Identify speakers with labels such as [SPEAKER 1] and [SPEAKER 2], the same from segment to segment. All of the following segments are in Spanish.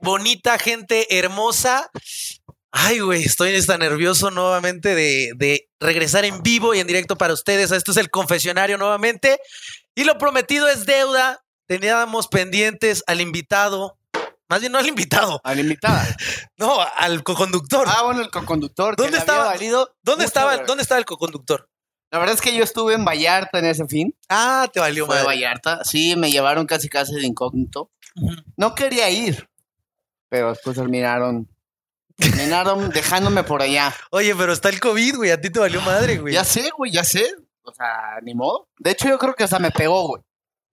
[SPEAKER 1] bonita, gente hermosa. Ay, güey, estoy tan nervioso nuevamente de, de regresar en vivo y en directo para ustedes. Esto es el confesionario nuevamente. Y lo prometido es deuda. Teníamos pendientes al invitado, más bien no al invitado,
[SPEAKER 2] A la invitada.
[SPEAKER 1] no, al coconductor.
[SPEAKER 2] Ah, bueno, el coconductor. que
[SPEAKER 1] ¿Dónde
[SPEAKER 2] le había
[SPEAKER 1] estaba?
[SPEAKER 2] valido
[SPEAKER 1] ¿Dónde
[SPEAKER 2] mucho,
[SPEAKER 1] estaba,
[SPEAKER 2] güey.
[SPEAKER 1] ¿Dónde estaba el coconductor?
[SPEAKER 2] La verdad es que yo estuve en Vallarta en ese fin.
[SPEAKER 1] Ah, te valió,
[SPEAKER 2] Fue de
[SPEAKER 1] madre.
[SPEAKER 2] Vallarta. Sí, me llevaron casi casi de incógnito.
[SPEAKER 1] Ujú.
[SPEAKER 2] No quería ir, pero después terminaron. Terminaron dejándome por allá.
[SPEAKER 1] Oye, pero está el COVID, güey. A ti te valió madre, güey.
[SPEAKER 2] Ah, Ya sé, güey, ya sé. O sea, ni modo. De hecho, yo creo que hasta me pegó, güey.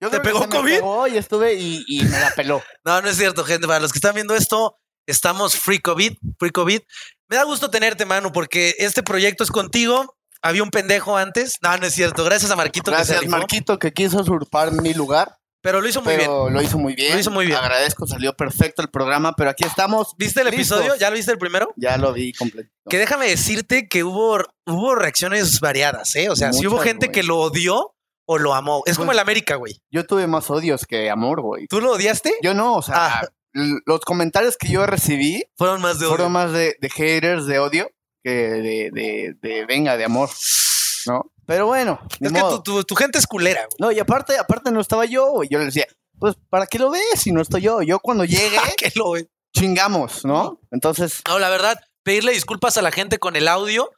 [SPEAKER 2] Yo
[SPEAKER 1] ¿Te
[SPEAKER 2] creo que
[SPEAKER 1] pegó
[SPEAKER 2] hasta me
[SPEAKER 1] COVID?
[SPEAKER 2] pegó y estuve y, y me la peló.
[SPEAKER 1] No, no es cierto, gente. Para los que están viendo esto, estamos free COVID, free COVID. Me da gusto tenerte, mano, porque este proyecto es contigo. Había un pendejo antes. No, no es cierto. Gracias a Marquito. que se
[SPEAKER 2] Gracias,
[SPEAKER 1] rifó,
[SPEAKER 2] Marquito, que quiso usurpar mi lugar,
[SPEAKER 1] Pero lo hizo muy bien.
[SPEAKER 2] pero lo hizo muy bien.
[SPEAKER 1] Lo hizo muy bien.
[SPEAKER 2] Agradezco, salió perfecto el programa, pero aquí estamos.
[SPEAKER 1] ¿Viste el
[SPEAKER 2] listos.
[SPEAKER 1] episodio? ¿Ya lo viste el primero?
[SPEAKER 2] Ya lo vi completo.
[SPEAKER 1] Que déjame decirte que hubo, hubo reacciones variadas, ¿eh? O sea, sí hubo
[SPEAKER 2] Muchas,
[SPEAKER 1] gente
[SPEAKER 2] güey.
[SPEAKER 1] que lo odió o lo amó. Es como
[SPEAKER 2] Pues-
[SPEAKER 1] el América, güey.
[SPEAKER 2] Yo tuve más odios que amor, güey.
[SPEAKER 1] ¿Tú lo odiaste?
[SPEAKER 2] Yo no, o sea,
[SPEAKER 1] Ah.
[SPEAKER 2] l- los comentarios que yo recibí
[SPEAKER 1] Fueron más de odio.
[SPEAKER 2] fueron más de, de haters, de odio, que de, de, de venga, de amor, ¿no? Pero bueno, ni
[SPEAKER 1] Es que
[SPEAKER 2] modo.
[SPEAKER 1] tu, tu- tu gente es culera, güey.
[SPEAKER 2] No, y aparte, aparte no estaba yo, güey. Yo le decía, pues, ¿para qué lo ves si no estoy yo? Yo cuando llegue,
[SPEAKER 1] Que lo ve.
[SPEAKER 2] chingamos, ¿no? Entonces,
[SPEAKER 1] No, la verdad, pedirle disculpas a la gente con el audio.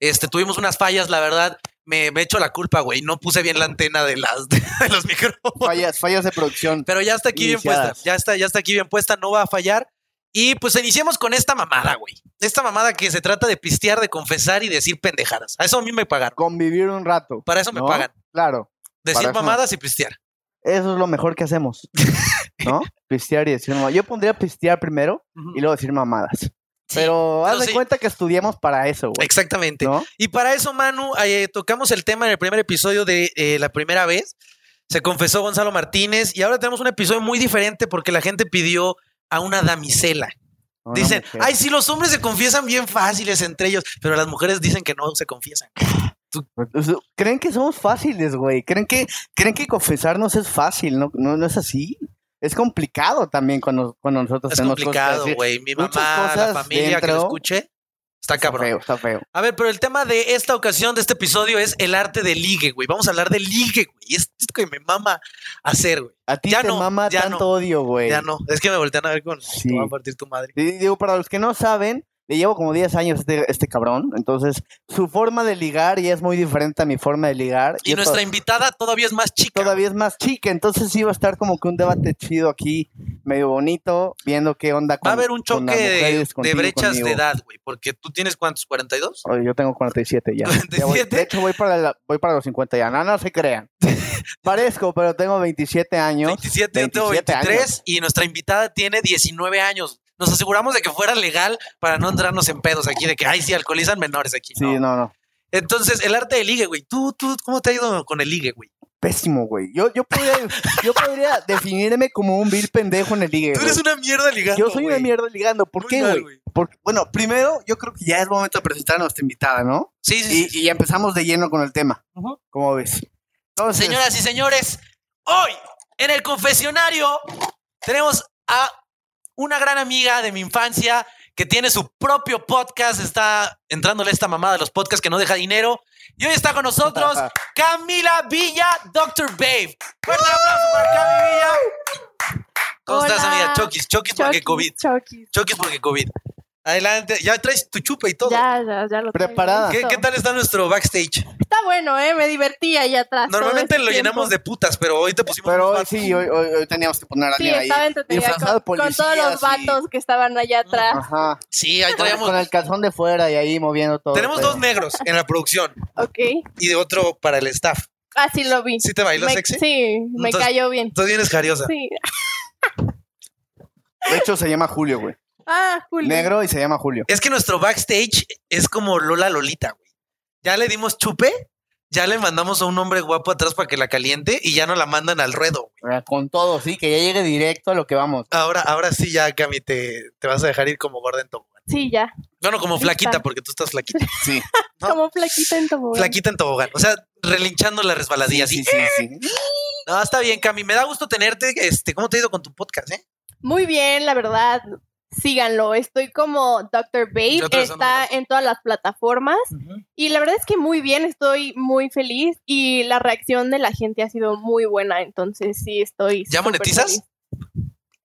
[SPEAKER 1] Este, tuvimos unas fallas, la verdad. Me, me echo la culpa, güey. No puse bien la antena de las de, los micrófonos.
[SPEAKER 2] fallas, fallas de producción.
[SPEAKER 1] Pero ya está aquí bien
[SPEAKER 2] Iniciadas.
[SPEAKER 1] puesta. Ya está, ya está aquí bien puesta, no va a fallar. Y pues iniciemos con esta mamada, güey. Esta mamada que se trata de pistear, de confesar y decir pendejadas. A eso a mí me pagaron.
[SPEAKER 2] Convivir un rato.
[SPEAKER 1] Para eso me
[SPEAKER 2] ¿no?
[SPEAKER 1] pagan.
[SPEAKER 2] Claro,
[SPEAKER 1] Decir
[SPEAKER 2] para eso-
[SPEAKER 1] mamadas y pistear.
[SPEAKER 2] eso es lo mejor que hacemos, ¿no? pistear y decir mamadas. Yo pondría pistear primero y luego decir mamadas. pero haz
[SPEAKER 1] pero
[SPEAKER 2] de
[SPEAKER 1] sí.
[SPEAKER 2] cuenta que estudiamos para eso, güey.
[SPEAKER 1] Exactamente.
[SPEAKER 2] ¿no?
[SPEAKER 1] Y para eso, Manu, eh, tocamos el tema en el primer episodio de eh, la primera vez. Se confesó Gonzalo Martínez y ahora tenemos un episodio muy diferente porque la gente pidió a una damisela.
[SPEAKER 2] Una
[SPEAKER 1] dicen,
[SPEAKER 2] mujer.
[SPEAKER 1] ay, sí, los hombres se confiesan bien fáciles entre ellos, pero las mujeres dicen que no se confiesan.
[SPEAKER 2] Pues, Creen que somos fáciles, güey. Creen que, creen que confesarnos es fácil, no, no, no es así. Es complicado también cuando, cuando nosotros
[SPEAKER 1] Es
[SPEAKER 2] tenemos cosas que
[SPEAKER 1] complicado,
[SPEAKER 2] decir.
[SPEAKER 1] güey. Mi
[SPEAKER 2] Muchas
[SPEAKER 1] mamá, la
[SPEAKER 2] cosas
[SPEAKER 1] familia que lo
[SPEAKER 2] dentro.
[SPEAKER 1] escuche, está
[SPEAKER 2] Está
[SPEAKER 1] cabrón.
[SPEAKER 2] feo, está feo.
[SPEAKER 1] A ver, pero el tema de esta ocasión, de este episodio, es el arte de ligue, güey. Vamos a hablar de ligue, güey. Es es que me mama hacer, güey.
[SPEAKER 2] A ti
[SPEAKER 1] Ya
[SPEAKER 2] te
[SPEAKER 1] no,
[SPEAKER 2] mama
[SPEAKER 1] ya
[SPEAKER 2] tanto
[SPEAKER 1] no,
[SPEAKER 2] odio, güey.
[SPEAKER 1] Ya no, es que me voltean a ver con...
[SPEAKER 2] Sí.
[SPEAKER 1] Te va a partir tu madre.
[SPEAKER 2] Y Digo, para los que no saben, le llevo como 10 años a este, este cabrón. Entonces, su forma de ligar ya es muy diferente a mi forma de ligar.
[SPEAKER 1] Y
[SPEAKER 2] Yo
[SPEAKER 1] nuestra
[SPEAKER 2] to-
[SPEAKER 1] invitada todavía es más chica.
[SPEAKER 2] todavía es más chica, entonces sí va a estar como que un debate chido aquí, medio bonito, viendo qué onda con
[SPEAKER 1] Va a haber un choque
[SPEAKER 2] con las mujeres,
[SPEAKER 1] de, de
[SPEAKER 2] contigo,
[SPEAKER 1] brechas
[SPEAKER 2] conmigo.
[SPEAKER 1] de edad, güey, porque tú tienes cuántos, 42?
[SPEAKER 2] Oye, yo tengo 47 ya. Ya voy-
[SPEAKER 1] 47.
[SPEAKER 2] de hecho, voy para, la- voy para los 50 ya. No, no se crean. Parezco, pero tengo 27 años.
[SPEAKER 1] 27, yo tengo
[SPEAKER 2] 27
[SPEAKER 1] 23
[SPEAKER 2] años.
[SPEAKER 1] y nuestra invitada tiene 19 años. Nos aseguramos de que fuera legal para no entrarnos en pedos aquí, de que, ay, sí, alcoholizan menores aquí.
[SPEAKER 2] Sí,
[SPEAKER 1] ¿no?
[SPEAKER 2] no, no.
[SPEAKER 1] Entonces, el arte del ligue, güey. ¿Tú, tú, ¿Cómo te ha ido con el ligue, güey?
[SPEAKER 2] Pésimo, güey. Yo, yo, podría, yo podría definirme como un vil pendejo en el ligue.
[SPEAKER 1] Tú eres
[SPEAKER 2] güey.
[SPEAKER 1] una mierda ligando,
[SPEAKER 2] Yo soy una
[SPEAKER 1] güey.
[SPEAKER 2] mierda ligando. ¿Por
[SPEAKER 1] Muy
[SPEAKER 2] qué,
[SPEAKER 1] mal,
[SPEAKER 2] güey?
[SPEAKER 1] güey.
[SPEAKER 2] Porque- Bueno, primero, yo creo que ya es momento de presentar a nuestra invitada, ¿no?
[SPEAKER 1] Sí, sí, sí.
[SPEAKER 2] Y, y ya empezamos de lleno con el tema.
[SPEAKER 1] Ujú.
[SPEAKER 2] ¿Cómo ves? Entonces,
[SPEAKER 1] Señoras y señores, hoy en el confesionario tenemos a una gran amiga de mi infancia que tiene su propio podcast, está entrándole esta mamada de los podcasts que no deja dinero. Y hoy está con nosotros Camila Villa, Dr. Babe. Fuerte aplauso para Cami Villa. ¿Cómo estás,
[SPEAKER 3] Hola.
[SPEAKER 1] amiga? Chokis, chokis porque
[SPEAKER 3] Chucky,
[SPEAKER 1] COVID.
[SPEAKER 3] Chucky.
[SPEAKER 1] Chokis porque COVID. Adelante, ya traes tu chupa y todo.
[SPEAKER 3] Ya, ya, ya lo traigo
[SPEAKER 2] Preparada.
[SPEAKER 1] ¿Qué,
[SPEAKER 3] listo.
[SPEAKER 1] qué tal está nuestro backstage?
[SPEAKER 3] Está bueno, ¿eh? Me divertí allá atrás. todo
[SPEAKER 1] Normalmente
[SPEAKER 3] este
[SPEAKER 1] lo
[SPEAKER 3] tiempo.
[SPEAKER 1] llenamos de putas, pero hoy te pusimos
[SPEAKER 2] Pero
[SPEAKER 1] unos
[SPEAKER 2] hoy
[SPEAKER 1] vatos.
[SPEAKER 2] sí, hoy, hoy- hoy teníamos que poner a
[SPEAKER 3] Sí,
[SPEAKER 2] alguien ahí.
[SPEAKER 3] estaba entretenida
[SPEAKER 2] disfrazado
[SPEAKER 3] con,
[SPEAKER 2] de
[SPEAKER 3] con todos los
[SPEAKER 2] policías y-
[SPEAKER 3] vatos que estaban allá atrás.
[SPEAKER 2] Ajá.
[SPEAKER 1] Sí, ahí traíamos.
[SPEAKER 2] Con el calzón de fuera y ahí moviendo todo.
[SPEAKER 1] Tenemos
[SPEAKER 2] pero-
[SPEAKER 1] dos negros en la producción
[SPEAKER 3] Ok.
[SPEAKER 1] y de otro para el staff.
[SPEAKER 3] Así lo vi.
[SPEAKER 1] ¿Sí te bailó
[SPEAKER 3] me,
[SPEAKER 1] sexy?
[SPEAKER 3] Sí, me
[SPEAKER 1] Entonces-
[SPEAKER 3] cayó bien.
[SPEAKER 1] Tú vienes jariosa.
[SPEAKER 3] Sí.
[SPEAKER 2] De hecho, se llama Julio, güey.
[SPEAKER 3] Ah, Julio.
[SPEAKER 2] Negro y se llama Julio.
[SPEAKER 1] Es que nuestro backstage es como Lola Lolita, güey. Ya le dimos chupe, ya le mandamos a un hombre guapo atrás para que la caliente y ya no la mandan al ruedo. güey.
[SPEAKER 2] Ah, Con todo, sí, que ya llegue directo a lo que vamos.
[SPEAKER 1] Ahora, ahora sí, ya, Cami, te, te vas a dejar ir como gorda en tobogán.
[SPEAKER 3] Sí, ya.
[SPEAKER 1] No, no, como
[SPEAKER 3] Lista.
[SPEAKER 1] flaquita, porque tú estás flaquita.
[SPEAKER 2] Sí.
[SPEAKER 1] No.
[SPEAKER 3] Como flaquita en tobogán.
[SPEAKER 1] Flaquita en tobogán. O sea, relinchando la resbaladilla.
[SPEAKER 2] sí,
[SPEAKER 1] así.
[SPEAKER 2] sí, sí.
[SPEAKER 1] No, está bien, Cami. Me da gusto tenerte. Este, ¿Cómo te ha ido con tu podcast, eh?
[SPEAKER 3] Muy bien, la verdad. Síganlo. Estoy como Dr. Babe.
[SPEAKER 1] Yo atravesando
[SPEAKER 3] Está
[SPEAKER 1] la-
[SPEAKER 3] en todas las plataformas. Y la verdad es que muy bien. Estoy muy feliz. Y la reacción de la gente ha sido muy buena. Entonces, sí, estoy.
[SPEAKER 1] ¿Ya
[SPEAKER 3] súper
[SPEAKER 1] monetizas?
[SPEAKER 3] feliz.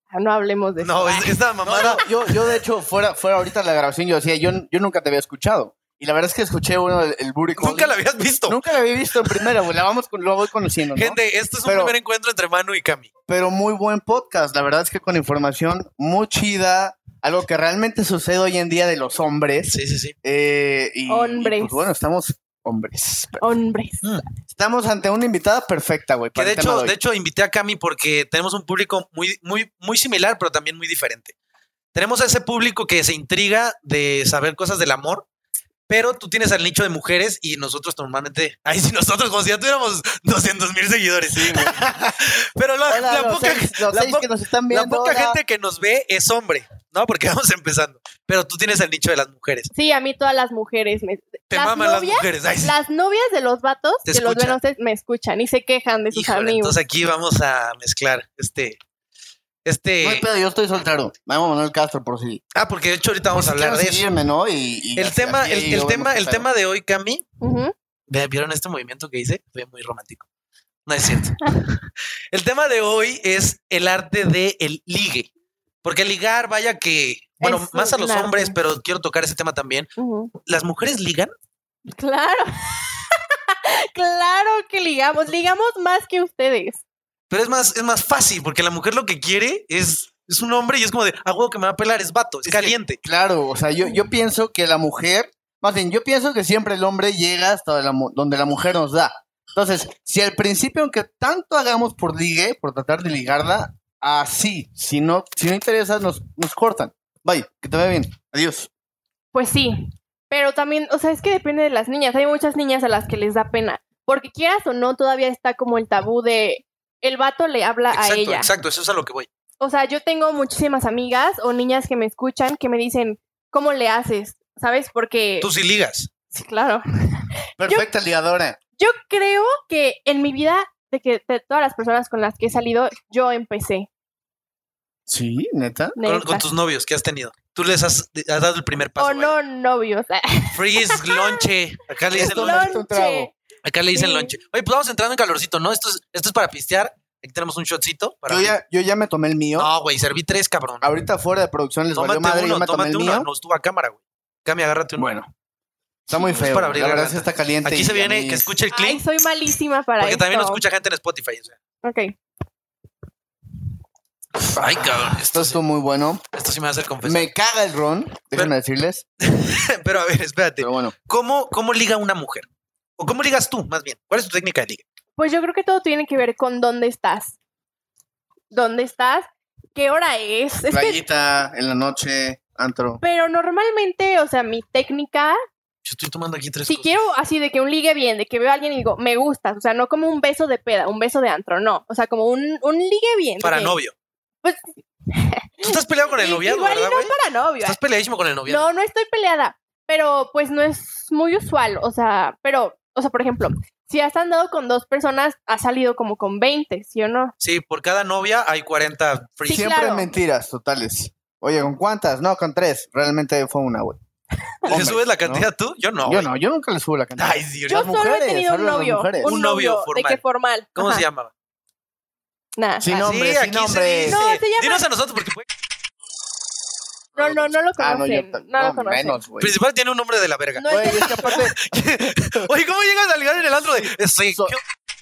[SPEAKER 3] Ah, No hablemos de
[SPEAKER 1] No,
[SPEAKER 3] eso.
[SPEAKER 1] es- esta mamada.
[SPEAKER 2] Yo, yo de hecho, fuera, fuera ahorita de la grabación, yo decía, yo, yo nunca te había escuchado. Y la verdad es que escuché uno, el, el Booty Call.
[SPEAKER 1] Nunca la habías visto.
[SPEAKER 2] Nunca la había visto en primera, güey. La vamos, con- lo voy conociendo, ¿no?
[SPEAKER 1] Gente, esto es un
[SPEAKER 2] Pero-
[SPEAKER 1] primer encuentro entre Manu y Cami.
[SPEAKER 2] Pero muy buen podcast. La verdad es que con información muy chida, algo que realmente sucede hoy en día de los hombres.
[SPEAKER 1] Sí, sí, sí.
[SPEAKER 2] Eh, y,
[SPEAKER 3] Hombres.
[SPEAKER 2] y, pues, bueno, estamos hombres.
[SPEAKER 3] Hombres.
[SPEAKER 2] Estamos ante una invitada perfecta, güey.
[SPEAKER 1] Que
[SPEAKER 2] para
[SPEAKER 1] de
[SPEAKER 2] el tema
[SPEAKER 1] hecho,
[SPEAKER 2] hoy.
[SPEAKER 1] de hecho, invité a Cami porque tenemos un público muy, muy, muy similar, pero también muy diferente. Tenemos a ese público que se intriga de saber cosas del amor, pero tú tienes al nicho de mujeres y nosotros normalmente. Ay, si nosotros, como si ya tuviéramos 200 mil seguidores. pero la,
[SPEAKER 2] Hola,
[SPEAKER 1] la
[SPEAKER 2] los
[SPEAKER 1] poca,
[SPEAKER 2] seis- los
[SPEAKER 1] la
[SPEAKER 2] seis
[SPEAKER 1] po-
[SPEAKER 2] que nos están
[SPEAKER 1] la
[SPEAKER 2] viendo.
[SPEAKER 1] poca
[SPEAKER 2] hola.
[SPEAKER 1] gente que nos ve es hombre, ¿no? Porque vamos empezando. Pero tú tienes el nicho de las mujeres.
[SPEAKER 3] Sí, a mí todas las mujeres. Me...
[SPEAKER 1] Te
[SPEAKER 3] las
[SPEAKER 1] maman las
[SPEAKER 3] novias,
[SPEAKER 1] mujeres. Ay, sí.
[SPEAKER 3] las novias de los vatos
[SPEAKER 1] Te
[SPEAKER 3] que los ven
[SPEAKER 1] escuchan.
[SPEAKER 3] a ustedes me escuchan y se quejan de sus
[SPEAKER 1] Híjole,
[SPEAKER 3] amigos.
[SPEAKER 1] entonces aquí vamos a mezclar este.
[SPEAKER 2] No hay
[SPEAKER 1] Este.
[SPEAKER 2] pedo, yo estoy soltero. Vamos, Manuel Castro, por si.
[SPEAKER 1] Ah, porque de hecho ahorita vamos a
[SPEAKER 2] Pues,
[SPEAKER 1] hablar de eso.
[SPEAKER 2] Sígueme, ¿no? Y, y
[SPEAKER 1] El
[SPEAKER 2] así-
[SPEAKER 1] tema,
[SPEAKER 2] así
[SPEAKER 1] el,
[SPEAKER 2] yo
[SPEAKER 1] el
[SPEAKER 2] vemos
[SPEAKER 1] tema,
[SPEAKER 2] qué
[SPEAKER 1] el
[SPEAKER 2] pedo.
[SPEAKER 1] tema de hoy, Cami.
[SPEAKER 3] Ujú.
[SPEAKER 1] Ve- ¿Vieron este movimiento que hice? Fue muy romántico. No es cierto. el tema de hoy es el arte de el ligue. Porque ligar, vaya que. Bueno,
[SPEAKER 3] Es
[SPEAKER 1] más a los
[SPEAKER 3] un arte.
[SPEAKER 1] hombres, pero quiero tocar ese tema también.
[SPEAKER 3] Ujú.
[SPEAKER 1] ¿Las mujeres ligan?
[SPEAKER 3] Claro. claro que ligamos. Ligamos más que ustedes.
[SPEAKER 1] Pero es más, es más fácil, porque la mujer lo que quiere es, es un hombre y es como de, a huevo que me va a pelar, es vato, es,
[SPEAKER 2] Es que-
[SPEAKER 1] caliente.
[SPEAKER 2] Claro, o sea, yo, yo pienso que la mujer. Más bien, yo pienso que siempre el hombre llega hasta la mu- donde la mujer nos da. Entonces, si al principio, aunque tanto hagamos por ligue, por tratar de ligarla, así, si no, si no interesa, nos, nos cortan. Bye, que te vaya bien. Adiós.
[SPEAKER 3] Pues sí. Pero también, o sea, es que depende de las niñas. Hay muchas niñas a las que les da pena. Porque quieras o no, todavía está como el tabú de el vato le habla a
[SPEAKER 1] Exacto,
[SPEAKER 3] ella.
[SPEAKER 1] exacto, eso es a lo que voy.
[SPEAKER 3] O sea, yo tengo muchísimas amigas o niñas que me escuchan que me dicen, ¿cómo le haces? ¿Sabes? Porque...
[SPEAKER 1] Tú sí ligas.
[SPEAKER 3] Sí, claro.
[SPEAKER 2] Perfecta ligadora.
[SPEAKER 3] Yo creo que en mi vida, de que de todas las personas con las que he salido, yo empecé.
[SPEAKER 2] Sí, neta.
[SPEAKER 1] Con,
[SPEAKER 3] neta.
[SPEAKER 1] con tus novios que has tenido. Tú les has, has dado el primer paso.
[SPEAKER 3] o
[SPEAKER 1] vaya.
[SPEAKER 3] no novios.
[SPEAKER 1] Freeze, lonche. Acá le dicen
[SPEAKER 2] Esto-
[SPEAKER 1] lonche.
[SPEAKER 2] un trago.
[SPEAKER 1] Acá le dicen
[SPEAKER 3] Sí.
[SPEAKER 1] lonche. Oye, pues vamos entrando en calorcito, ¿no? Esto es, esto es para pistear. Aquí tenemos un shotcito. Para
[SPEAKER 2] Yo ya, yo ya me tomé el mío.
[SPEAKER 1] No, güey, serví tres, cabrón.
[SPEAKER 2] Ahorita fuera de producción les
[SPEAKER 1] Tómate
[SPEAKER 2] valió madre, yo
[SPEAKER 1] uno,
[SPEAKER 2] me tomé
[SPEAKER 1] tómate
[SPEAKER 2] el
[SPEAKER 1] uno.
[SPEAKER 2] mío.
[SPEAKER 1] No estuvo a cámara, güey. Cami, agárrate uno.
[SPEAKER 2] Bueno. Está muy
[SPEAKER 1] Es
[SPEAKER 2] feo.
[SPEAKER 1] para abrir
[SPEAKER 2] la
[SPEAKER 1] la
[SPEAKER 2] verdad es que está caliente.
[SPEAKER 1] Aquí
[SPEAKER 2] y
[SPEAKER 1] se
[SPEAKER 2] a
[SPEAKER 1] viene
[SPEAKER 2] mí
[SPEAKER 1] que
[SPEAKER 2] es-
[SPEAKER 1] escuche el
[SPEAKER 3] Ay,
[SPEAKER 1] click.
[SPEAKER 3] soy malísima para
[SPEAKER 1] Porque
[SPEAKER 3] esto.
[SPEAKER 1] también lo escucha gente en Spotify. o sea.
[SPEAKER 3] Ok.
[SPEAKER 1] Ay, cabrón.
[SPEAKER 2] Esto
[SPEAKER 1] Esto, sí-
[SPEAKER 2] estuvo muy bueno.
[SPEAKER 1] esto Pues sí me va a hacer confesar.
[SPEAKER 2] Me caga el ron, déjenme decirles.
[SPEAKER 1] Pero a ver,
[SPEAKER 3] Este,
[SPEAKER 1] espérate.
[SPEAKER 2] Pero bueno,
[SPEAKER 1] ¿Cómo, ¿Cómo liga una mujer? ¿O cómo ligas tú, más bien? ¿Cuál es tu técnica de liga?
[SPEAKER 3] Pues yo creo que todo tiene que ver con dónde estás. ¿Dónde estás? ¿Qué hora es? Es que-
[SPEAKER 2] playita, en la noche, antro.
[SPEAKER 3] pero normalmente, o sea, mi técnica,
[SPEAKER 1] Yo estoy tomando aquí tres
[SPEAKER 3] si
[SPEAKER 1] cosas.
[SPEAKER 3] quiero así de que un ligue bien, de que veo a alguien y digo, me gustas, o sea, no como un beso de peda, un beso de antro, no. O sea, como un, un ligue bien. de
[SPEAKER 1] Para
[SPEAKER 3] que-
[SPEAKER 1] novio.
[SPEAKER 3] Pues-
[SPEAKER 1] Tú estás peleado con el
[SPEAKER 3] I-
[SPEAKER 1] noviado,
[SPEAKER 3] igual y
[SPEAKER 1] ¿verdad,
[SPEAKER 3] no
[SPEAKER 1] güey?
[SPEAKER 3] Para novio. ¿eh?
[SPEAKER 1] Estás peleadísimo con el noviado.
[SPEAKER 3] No, no estoy peleada, pero pues no es muy usual, o sea, pero, o sea, por ejemplo, si has andado con dos personas, has salido como con 20, ¿sí o no?
[SPEAKER 1] Sí, por cada novia hay 40 free.
[SPEAKER 3] Sí,
[SPEAKER 2] Siempre
[SPEAKER 3] claro.
[SPEAKER 2] mentiras totales. Oye, ¿con cuántas? No, con tres. Realmente fue una, güey.
[SPEAKER 1] ¿Le
[SPEAKER 2] Hombres,
[SPEAKER 1] subes la
[SPEAKER 2] ¿no?
[SPEAKER 1] cantidad tú? Yo no.
[SPEAKER 2] Yo
[SPEAKER 1] güey.
[SPEAKER 2] no, yo nunca le subo la cantidad.
[SPEAKER 1] Ay, Dios.
[SPEAKER 3] Yo
[SPEAKER 2] Las
[SPEAKER 3] solo he
[SPEAKER 2] mujeres,
[SPEAKER 3] tenido un
[SPEAKER 2] solo las
[SPEAKER 3] novio,
[SPEAKER 2] mujeres.
[SPEAKER 3] un,
[SPEAKER 1] Un novio
[SPEAKER 3] novio, de
[SPEAKER 1] formal.
[SPEAKER 3] que formal.
[SPEAKER 1] ¿Cómo se
[SPEAKER 3] ajá,
[SPEAKER 1] llama?
[SPEAKER 3] nada,
[SPEAKER 2] Sin
[SPEAKER 3] ajá.
[SPEAKER 2] nombre, sin nombre.
[SPEAKER 3] No, se llama-
[SPEAKER 1] Dinos a nosotros porque güey,
[SPEAKER 3] No, no, no lo
[SPEAKER 2] Ah, no, yo
[SPEAKER 3] conocen, no, lo conocen.
[SPEAKER 2] menos, güey.
[SPEAKER 1] principal tiene un nombre de la verga.
[SPEAKER 3] No
[SPEAKER 2] Güey, es que aparte,
[SPEAKER 1] Oye, ¿cómo llegas a ligar en el antro de eh, sí,
[SPEAKER 2] So-
[SPEAKER 1] ¿qué o-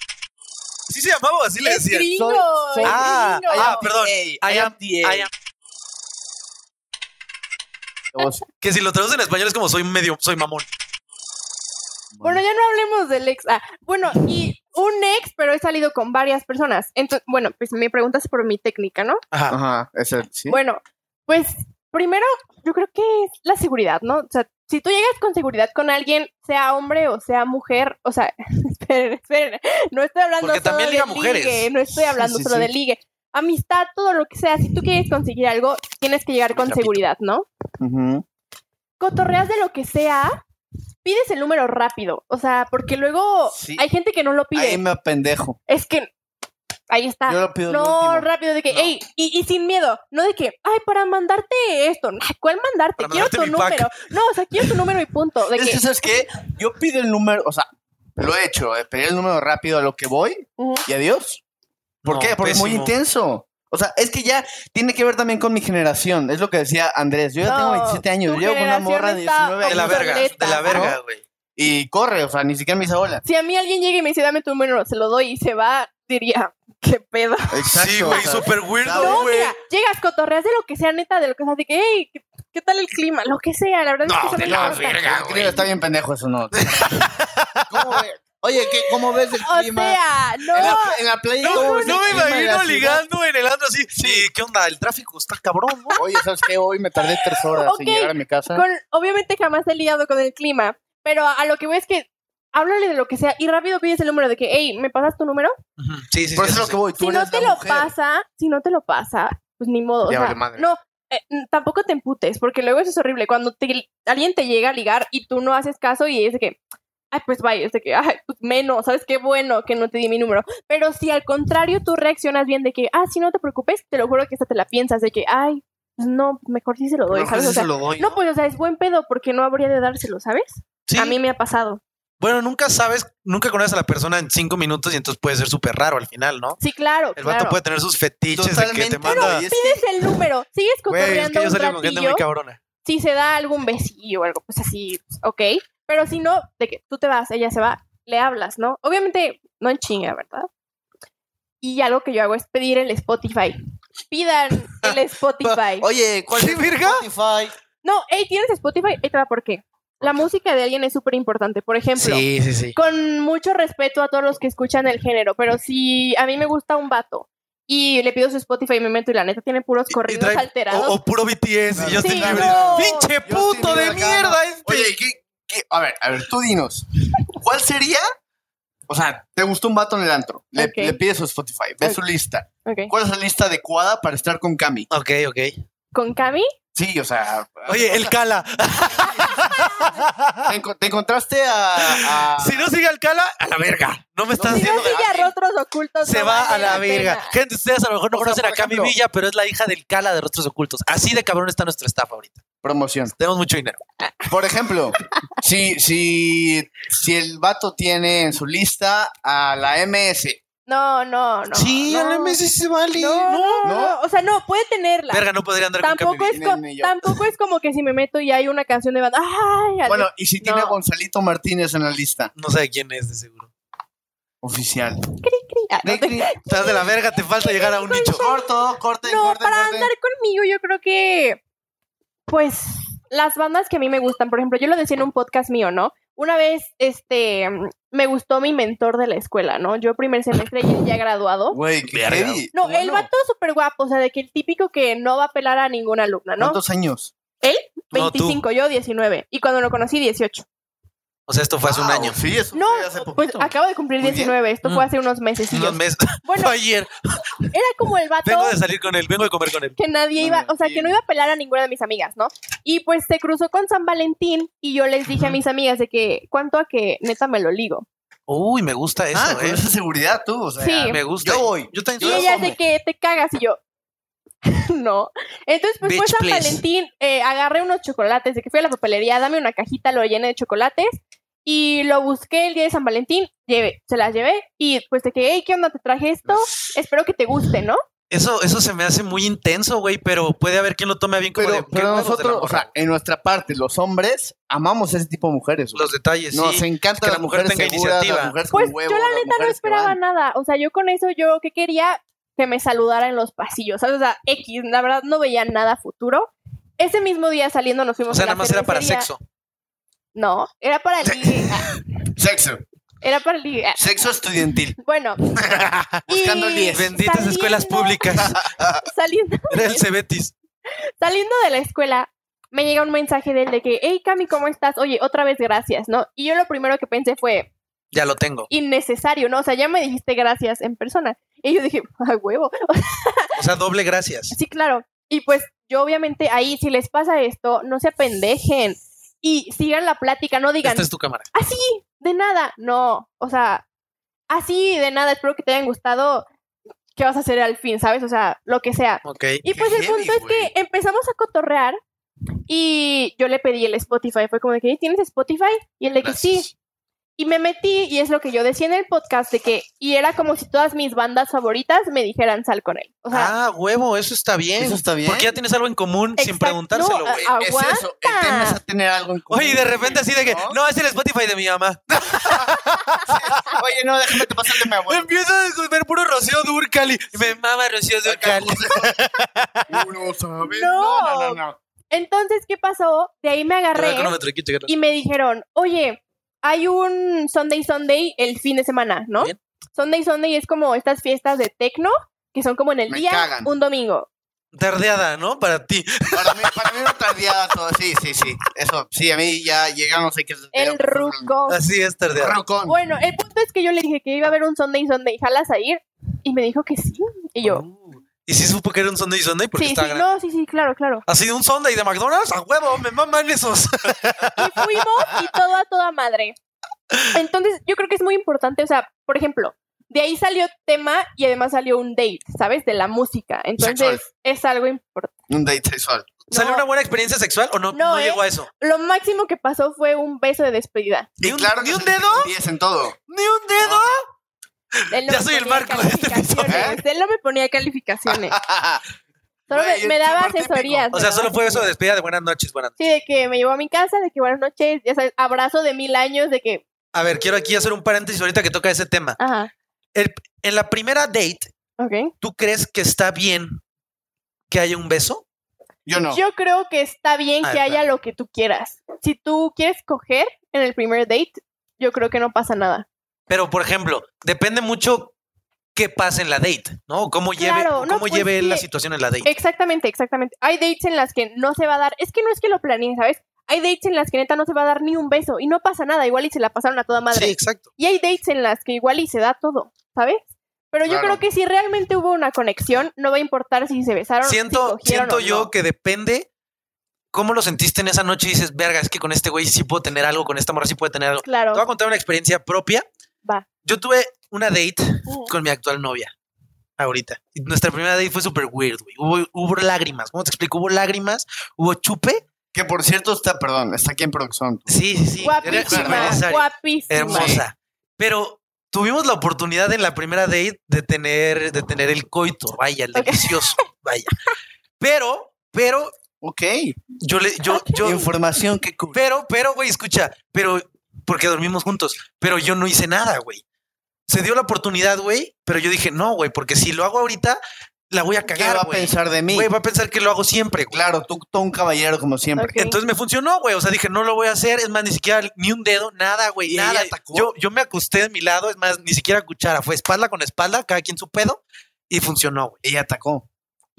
[SPEAKER 1] ¿Sí se llamaba o así le
[SPEAKER 3] es
[SPEAKER 1] decían?
[SPEAKER 3] gringo,
[SPEAKER 2] soy- soy-
[SPEAKER 3] es
[SPEAKER 1] Ah,
[SPEAKER 3] gringo.
[SPEAKER 1] ah, perdón.
[SPEAKER 2] Ey,
[SPEAKER 1] I am-
[SPEAKER 2] IMDA.
[SPEAKER 1] I am-
[SPEAKER 2] Dos.
[SPEAKER 1] Que si lo traduces en español es como soy medio, soy mamón.
[SPEAKER 3] Bueno, ya no hablemos del ex. Ah, bueno, y un ex, pero he salido con varias personas. Entonces, bueno, pues me preguntas por mi técnica, ¿no?
[SPEAKER 1] Ajá.
[SPEAKER 2] Ajá, ese, sí.
[SPEAKER 3] Bueno, pues primero yo creo que es la seguridad, ¿no? O sea, si tú llegas con seguridad con alguien, sea hombre o sea mujer, o sea, esperen, esperen, no estoy hablando
[SPEAKER 1] Porque
[SPEAKER 3] solo
[SPEAKER 1] también
[SPEAKER 3] de
[SPEAKER 1] liga mujeres.
[SPEAKER 3] ligue, no estoy
[SPEAKER 2] Sí,
[SPEAKER 3] hablando
[SPEAKER 2] sí,
[SPEAKER 3] solo
[SPEAKER 2] sí.
[SPEAKER 3] de ligue. Amistad, todo lo que sea, si tú quieres conseguir algo, tienes que llegar con
[SPEAKER 1] Trapito.
[SPEAKER 3] seguridad, ¿no?
[SPEAKER 2] Ujú.
[SPEAKER 3] Cotorreas de lo que sea, pides el número rápido, o sea, porque luego
[SPEAKER 2] Sí. em
[SPEAKER 3] hay gente que no lo pide.
[SPEAKER 2] Ahí me pendejo.
[SPEAKER 3] Es que ahí está.
[SPEAKER 2] Yo lo pido lo
[SPEAKER 3] No,
[SPEAKER 2] último.
[SPEAKER 3] rápido, de que,
[SPEAKER 1] No.
[SPEAKER 3] ey, y, y sin miedo, no de que, ay, para mandarte esto, ay, ¿cuál mandarte?
[SPEAKER 1] Para
[SPEAKER 3] quiero
[SPEAKER 1] mandarte
[SPEAKER 3] tu
[SPEAKER 1] mi pack.
[SPEAKER 3] número. No, o sea, quiero tu número y punto. De
[SPEAKER 2] Es
[SPEAKER 3] que,
[SPEAKER 2] que, ¿sabes qué? Yo pido el número, o sea, lo he hecho, eh, pedí el número rápido a lo que voy
[SPEAKER 3] ujú,
[SPEAKER 2] y adiós. ¿Por
[SPEAKER 1] No,
[SPEAKER 2] qué? Porque es muy
[SPEAKER 1] pésimo.
[SPEAKER 2] intenso. O sea, es que ya tiene que ver también con mi generación. Es lo que decía Andrés. Yo ya tengo
[SPEAKER 3] No,
[SPEAKER 2] 27 años.
[SPEAKER 3] tu
[SPEAKER 2] Llevo con una
[SPEAKER 3] generación
[SPEAKER 2] morra de
[SPEAKER 3] está
[SPEAKER 2] 19
[SPEAKER 1] De la
[SPEAKER 2] años
[SPEAKER 1] verga, de la verga, güey.
[SPEAKER 2] y corre, o sea, ni siquiera me hizo bola.
[SPEAKER 3] Si a mí alguien llega y me dice, dame tu número, se lo doy y se va, diría, qué pedo.
[SPEAKER 1] Sí, güey,
[SPEAKER 2] o sea,
[SPEAKER 1] súper
[SPEAKER 3] No,
[SPEAKER 1] weirdo, güey.
[SPEAKER 3] mira, llegas, cotorreas de lo que sea, neta, de lo que sea, de que, hey, ¿qué, qué tal el clima? Lo que sea, la verdad es que
[SPEAKER 1] No,
[SPEAKER 3] eso
[SPEAKER 1] de
[SPEAKER 3] me
[SPEAKER 1] la
[SPEAKER 3] importa.
[SPEAKER 1] verga,
[SPEAKER 2] creo
[SPEAKER 1] güey.
[SPEAKER 2] que está bien pendejo eso, ¿no? ¿Cómo ve- Oye, ¿qué, ¿cómo ves el
[SPEAKER 3] O
[SPEAKER 2] clima?
[SPEAKER 3] sea, no.
[SPEAKER 2] en, la, en la playa. ¿cómo
[SPEAKER 1] No,
[SPEAKER 2] ves el
[SPEAKER 1] no me
[SPEAKER 2] clima de la
[SPEAKER 1] imagino
[SPEAKER 2] ciudad?
[SPEAKER 1] ligando en el andro así. Sí, ¿qué onda? El tráfico está cabrón, ¿no?
[SPEAKER 2] Oye, ¿sabes qué? Hoy me tardé tres horas
[SPEAKER 3] Ok,
[SPEAKER 2] en llegar a mi casa.
[SPEAKER 3] Con- obviamente jamás he lidiado con el clima, pero a, a lo que voy es que háblale de lo que sea y rápido pides el número de que, hey, ¿me pasas tu número?
[SPEAKER 1] Sí, sí,
[SPEAKER 2] Por
[SPEAKER 1] sí,
[SPEAKER 2] eso es lo
[SPEAKER 1] sí.
[SPEAKER 2] que voy. Tú
[SPEAKER 3] si
[SPEAKER 2] eres
[SPEAKER 3] no te
[SPEAKER 2] la
[SPEAKER 3] lo
[SPEAKER 2] mujer.
[SPEAKER 3] pasa, si no te lo pasa, pues ni modo. o
[SPEAKER 2] Ya
[SPEAKER 3] sea,
[SPEAKER 2] vale madre.
[SPEAKER 3] No, eh, n- tampoco te emputes, porque luego eso es horrible. Cuando te- alguien te llega a ligar y tú no haces caso y es de que, ay, pues vaya, es de que, ay, pues menos, ¿sabes qué bueno que no te di mi número? Pero si al contrario tú reaccionas bien de que, ah, si no te preocupes, te lo juro que esta te la piensas, de que, ay, pues no, mejor sí se lo doy,
[SPEAKER 1] Mejor
[SPEAKER 3] ¿sabes?
[SPEAKER 1] sí
[SPEAKER 3] O sea,
[SPEAKER 1] se lo doy,
[SPEAKER 3] no, pues, o sea, es buen pedo porque no habría de dárselo, ¿sabes?
[SPEAKER 1] Sí.
[SPEAKER 3] A mí me ha pasado.
[SPEAKER 1] Bueno, nunca sabes, nunca conoces a la persona en cinco minutos y entonces puede ser súper raro al final, ¿no?
[SPEAKER 3] Sí, claro,
[SPEAKER 1] El vato
[SPEAKER 3] claro.
[SPEAKER 1] puede tener sus fetiches de que te manda.
[SPEAKER 2] güey, es
[SPEAKER 3] Pides el número, sigues
[SPEAKER 1] Güey, es
[SPEAKER 3] cotorreando
[SPEAKER 1] que yo
[SPEAKER 3] un
[SPEAKER 1] salí con gente muy
[SPEAKER 3] ratillo.
[SPEAKER 1] cabrona.
[SPEAKER 3] si se da algún besillo o algo, pues así, pues, ok. Pero si no, de que tú te vas, ella se va, le hablas, ¿no? Obviamente, no en chinga, ¿verdad? Y algo que yo hago es pedir el Spotify. Pidan el Spotify.
[SPEAKER 2] Oye, ¿cuál
[SPEAKER 1] ¿Sí,
[SPEAKER 2] es
[SPEAKER 1] virga?
[SPEAKER 2] Spotify?
[SPEAKER 3] No, hey, ¿tienes Spotify? Ahí te va por qué. La música de alguien es súper importante. Por ejemplo,
[SPEAKER 1] sí, sí.
[SPEAKER 3] con mucho respeto a todos los que escuchan el género, pero si a mí me gusta un vato y le pido su Spotify y me meto y la neta tiene puros
[SPEAKER 1] Y
[SPEAKER 3] corridos
[SPEAKER 1] trae-
[SPEAKER 3] alterados.
[SPEAKER 1] O, o puro BTS
[SPEAKER 2] Claro.
[SPEAKER 1] y Justin
[SPEAKER 3] Sí,
[SPEAKER 1] Bieber.
[SPEAKER 3] no.
[SPEAKER 1] ¡Pinche
[SPEAKER 2] Justin
[SPEAKER 1] puto de
[SPEAKER 2] Bieber gana.
[SPEAKER 1] mierda! Este.
[SPEAKER 2] Oye, ¿qué, qué? A ver, a ver, tú dinos. ¿Cuál sería? O sea, te gustó un vato en el antro. Le,
[SPEAKER 3] Ok.
[SPEAKER 2] le pides su Spotify, ve
[SPEAKER 3] Ok.
[SPEAKER 2] su lista.
[SPEAKER 3] Ok.
[SPEAKER 2] ¿Cuál es la lista adecuada para estar con Cami?
[SPEAKER 1] Ok, ok.
[SPEAKER 3] Con Cami,
[SPEAKER 2] Sí, o sea.
[SPEAKER 1] Oye, el Cala.
[SPEAKER 2] Te, enco- te encontraste a. a-
[SPEAKER 1] si no sigue al Cala, a la verga. Ah, No me estás
[SPEAKER 2] no
[SPEAKER 3] si no
[SPEAKER 1] haciendo.
[SPEAKER 2] sigue
[SPEAKER 3] sigue a rostros ocultos,
[SPEAKER 1] se
[SPEAKER 3] no
[SPEAKER 1] va
[SPEAKER 3] vale
[SPEAKER 1] a la verga.
[SPEAKER 3] pena.
[SPEAKER 1] Gente, ustedes a lo mejor no
[SPEAKER 2] O sea,
[SPEAKER 1] conocen
[SPEAKER 2] por
[SPEAKER 1] a Cami
[SPEAKER 2] ejemplo-
[SPEAKER 1] Villa, pero es la hija del Cala de Rostros Ocultos. Así de cabrón está nuestra estafa ahorita.
[SPEAKER 2] Promoción.
[SPEAKER 1] Tenemos mucho dinero.
[SPEAKER 2] Por ejemplo, si, si, si el vato tiene en su lista a la MS.
[SPEAKER 3] No, no, no. no.
[SPEAKER 1] se vale.
[SPEAKER 3] No, no,
[SPEAKER 2] ¿No?
[SPEAKER 3] no. O sea, no, puede tenerla.
[SPEAKER 1] Verga, no podría andar con Cami
[SPEAKER 3] tampoco,
[SPEAKER 1] Villa.
[SPEAKER 3] es
[SPEAKER 2] Villa.
[SPEAKER 3] co-
[SPEAKER 2] Ni- ni yo.
[SPEAKER 3] tampoco es como que si me meto y hay una canción de banda. Ay,
[SPEAKER 2] Bueno, y si tiene
[SPEAKER 3] No.
[SPEAKER 2] a Gonzalito Martínez en la lista
[SPEAKER 1] No sabe quién es, de seguro.
[SPEAKER 2] oficial.
[SPEAKER 3] adiós. Ay, no, te-
[SPEAKER 1] Estás de la verga, te falta llegar a un nicho.
[SPEAKER 2] Corto, corte,
[SPEAKER 3] No,
[SPEAKER 2] corte,
[SPEAKER 3] para
[SPEAKER 2] corte.
[SPEAKER 3] andar conmigo yo creo que, pues, las bandas que a mí me gustan, por ejemplo, yo lo decía en un podcast mío, ¿no? Una vez, este, me gustó mi mentor de la escuela, ¿no? Yo primer semestre y él ya graduado.
[SPEAKER 2] Güey, qué
[SPEAKER 1] Verga.
[SPEAKER 2] heavy.
[SPEAKER 3] No,
[SPEAKER 2] Bueno,
[SPEAKER 3] el vato súper guapo, o sea, de que el típico que no va a pelar a ninguna alumna, ¿no?
[SPEAKER 2] ¿Cuántos años?
[SPEAKER 1] No, tú.
[SPEAKER 3] 25, yo 19. Y cuando lo conocí, 18.
[SPEAKER 1] O sea, esto fue hace un
[SPEAKER 2] Wow,
[SPEAKER 1] año.
[SPEAKER 2] Sí, eso
[SPEAKER 3] No,
[SPEAKER 2] fue hace
[SPEAKER 3] pues
[SPEAKER 2] poquito.
[SPEAKER 3] acabo de cumplir
[SPEAKER 2] Muy
[SPEAKER 3] 19. Esto
[SPEAKER 1] Mm.
[SPEAKER 3] fue hace unos meses.
[SPEAKER 1] Unos meses.
[SPEAKER 3] Bueno,
[SPEAKER 1] Fue ayer.
[SPEAKER 3] era como el vato
[SPEAKER 1] Vengo de salir con él, vengo de comer con él.
[SPEAKER 3] que nadie iba,
[SPEAKER 2] Bueno,
[SPEAKER 3] o sea,
[SPEAKER 2] sí.
[SPEAKER 3] que no iba a pelar a ninguna de mis amigas, ¿no? Y pues se cruzó con San Valentín y yo les dije a mis amigas de que, ¿cuánto a que neta me lo ligo?
[SPEAKER 1] Uy, me gusta eso,
[SPEAKER 2] ah, con
[SPEAKER 1] eh.
[SPEAKER 2] esa seguridad tú, o sea.
[SPEAKER 3] Sí.
[SPEAKER 1] Me gusta.
[SPEAKER 2] Yo voy.
[SPEAKER 1] Yo también soy
[SPEAKER 3] Y
[SPEAKER 2] Yo-
[SPEAKER 1] así.
[SPEAKER 3] ella
[SPEAKER 2] hombre.
[SPEAKER 3] de que te cagas y yo. No. Entonces, pues fue
[SPEAKER 1] Bitch,
[SPEAKER 3] San
[SPEAKER 1] please.
[SPEAKER 3] Valentín, eh, agarré unos chocolates, de que fui a la papelería, dame una cajita, lo llené de chocolates y lo busqué el día de San Valentín, llevé, se las llevé y pues de que, hey, ¿qué onda? Te traje esto, espero que te guste, ¿no?
[SPEAKER 1] Eso, eso se me hace muy intenso, güey, pero puede haber quien lo tome a bien como
[SPEAKER 2] Pero,
[SPEAKER 1] de, qué
[SPEAKER 2] pero
[SPEAKER 1] huevos de la
[SPEAKER 2] nosotros, o
[SPEAKER 1] morra,
[SPEAKER 2] sea, en nuestra parte, los hombres, amamos ese tipo de mujeres. güey.
[SPEAKER 1] los detalles.
[SPEAKER 2] Nos
[SPEAKER 1] sí.
[SPEAKER 2] encanta
[SPEAKER 1] que
[SPEAKER 2] las
[SPEAKER 1] la mujer
[SPEAKER 2] mujeres
[SPEAKER 1] tenga
[SPEAKER 2] seguras,
[SPEAKER 1] iniciativa.
[SPEAKER 2] las mujeres
[SPEAKER 3] Pues
[SPEAKER 2] con huevo,
[SPEAKER 3] yo la
[SPEAKER 2] las
[SPEAKER 3] neta no
[SPEAKER 2] mujeres que
[SPEAKER 3] esperaba
[SPEAKER 2] van.
[SPEAKER 3] nada. O sea, yo con eso yo que quería que me saludara en los pasillos. ¿sabes? O sea, X, la verdad no veía nada futuro. Ese mismo día saliendo nos fuimos
[SPEAKER 1] O sea,
[SPEAKER 3] a la
[SPEAKER 1] nada más era para
[SPEAKER 3] cervecería.
[SPEAKER 1] sexo.
[SPEAKER 3] No, era para ligue. Ah,
[SPEAKER 2] Sexo.
[SPEAKER 3] era para ligue. Ah,
[SPEAKER 2] Sexo estudiantil.
[SPEAKER 3] Bueno.
[SPEAKER 2] Buscando
[SPEAKER 3] y
[SPEAKER 2] el 10.
[SPEAKER 1] Benditas
[SPEAKER 3] saliendo-
[SPEAKER 1] escuelas públicas.
[SPEAKER 3] Saliendo,
[SPEAKER 1] Era el Cebetis.
[SPEAKER 3] saliendo de la escuela, me llega un mensaje de él de que, hey Cami, ¿cómo estás? Oye, otra vez gracias, ¿no? Y yo lo primero que pensé fue,
[SPEAKER 1] Ya lo tengo.
[SPEAKER 3] innecesario, ¿no? O sea, ya me dijiste gracias en persona. Y yo dije, a huevo.
[SPEAKER 1] O sea, doble gracias.
[SPEAKER 3] Sí, claro. Y pues yo obviamente ahí, si les pasa esto, no se apendejen y sigan la plática, no digan,
[SPEAKER 1] Esta es tu cámara.
[SPEAKER 3] de nada, no, o sea, así de nada, espero que te hayan gustado. qué vas a hacer al fin, ¿sabes? O sea, lo que sea.
[SPEAKER 1] Ok.
[SPEAKER 3] Y pues el
[SPEAKER 4] heavy,
[SPEAKER 3] punto es
[SPEAKER 4] güey.
[SPEAKER 3] que empezamos a cotorrear y yo le pedí el Spotify. Fue como de que, ¿tienes Spotify? Y él de que sí.
[SPEAKER 4] Gracias.
[SPEAKER 3] Y me metí y es lo que yo decía en el podcast de que, y era como si todas mis bandas favoritas me dijeran sal con él. O sea,
[SPEAKER 1] Ah, huevo, eso está bien.
[SPEAKER 2] Eso está bien.
[SPEAKER 1] Porque ya tienes algo en común sin
[SPEAKER 3] exact-
[SPEAKER 1] preguntárselo,
[SPEAKER 3] no, ah,
[SPEAKER 1] güey.
[SPEAKER 3] a-
[SPEAKER 2] Es eso, el tema es
[SPEAKER 3] aguanta.
[SPEAKER 2] a tener algo en común.
[SPEAKER 1] Oye, y de repente así de que, no, es el Spotify de mi mamá.
[SPEAKER 2] Oye, no, déjame te pasar el de mi abuelo.
[SPEAKER 1] Empiezo a escuchar puro Rocío Durcal y me mama Rocío Durcal.
[SPEAKER 4] Uno sabe.
[SPEAKER 3] No.
[SPEAKER 2] no, no, no.
[SPEAKER 3] Entonces, ¿qué pasó? De ahí me agarré y me dijeron, oye, hay un Sunday Sunday el fin de semana, ¿no?
[SPEAKER 1] Bien.
[SPEAKER 3] Sunday Sunday es como estas fiestas de tecno que son como en el
[SPEAKER 2] Me
[SPEAKER 3] día,
[SPEAKER 2] cagan.
[SPEAKER 3] un domingo.
[SPEAKER 1] Tardeada, ¿no? Para ti.
[SPEAKER 2] Para mí, para mí una tardeada todo. Sí, sí, sí. Eso, sí, a mí ya llegamos a que...
[SPEAKER 3] El
[SPEAKER 2] pues,
[SPEAKER 3] ruco.
[SPEAKER 1] Así es tardeada.
[SPEAKER 2] Rucón.
[SPEAKER 3] Bueno, el punto es que yo le dije que iba a haber un Sunday Sunday, ¿jalas a ir? Y me dijo que sí. Y yo,
[SPEAKER 1] Uh, Y sí supo que era un Sunday Sunday porque
[SPEAKER 3] sí, sí,
[SPEAKER 1] está grande.
[SPEAKER 3] no, sí, sí, claro, claro.
[SPEAKER 1] Así de un Sunday de McDonald's, a huevo, me maman esos.
[SPEAKER 3] Y fuimos y todo a toda madre. Entonces, yo creo que es muy importante, o sea, por ejemplo, de ahí salió tema y además salió un date, ¿sabes? De la música. Entonces,
[SPEAKER 2] Sexual.
[SPEAKER 3] es algo importante.
[SPEAKER 2] Un date sexual.
[SPEAKER 1] ¿Salió
[SPEAKER 3] No.
[SPEAKER 1] una buena experiencia sexual o no, no,
[SPEAKER 3] No, ¿eh?
[SPEAKER 1] llegó a eso?
[SPEAKER 3] Lo máximo que pasó fue un beso de despedida.
[SPEAKER 1] ¿Ni
[SPEAKER 2] Y
[SPEAKER 1] un-
[SPEAKER 2] claro
[SPEAKER 1] ni
[SPEAKER 2] que
[SPEAKER 1] un
[SPEAKER 2] se
[SPEAKER 1] dedo?
[SPEAKER 2] empieza en todo.
[SPEAKER 1] ¿Ni un dedo?
[SPEAKER 3] Él no
[SPEAKER 1] Ya
[SPEAKER 3] me
[SPEAKER 1] soy el
[SPEAKER 3] ponía
[SPEAKER 1] Marco de este
[SPEAKER 3] calificaciones, Él no me ponía calificaciones. Solo
[SPEAKER 2] Güey,
[SPEAKER 3] me, me
[SPEAKER 2] es
[SPEAKER 3] daba
[SPEAKER 2] súper típico.
[SPEAKER 3] asesorías.
[SPEAKER 1] O
[SPEAKER 3] me
[SPEAKER 1] sea,
[SPEAKER 3] daba
[SPEAKER 1] solo fue eso de
[SPEAKER 3] asesorías.
[SPEAKER 1] despedida de buenas noches, buenas noches.
[SPEAKER 3] Sí, de que me llevó a mi casa, de que buenas noches, ya sabes, abrazo de mil años, de que,
[SPEAKER 1] A ver, quiero aquí hacer un paréntesis ahorita que toca ese tema.
[SPEAKER 3] ajá,
[SPEAKER 1] En la primera date,
[SPEAKER 3] ok.
[SPEAKER 1] ¿tú crees que está bien que haya un beso?
[SPEAKER 2] Yo no.
[SPEAKER 3] Yo creo que está bien
[SPEAKER 1] Ah,
[SPEAKER 3] que haya
[SPEAKER 1] claro.
[SPEAKER 3] lo que tú quieras. Si tú quieres coger en el primer date, yo creo que no pasa nada.
[SPEAKER 1] Pero, por ejemplo, depende mucho qué pasa en la date, ¿no? Cómo lleve,
[SPEAKER 3] Claro, no,
[SPEAKER 1] cómo
[SPEAKER 3] pues
[SPEAKER 1] lleve
[SPEAKER 3] sí.
[SPEAKER 1] la situación en la date.
[SPEAKER 3] Exactamente, exactamente. Hay dates en las que no se va a dar, es que no es que lo planeen, ¿sabes? Hay dates en las que neta no se va a dar ni un beso y no pasa nada, igual y se la pasaron a toda madre.
[SPEAKER 1] Sí, exacto.
[SPEAKER 3] Y hay dates en las que igual y se da todo, ¿sabes? Pero yo
[SPEAKER 2] Claro.
[SPEAKER 3] creo que si realmente hubo una conexión, no va a importar si se besaron, si
[SPEAKER 1] Siento,
[SPEAKER 3] cogieron
[SPEAKER 1] siento
[SPEAKER 3] o
[SPEAKER 1] yo
[SPEAKER 3] no.
[SPEAKER 1] que depende cómo lo sentiste en esa noche y dices, verga, es que con este güey sí puedo tener algo, con esta morra sí puedo tener algo. Te
[SPEAKER 3] Claro,
[SPEAKER 1] voy a contar una experiencia propia.
[SPEAKER 3] Va.
[SPEAKER 1] Yo tuve una date
[SPEAKER 3] Mm.
[SPEAKER 1] con mi actual novia. Ahorita. Y Nuestra primera date fue súper weird, güey. Hubo, hubo lágrimas. ¿Cómo te explico? Hubo lágrimas, hubo chupe.
[SPEAKER 2] Que por cierto está, perdón, está aquí en producción.
[SPEAKER 1] Sí, sí, sí. Era súper
[SPEAKER 3] guapísima,
[SPEAKER 1] necesario.
[SPEAKER 3] guapísima.
[SPEAKER 1] Hermosa. Pero tuvimos la oportunidad en la primera date de tener, de tener el coito. Vaya, el
[SPEAKER 3] Ok.
[SPEAKER 1] delicioso. Vaya. Pero, pero,
[SPEAKER 2] Ok.
[SPEAKER 1] yo le, yo, yo,
[SPEAKER 2] Información que cubre.
[SPEAKER 1] pero, pero, güey, escucha, pero, porque dormimos juntos, pero yo no hice nada, güey. Se dio la oportunidad, güey, pero yo dije, no, güey, porque si lo hago ahorita, la voy a
[SPEAKER 2] ¿Qué va
[SPEAKER 1] cagar,
[SPEAKER 2] a
[SPEAKER 1] güey.
[SPEAKER 2] pensar de mí?
[SPEAKER 1] Güey, va a pensar que lo hago siempre, güey.
[SPEAKER 2] Claro, tú, tú un caballero como siempre.
[SPEAKER 3] Ok.
[SPEAKER 1] Entonces me funcionó, güey. O sea, dije, no lo voy a hacer. Es más, ni siquiera ni un dedo, nada, güey.
[SPEAKER 2] Y ella
[SPEAKER 1] Nada.
[SPEAKER 2] atacó.
[SPEAKER 1] Yo, yo me acosté de mi lado, es más, ni siquiera cuchara. Fue espalda con espalda, cada quien su pedo. Y funcionó, güey.
[SPEAKER 2] Ella atacó.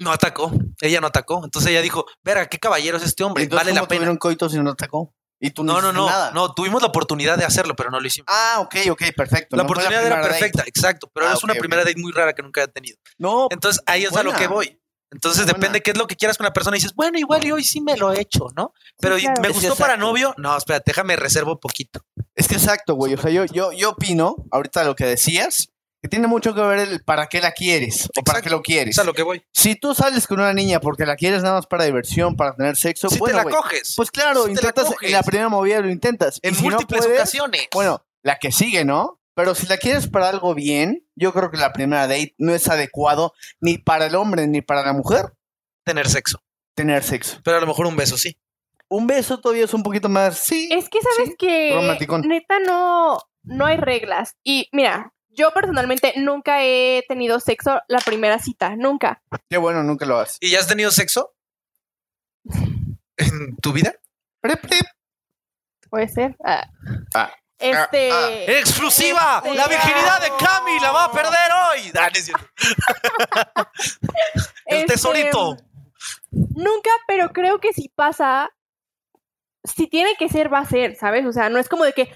[SPEAKER 1] No atacó. Ella no atacó. Entonces ella dijo, verga, qué caballero es este hombre.
[SPEAKER 2] Entonces,
[SPEAKER 1] vale la
[SPEAKER 2] ¿cómo
[SPEAKER 1] pena.
[SPEAKER 2] tuvieron coito si no atacó? Y tú no,
[SPEAKER 1] No, no,
[SPEAKER 2] hiciste
[SPEAKER 1] no.
[SPEAKER 2] nada.
[SPEAKER 1] No, tuvimos la oportunidad de hacerlo, pero no lo hicimos.
[SPEAKER 2] Ah, ok, ok, perfecto.
[SPEAKER 1] la
[SPEAKER 2] No fue
[SPEAKER 1] oportunidad era
[SPEAKER 2] primera date.
[SPEAKER 1] perfecta, exacto. Pero
[SPEAKER 2] Ah,
[SPEAKER 1] es una
[SPEAKER 2] ok, ok.
[SPEAKER 1] primera date muy rara que nunca he tenido.
[SPEAKER 2] No,
[SPEAKER 1] Entonces ahí es a lo
[SPEAKER 2] Buena.
[SPEAKER 1] que voy. Entonces
[SPEAKER 2] Buena.
[SPEAKER 1] depende qué es lo que quieras con la persona. Y dices, bueno, igual y hoy sí me lo he hecho, ¿no? Pero
[SPEAKER 3] Sí, claro.
[SPEAKER 1] me
[SPEAKER 2] Sí,
[SPEAKER 1] gustó para
[SPEAKER 2] exacto.
[SPEAKER 1] novio. No, espérate, déjame reservo poquito.
[SPEAKER 2] es que exacto, güey. O sea, yo, yo, yo opino, ahorita lo que decías, que tiene mucho que ver el para qué la quieres o para
[SPEAKER 1] Exacto.
[SPEAKER 2] qué lo quieres.
[SPEAKER 1] Es a lo que voy.
[SPEAKER 2] Si tú sales con una niña porque la quieres nada más para diversión, para tener sexo,
[SPEAKER 1] si
[SPEAKER 2] bueno,
[SPEAKER 1] te la
[SPEAKER 2] güey,
[SPEAKER 1] coges.
[SPEAKER 2] Pues claro,
[SPEAKER 1] Si te la
[SPEAKER 2] intentas en
[SPEAKER 1] coges.
[SPEAKER 2] la primera movida lo intentas.
[SPEAKER 1] en
[SPEAKER 2] Y si no
[SPEAKER 1] múltiples
[SPEAKER 2] puedes,
[SPEAKER 1] ocasiones.
[SPEAKER 2] Bueno, la que sigue, ¿no? Pero si la quieres para algo bien, yo creo que la primera date no es adecuado ni para el hombre ni para la mujer
[SPEAKER 1] tener sexo.
[SPEAKER 2] tener sexo.
[SPEAKER 1] Pero a lo mejor un beso, sí.
[SPEAKER 2] Un beso todavía es un poquito más, sí.
[SPEAKER 1] Eh.
[SPEAKER 3] Es que sabes que
[SPEAKER 2] romanticón.
[SPEAKER 3] neta no, no hay reglas. Y mira, yo personalmente nunca he tenido sexo la primera cita, nunca.
[SPEAKER 2] Qué bueno, nunca lo haces.
[SPEAKER 1] ¿Y ya has tenido sexo? ¿En tu vida?
[SPEAKER 2] Prep, prep.
[SPEAKER 3] Puede ser. Ah.
[SPEAKER 2] Ah.
[SPEAKER 3] Este.
[SPEAKER 2] Ah,
[SPEAKER 1] ¡En exclusiva!
[SPEAKER 3] Este,
[SPEAKER 1] La virginidad de
[SPEAKER 3] no.
[SPEAKER 1] Cami la va a perder hoy. Ah, no es cierto. El
[SPEAKER 3] este,
[SPEAKER 1] tesorito.
[SPEAKER 3] Nunca, pero creo que si pasa. Si tiene que ser, va a ser, ¿sabes? O sea, no es como de que,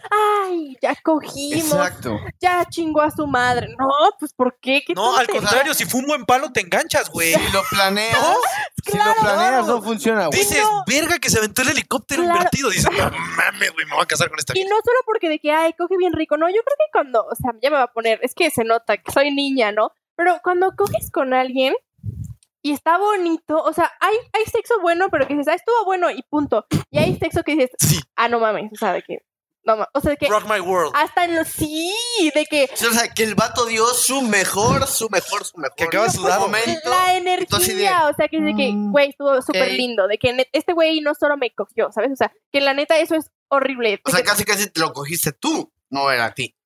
[SPEAKER 3] ay, ya cogimos,
[SPEAKER 2] Exacto.
[SPEAKER 3] ya chingó a su madre. No, pues ¿por qué? ¿Qué
[SPEAKER 1] No, al
[SPEAKER 3] tontería?
[SPEAKER 1] contrario, si fue un buen palo, te enganchas, güey.
[SPEAKER 2] Si lo planeas,
[SPEAKER 1] ¿No?
[SPEAKER 2] si lo planeas no funciona, Ah, güey.
[SPEAKER 1] Dices,
[SPEAKER 3] no.
[SPEAKER 1] verga, que se aventó el helicóptero
[SPEAKER 3] Claro.
[SPEAKER 1] invertido. Dices, no mames, güey, me voy a casar con esta
[SPEAKER 3] Y
[SPEAKER 1] vieja.
[SPEAKER 3] no solo porque de que, ay, coge bien rico, no, yo creo que cuando, o sea, ya me va a poner, es que se nota que soy niña, ¿no? Pero cuando coges con alguien y está bonito, o sea, hay, hay sexo bueno, pero que dices, ah, estuvo bueno y punto. Y hay sexo que dices,
[SPEAKER 1] Sí,
[SPEAKER 3] ah, no mames, o sea, de que, no ma- o sea, de que
[SPEAKER 1] Rock My World.
[SPEAKER 3] hasta en los, sí, de que
[SPEAKER 2] O sea, que el vato dio su mejor, su mejor, su mejor.
[SPEAKER 1] Que acaba sudando.
[SPEAKER 2] momento.
[SPEAKER 3] la
[SPEAKER 2] así de,
[SPEAKER 3] energía, o sea, que es de que,
[SPEAKER 2] mm,
[SPEAKER 3] güey, estuvo súper
[SPEAKER 2] ok.
[SPEAKER 3] lindo, de que net- este güey no solo me cogió, ¿sabes? O sea, que la neta eso es horrible. de
[SPEAKER 2] O sea,
[SPEAKER 3] que
[SPEAKER 2] casi casi te lo cogiste tú, no era a ti.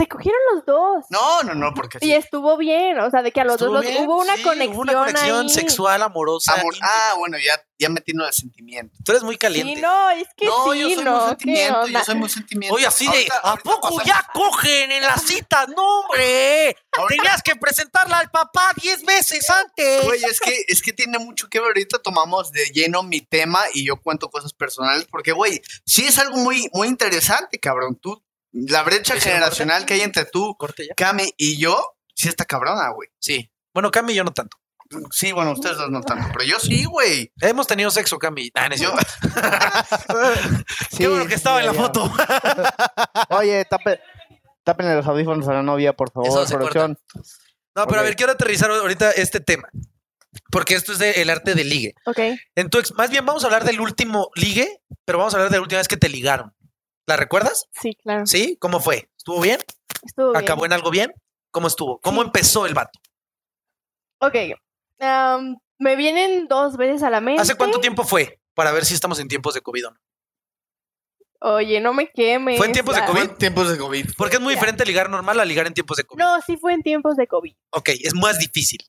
[SPEAKER 3] se cogieron los dos.
[SPEAKER 2] No, no, no, porque
[SPEAKER 3] Y
[SPEAKER 2] sí.
[SPEAKER 3] estuvo bien, o sea, de que a Ah, los
[SPEAKER 1] Estuvo
[SPEAKER 3] dos los-
[SPEAKER 1] bien,
[SPEAKER 3] hubo una
[SPEAKER 1] sí,
[SPEAKER 3] conexión.
[SPEAKER 1] Hubo una conexión
[SPEAKER 3] ahí.
[SPEAKER 1] sexual, amorosa.
[SPEAKER 2] Amor-
[SPEAKER 1] íntima.
[SPEAKER 2] ah, bueno, ya, ya metiendo el sentimiento.
[SPEAKER 1] Tú eres muy
[SPEAKER 3] Sí,
[SPEAKER 1] caliente.
[SPEAKER 3] no, es que
[SPEAKER 2] no,
[SPEAKER 3] sí,
[SPEAKER 2] yo soy
[SPEAKER 3] no.
[SPEAKER 2] muy
[SPEAKER 3] ¿qué
[SPEAKER 2] sentimiento, yo
[SPEAKER 3] onda?
[SPEAKER 2] soy muy sentimiento.
[SPEAKER 1] Oye, así de,
[SPEAKER 2] Ahorita-
[SPEAKER 1] ¿a
[SPEAKER 2] ahorita
[SPEAKER 1] poco
[SPEAKER 2] pasamos-
[SPEAKER 1] ya cogen en las citas? ¡No, hombre!
[SPEAKER 2] ahorita-
[SPEAKER 1] Tenías que presentarla al papá diez veces antes.
[SPEAKER 2] Güey, es que, es que tiene mucho que ver. Ahorita tomamos de lleno mi tema y yo cuento cosas personales porque, güey, sí es algo muy, muy interesante, cabrón. Tú, la brecha
[SPEAKER 1] ¿Sí se lo
[SPEAKER 2] generacional
[SPEAKER 1] corté?
[SPEAKER 2] que hay entre tú,
[SPEAKER 1] Corte ya.
[SPEAKER 2] Cami y yo, sí está cabrona, güey.
[SPEAKER 1] Sí. Bueno, Cami y yo no tanto.
[SPEAKER 2] Sí, bueno, ustedes dos no tanto, pero yo sí, güey.
[SPEAKER 1] Hemos tenido sexo, Cami. Ah, no es
[SPEAKER 2] Yo,
[SPEAKER 1] cierto. Qué bueno que estaba en la foto.
[SPEAKER 5] Oye, tape- tápenle los audífonos a la novia, por favor,
[SPEAKER 1] Eso se
[SPEAKER 5] producción.
[SPEAKER 1] No, pero a
[SPEAKER 5] Ok.
[SPEAKER 1] ver, quiero aterrizar ahorita este tema. Porque esto es de- el arte de ligue.
[SPEAKER 3] Ok,
[SPEAKER 1] En tu ex- más bien vamos a hablar del último ligue, pero vamos a hablar de la última vez que te ligaron. ¿La recuerdas?
[SPEAKER 3] sí, claro.
[SPEAKER 1] ¿Sí? ¿Cómo fue? ¿Estuvo bien?
[SPEAKER 3] Estuvo bien.
[SPEAKER 1] ¿Acabó en algo bien? ¿Cómo estuvo? ¿Cómo empezó el vato?
[SPEAKER 3] Ok. am, me vienen dos veces a la mente.
[SPEAKER 1] ¿Hace cuánto tiempo fue? Para ver si estamos en tiempos de COVID o no.
[SPEAKER 3] Oye, no me quemes.
[SPEAKER 1] ¿Fue en tiempos de
[SPEAKER 3] Ah,
[SPEAKER 1] COVID?
[SPEAKER 2] en tiempos de COVID.
[SPEAKER 1] Porque es muy diferente ligar normal a ligar en tiempos de COVID.
[SPEAKER 3] No, sí fue en tiempos de COVID.
[SPEAKER 1] Ok, es más difícil.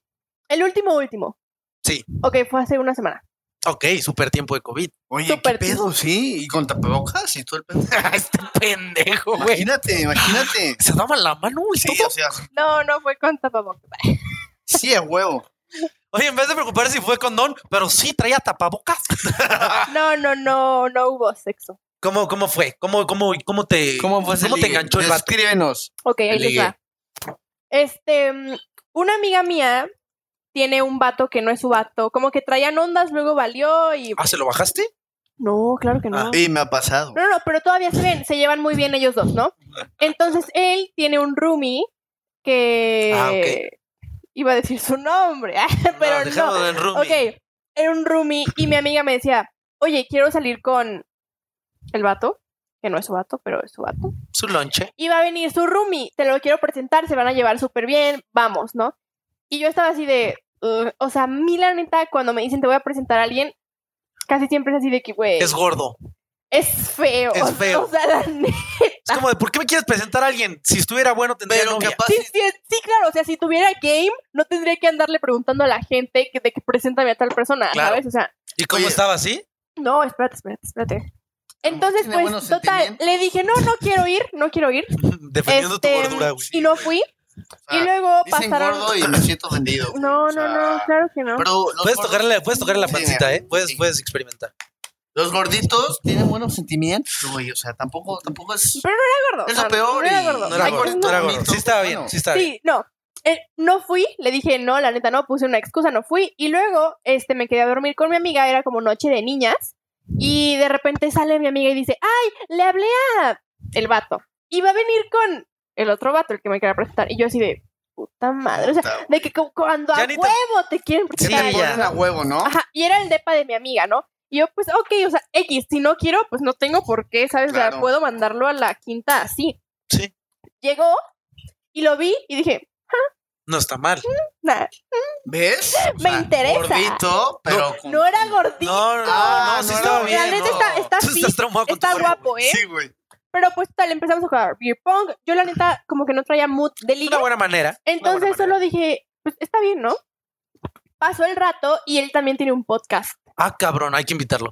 [SPEAKER 3] El último, último.
[SPEAKER 1] Sí.
[SPEAKER 3] Ok, fue hace una semana.
[SPEAKER 1] Ok, súper tiempo de COVID.
[SPEAKER 2] Oye,
[SPEAKER 3] Súper
[SPEAKER 2] ¿qué pedo? Sí, y con tapabocas y todo el pedo.
[SPEAKER 1] este pendejo, güey.
[SPEAKER 2] Imagínate, imagínate.
[SPEAKER 1] Se daban la mano y
[SPEAKER 2] Sí,
[SPEAKER 1] todo.
[SPEAKER 2] o sea,
[SPEAKER 3] No, no fue con tapabocas.
[SPEAKER 2] sí es huevo.
[SPEAKER 1] Oye, en vez de preocuparse si fue condón, pero sí traía tapabocas. Ah.
[SPEAKER 3] No, no, no, no hubo sexo.
[SPEAKER 1] ¿Cómo, cómo fue? ¿Cómo, cómo, cómo te,
[SPEAKER 2] ese
[SPEAKER 1] cómo te
[SPEAKER 2] ligue?
[SPEAKER 1] enganchó el vato?
[SPEAKER 2] Descríbenos.
[SPEAKER 3] Ok, ahí les
[SPEAKER 2] ligue.
[SPEAKER 3] va. Este, mm, una amiga mía tiene un vato que no es su vato. Como que traían ondas, luego valió y...
[SPEAKER 1] Ah, ¿se lo bajaste?
[SPEAKER 3] No, claro que no.
[SPEAKER 1] Ah,
[SPEAKER 2] Y me ha pasado.
[SPEAKER 3] No, no, pero todavía se ven, se llevan muy bien ellos dos, ¿no? Entonces él tiene un roomie que
[SPEAKER 1] Ah, ok.
[SPEAKER 3] iba a decir su nombre, pero no.
[SPEAKER 1] dejémoslo en roomie.
[SPEAKER 3] Ok, era un roomie y mi amiga me decía, oye, quiero salir con el vato, que no es su vato, pero es su vato.
[SPEAKER 1] Su lonche.
[SPEAKER 3] Y va a venir su roomie, te lo quiero presentar, se van a llevar súper bien, vamos, ¿no? Y yo estaba así de, "Ugh". o sea, a mí la neta, cuando me dicen te voy a presentar a alguien, casi siempre es así de que, güey,
[SPEAKER 1] Es
[SPEAKER 3] es,
[SPEAKER 1] gordo.
[SPEAKER 3] feo.
[SPEAKER 1] es feo.
[SPEAKER 3] O sea, la neta.
[SPEAKER 1] Es como de, ¿por qué me quieres presentar a alguien? Si estuviera bueno, tendría
[SPEAKER 2] Pero
[SPEAKER 1] novia.
[SPEAKER 2] capaz
[SPEAKER 3] Sí, sí, sí, claro, o sea, si tuviera game, no tendría que andarle preguntando a la gente que, de que preséntame a tal persona,
[SPEAKER 1] Claro.
[SPEAKER 3] ¿sabes? O sea,
[SPEAKER 1] ¿Y cómo
[SPEAKER 2] Oye.
[SPEAKER 1] estaba así?
[SPEAKER 3] no, espérate, espérate, espérate. Entonces,
[SPEAKER 2] Tiene
[SPEAKER 3] pues,
[SPEAKER 2] buenos
[SPEAKER 3] total,
[SPEAKER 2] sentimientos.
[SPEAKER 3] le dije, no, no quiero ir, no quiero ir.
[SPEAKER 1] Defendiendo
[SPEAKER 3] Este,
[SPEAKER 1] tu gordura, güey.
[SPEAKER 3] y no fui.
[SPEAKER 2] O sea,
[SPEAKER 3] y luego
[SPEAKER 2] Dicen
[SPEAKER 3] pasaron.
[SPEAKER 2] gordo y me siento ofendido. güey.
[SPEAKER 3] No,
[SPEAKER 2] O
[SPEAKER 3] no,
[SPEAKER 2] sea,
[SPEAKER 3] no, claro que no.
[SPEAKER 2] Pero los
[SPEAKER 1] Puedes
[SPEAKER 2] gordos-
[SPEAKER 1] tocarle, puedes tocarle la
[SPEAKER 2] Sí,
[SPEAKER 1] pancita,
[SPEAKER 2] mira.
[SPEAKER 1] ¿eh? Puedes,
[SPEAKER 2] Sí.
[SPEAKER 1] puedes experimentar.
[SPEAKER 2] Los gorditos tienen buenos sentimientos, güey. O sea, tampoco, tampoco es.
[SPEAKER 3] Pero no era gordo.
[SPEAKER 2] Es
[SPEAKER 3] o sea,
[SPEAKER 2] lo peor.
[SPEAKER 3] No era
[SPEAKER 2] y-
[SPEAKER 3] gordo.
[SPEAKER 1] No era
[SPEAKER 3] Ay,
[SPEAKER 1] gordo,
[SPEAKER 3] no.
[SPEAKER 1] no era gordo. Sí estaba bien, sí estaba bien.
[SPEAKER 3] Sí, no. Eh, no fui, le dije no, la neta no, puse una excusa, no fui. Y luego este, me quedé a dormir con mi amiga, era como noche de niñas. Y de repente sale mi amiga y dice, ay, le hablé a el vato. Y va a venir con el otro vato, el que me quería presentar. Y yo así de, puta madre. O sea,
[SPEAKER 2] Puta,
[SPEAKER 3] de que cu- cuando
[SPEAKER 1] Ya
[SPEAKER 3] a
[SPEAKER 1] ni te-
[SPEAKER 3] huevo te quieren
[SPEAKER 2] ¿Qué
[SPEAKER 1] Sí,
[SPEAKER 2] te
[SPEAKER 3] presentar.
[SPEAKER 1] ya.
[SPEAKER 2] ponen a huevo, no?
[SPEAKER 3] Ajá, y era el depa de mi amiga, ¿no? Y yo, pues, ok, o sea, X, si no quiero, pues no tengo por qué, ¿sabes? O sea,
[SPEAKER 2] Claro.
[SPEAKER 3] puedo mandarlo a la quinta así.
[SPEAKER 1] Sí.
[SPEAKER 3] Llegó y lo vi y dije,
[SPEAKER 1] No está mal.
[SPEAKER 3] nah,
[SPEAKER 2] ¿Ves? O
[SPEAKER 3] Me
[SPEAKER 2] sea,
[SPEAKER 3] interesa.
[SPEAKER 2] Gordito, pero. con-
[SPEAKER 3] no era gordito.
[SPEAKER 1] No, no,
[SPEAKER 2] Ah,
[SPEAKER 1] no, sí
[SPEAKER 2] no era
[SPEAKER 1] estaba
[SPEAKER 2] gordo.
[SPEAKER 1] bien.
[SPEAKER 3] la neta
[SPEAKER 1] no.
[SPEAKER 3] está, está
[SPEAKER 1] Tú
[SPEAKER 3] fit,
[SPEAKER 1] estás traumado con tu
[SPEAKER 3] está
[SPEAKER 1] cuerpo.
[SPEAKER 3] guapo, ¿eh?
[SPEAKER 2] Sí, güey.
[SPEAKER 3] Pero pues tal, empezamos a jugar beer pong. Yo la neta como que no traía mood de
[SPEAKER 1] Es
[SPEAKER 3] liga.
[SPEAKER 1] una buena manera.
[SPEAKER 3] Entonces
[SPEAKER 1] Una buena
[SPEAKER 3] solo dije, pues está bien, ¿no? Pasó el rato y él también tiene un podcast.
[SPEAKER 1] Ah, cabrón, hay que invitarlo.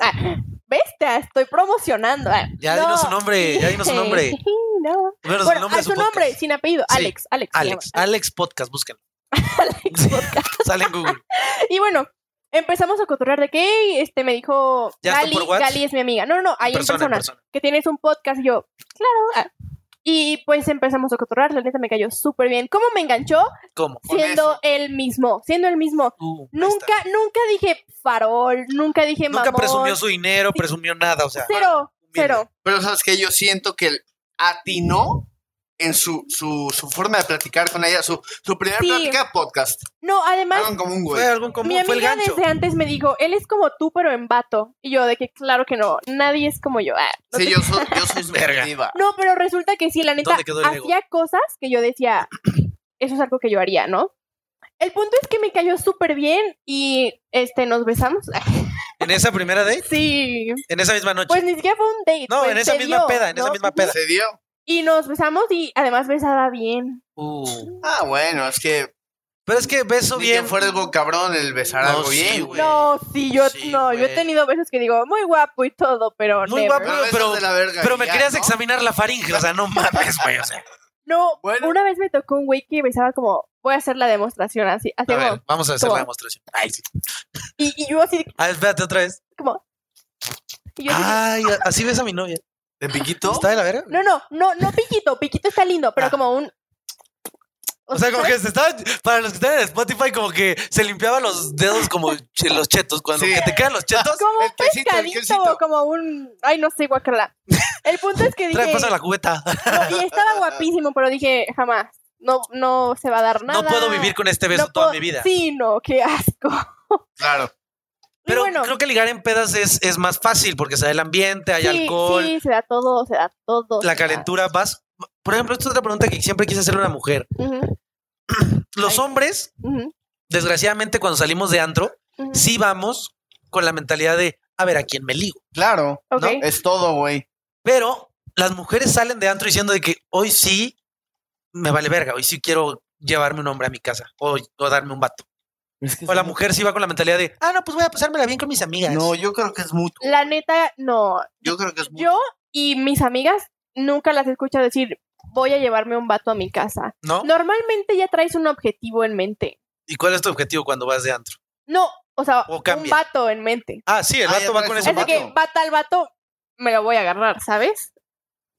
[SPEAKER 3] Ah, ¿Ves? Te estoy promocionando. Ah,
[SPEAKER 1] Ya
[SPEAKER 3] no.
[SPEAKER 1] dinos su nombre, ya dinos su nombre.
[SPEAKER 3] no.
[SPEAKER 1] Bueno,
[SPEAKER 3] Bueno,
[SPEAKER 1] el nombre
[SPEAKER 3] ah,
[SPEAKER 1] de su
[SPEAKER 3] su
[SPEAKER 1] podcast.
[SPEAKER 3] nombre, sin apellido,
[SPEAKER 1] Sí,
[SPEAKER 3] Alex, Alex. se
[SPEAKER 1] Alex,
[SPEAKER 3] llama.
[SPEAKER 1] Alex Podcast, búsquenlo. Sí, Sale en Google.
[SPEAKER 3] Y bueno, empezamos a cotorrear de que "Ey, este me dijo
[SPEAKER 1] ¿Ya está
[SPEAKER 3] Gali,
[SPEAKER 1] por WhatsApp?
[SPEAKER 3] Gali es mi amiga. No, no, no, ahí en persona,
[SPEAKER 1] persona, en persona.
[SPEAKER 3] que tienes un podcast, y yo, claro. ah. Y pues empezamos a cotorrear, la neta me cayó súper bien. ¿Cómo me enganchó?
[SPEAKER 1] ¿Cómo?
[SPEAKER 2] Con
[SPEAKER 3] Siendo
[SPEAKER 2] eso.
[SPEAKER 3] el mismo, siendo el mismo.
[SPEAKER 1] Tú, ahí
[SPEAKER 3] Nunca,
[SPEAKER 1] está.
[SPEAKER 3] nunca dije farol, nunca dije
[SPEAKER 1] Nunca
[SPEAKER 3] mamón.
[SPEAKER 1] presumió su dinero, presumió nada, o sea.
[SPEAKER 3] Cero,
[SPEAKER 1] humilde.
[SPEAKER 3] cero.
[SPEAKER 2] Pero sabes que yo siento que el atinó en su, su, su forma de platicar con ella, su, su primera
[SPEAKER 3] Sí.
[SPEAKER 2] plática podcast.
[SPEAKER 3] No, además,
[SPEAKER 2] Hagan como un güey.
[SPEAKER 1] Fue algún común,
[SPEAKER 3] mi
[SPEAKER 1] Ah, fue el
[SPEAKER 3] amiga
[SPEAKER 1] gancho.
[SPEAKER 3] desde antes me dijo, él es como tú, pero en vato. Y yo, de que claro que no, nadie es como yo. Ah, no,
[SPEAKER 2] Sí,
[SPEAKER 3] sé.
[SPEAKER 2] yo soy, yo soy su
[SPEAKER 1] Verga.
[SPEAKER 2] diva.
[SPEAKER 3] No, pero resulta que sí, la neta,
[SPEAKER 1] ¿Dónde quedó el ego?
[SPEAKER 3] hacía cosas que yo decía, eso es algo que yo haría, ¿no? El punto es que me cayó súper bien y este nos besamos.
[SPEAKER 1] ¿Ah, En esa primera date,
[SPEAKER 3] sí.
[SPEAKER 1] en esa misma noche.
[SPEAKER 3] Pues ni siquiera fue un date.
[SPEAKER 1] no,
[SPEAKER 3] pues,
[SPEAKER 1] en esa
[SPEAKER 3] se
[SPEAKER 1] misma
[SPEAKER 3] dio,
[SPEAKER 1] peda, en esa
[SPEAKER 3] ¿no?
[SPEAKER 1] misma peda.
[SPEAKER 2] Se dio.
[SPEAKER 3] Y nos besamos y además besaba bien.
[SPEAKER 1] Uh,
[SPEAKER 2] Ah, bueno, es que
[SPEAKER 1] Pero es que beso
[SPEAKER 2] ni
[SPEAKER 1] bien.
[SPEAKER 2] que fuera algo cabrón el besar
[SPEAKER 1] No,
[SPEAKER 2] algo
[SPEAKER 1] sí, güey.
[SPEAKER 2] bien, güey.
[SPEAKER 3] No, sí, yo
[SPEAKER 2] Sí,
[SPEAKER 3] no, yo he
[SPEAKER 2] güey.
[SPEAKER 3] tenido besos que digo, muy guapo y todo, pero
[SPEAKER 1] Muy
[SPEAKER 3] never.
[SPEAKER 1] guapo.
[SPEAKER 2] Pero, besas
[SPEAKER 1] pero-
[SPEAKER 2] de la verga
[SPEAKER 1] Pero
[SPEAKER 2] y
[SPEAKER 1] me
[SPEAKER 2] ya,
[SPEAKER 1] querías
[SPEAKER 2] ¿no?
[SPEAKER 1] examinar la faringe, o sea, no mames, güey. O sea,
[SPEAKER 3] No,
[SPEAKER 2] Bueno.
[SPEAKER 3] una vez me tocó un güey que besaba como, voy a hacer la demostración así, así
[SPEAKER 1] a
[SPEAKER 3] como-
[SPEAKER 1] ver, vamos a hacer la
[SPEAKER 3] ¿Cómo?
[SPEAKER 1] demostración. Ay, sí.
[SPEAKER 3] y, y yo así,
[SPEAKER 1] Ah, espérate otra vez.
[SPEAKER 3] y yo así,
[SPEAKER 1] Ay, así ves a mi novia.
[SPEAKER 2] ¿De piquito?
[SPEAKER 1] ¿Está de la verga?
[SPEAKER 3] no, no, no, no piquito, piquito está lindo, pero
[SPEAKER 1] Ah.
[SPEAKER 3] como un...
[SPEAKER 1] O sea, como que se estaba, para los que están en Spotify, como que se limpiaba los dedos como che- los chetos. Cuando
[SPEAKER 2] Sí.
[SPEAKER 1] que te quedan los chetos,
[SPEAKER 3] Como un
[SPEAKER 2] El quesito, el
[SPEAKER 3] pescadito,
[SPEAKER 2] quesito.
[SPEAKER 3] como un... Ay, no sé, guacala. El punto es que
[SPEAKER 1] trae
[SPEAKER 3] dije...
[SPEAKER 1] paso a la cubeta.
[SPEAKER 3] no, y estaba guapísimo, pero dije, jamás, no, no se va a dar nada.
[SPEAKER 1] No puedo vivir con este beso
[SPEAKER 3] No
[SPEAKER 1] toda
[SPEAKER 3] puedo-
[SPEAKER 1] mi vida.
[SPEAKER 3] Sí, no, qué asco.
[SPEAKER 2] Claro.
[SPEAKER 3] Y
[SPEAKER 1] Pero
[SPEAKER 3] bueno,
[SPEAKER 1] creo que ligar en pedas es, es más fácil porque se da el ambiente, hay
[SPEAKER 3] sí,
[SPEAKER 1] alcohol,
[SPEAKER 3] Sí, se da todo, se da todo.
[SPEAKER 1] la
[SPEAKER 3] se da.
[SPEAKER 1] calentura, vas. Por ejemplo, esta es otra pregunta que siempre quise hacerle a una mujer.
[SPEAKER 3] Ujú,
[SPEAKER 1] Los
[SPEAKER 3] Ay.
[SPEAKER 1] hombres,
[SPEAKER 3] ujú,
[SPEAKER 1] desgraciadamente, cuando salimos de antro,
[SPEAKER 3] ujú.
[SPEAKER 1] sí vamos con la mentalidad de a ver a quién me ligo.
[SPEAKER 2] Claro.
[SPEAKER 3] Ok.
[SPEAKER 2] ¿no?
[SPEAKER 1] Eh,
[SPEAKER 2] Es todo, güey.
[SPEAKER 1] Pero las mujeres salen de antro diciendo de que hoy sí me vale verga, hoy sí quiero llevarme un hombre a mi casa o, o darme un vato. O la mujer sí va con la mentalidad de, ah, no, pues voy a pasármela bien con mis amigas.
[SPEAKER 2] No, yo creo que es mutuo.
[SPEAKER 3] La neta, no.
[SPEAKER 2] Yo creo que es mutuo.
[SPEAKER 3] Yo y mis amigas nunca las escucho decir, voy a llevarme un vato a mi casa.
[SPEAKER 1] ¿No?
[SPEAKER 3] Normalmente ya traes un objetivo en mente.
[SPEAKER 1] ¿Y cuál es tu objetivo cuando vas de antro?
[SPEAKER 3] No, o sea,
[SPEAKER 1] O
[SPEAKER 3] un
[SPEAKER 1] cambia.
[SPEAKER 3] vato en mente.
[SPEAKER 1] Ah, sí, el
[SPEAKER 2] Ah,
[SPEAKER 1] vato
[SPEAKER 2] ya
[SPEAKER 1] va
[SPEAKER 2] traes
[SPEAKER 1] con
[SPEAKER 2] un
[SPEAKER 1] ese
[SPEAKER 3] Es de
[SPEAKER 1] vato.
[SPEAKER 3] que va tal vato, me lo voy a agarrar, ¿sabes?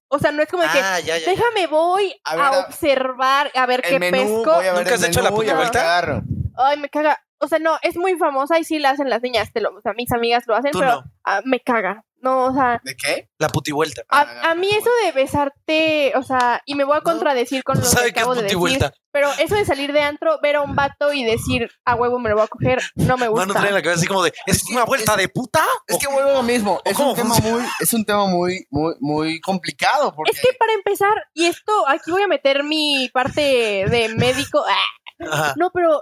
[SPEAKER 3] O sea, no es como de que,
[SPEAKER 1] Ah, ya, ya, ya.
[SPEAKER 3] déjame voy
[SPEAKER 2] A
[SPEAKER 3] a,
[SPEAKER 2] ver, a-
[SPEAKER 3] observar, a ver qué
[SPEAKER 2] El menú,
[SPEAKER 3] pesco.
[SPEAKER 2] voy a ver
[SPEAKER 1] ¿Nunca
[SPEAKER 2] el
[SPEAKER 1] has hecho la
[SPEAKER 2] menú y a
[SPEAKER 1] puta
[SPEAKER 2] ver qué
[SPEAKER 1] vuelta?
[SPEAKER 2] agarro.
[SPEAKER 3] Ay, me caga. O sea, no, es muy famosa y sí la hacen las niñas, te lo, o sea, mis amigas lo hacen,
[SPEAKER 1] Tú
[SPEAKER 3] pero
[SPEAKER 1] no,
[SPEAKER 3] ah, me caga. No, o sea,
[SPEAKER 2] ¿De qué?
[SPEAKER 1] la putivuelta.
[SPEAKER 2] Ah,
[SPEAKER 3] A, a mí eso de besarte, o sea, y me voy a
[SPEAKER 1] No,
[SPEAKER 3] contradecir con
[SPEAKER 1] No
[SPEAKER 3] lo que
[SPEAKER 1] sabe qué es
[SPEAKER 3] acabo de decir,
[SPEAKER 1] putivuelta.
[SPEAKER 3] pero eso de salir de antro, ver a un vato y decir, a huevo me lo voy a coger, no me
[SPEAKER 1] Mano
[SPEAKER 3] gusta.
[SPEAKER 1] trae en la cabeza así como de, ¿es una vuelta de puta?
[SPEAKER 2] Es que vuelvo a lo mismo. Es
[SPEAKER 1] cómo
[SPEAKER 2] un tema muy, es un tema muy, muy, muy complicado porque
[SPEAKER 3] Es que para empezar, y esto, aquí voy a meter mi parte de médico, ah,
[SPEAKER 1] Ajá.
[SPEAKER 3] no, pero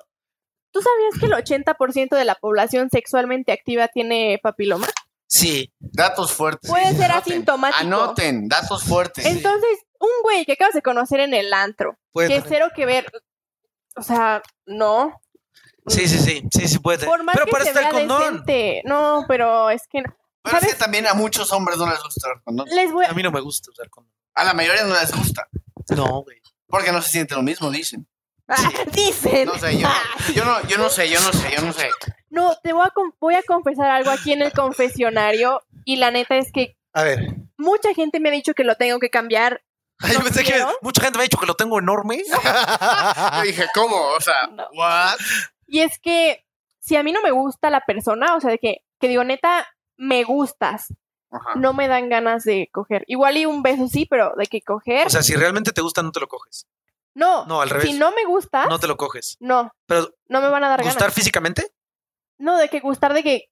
[SPEAKER 3] ¿tú sabías que el 80% de la población sexualmente activa tiene papiloma?
[SPEAKER 1] Sí.
[SPEAKER 2] datos fuertes.
[SPEAKER 3] Puede ser
[SPEAKER 2] Anoten,
[SPEAKER 3] asintomático.
[SPEAKER 2] Anoten, datos fuertes.
[SPEAKER 1] En-
[SPEAKER 3] Entonces, un güey que acabas de conocer en el antro,
[SPEAKER 1] Puede
[SPEAKER 3] que
[SPEAKER 1] tener-
[SPEAKER 3] cero que ver, o sea, no.
[SPEAKER 1] Sí, sí, sí, sí, sí puede. tener.
[SPEAKER 3] Por más
[SPEAKER 1] Pero
[SPEAKER 3] que
[SPEAKER 1] para
[SPEAKER 3] se
[SPEAKER 1] eso está el
[SPEAKER 3] vea
[SPEAKER 1] condón.
[SPEAKER 3] decente. No, pero es que no.
[SPEAKER 2] Pero es que
[SPEAKER 3] ¿sabes?
[SPEAKER 2] también a muchos hombres no les gusta el condón.
[SPEAKER 3] les voy
[SPEAKER 1] A mí no me gusta usar condón.
[SPEAKER 2] A la mayoría no les gusta.
[SPEAKER 1] No, güey.
[SPEAKER 2] Porque no se siente lo mismo, dicen.
[SPEAKER 3] Ah, dicen.
[SPEAKER 2] No sé, yo, yo no, yo no sé, yo no sé, yo no sé.
[SPEAKER 3] No, te voy a con- voy a confesar algo aquí en el confesionario y la neta es que
[SPEAKER 1] A ver.
[SPEAKER 3] mucha gente me ha dicho que lo tengo que cambiar.
[SPEAKER 1] Ay, yo
[SPEAKER 3] ¿No
[SPEAKER 1] pensé que
[SPEAKER 3] vieron?
[SPEAKER 1] mucha gente me ha dicho que lo tengo enorme.
[SPEAKER 2] Yo dije, ¿cómo? O sea,
[SPEAKER 3] No.
[SPEAKER 2] ¿what?
[SPEAKER 3] Y es que si a mí no me gusta la persona, o sea, de que, que digo, neta, me gustas,
[SPEAKER 2] Ajá.
[SPEAKER 1] Ah.
[SPEAKER 3] no me dan ganas de coger. Igual y un beso sí, pero de que coger,
[SPEAKER 1] O sea, si realmente te gusta, no te lo coges.
[SPEAKER 3] no.
[SPEAKER 1] No, al revés.
[SPEAKER 3] Si no me gusta,
[SPEAKER 1] No te lo coges.
[SPEAKER 3] no,
[SPEAKER 1] Pero
[SPEAKER 3] no me van a dar
[SPEAKER 1] gustar
[SPEAKER 3] ¿Ah? ganas.
[SPEAKER 1] físicamente,
[SPEAKER 3] No, de que gustar de que.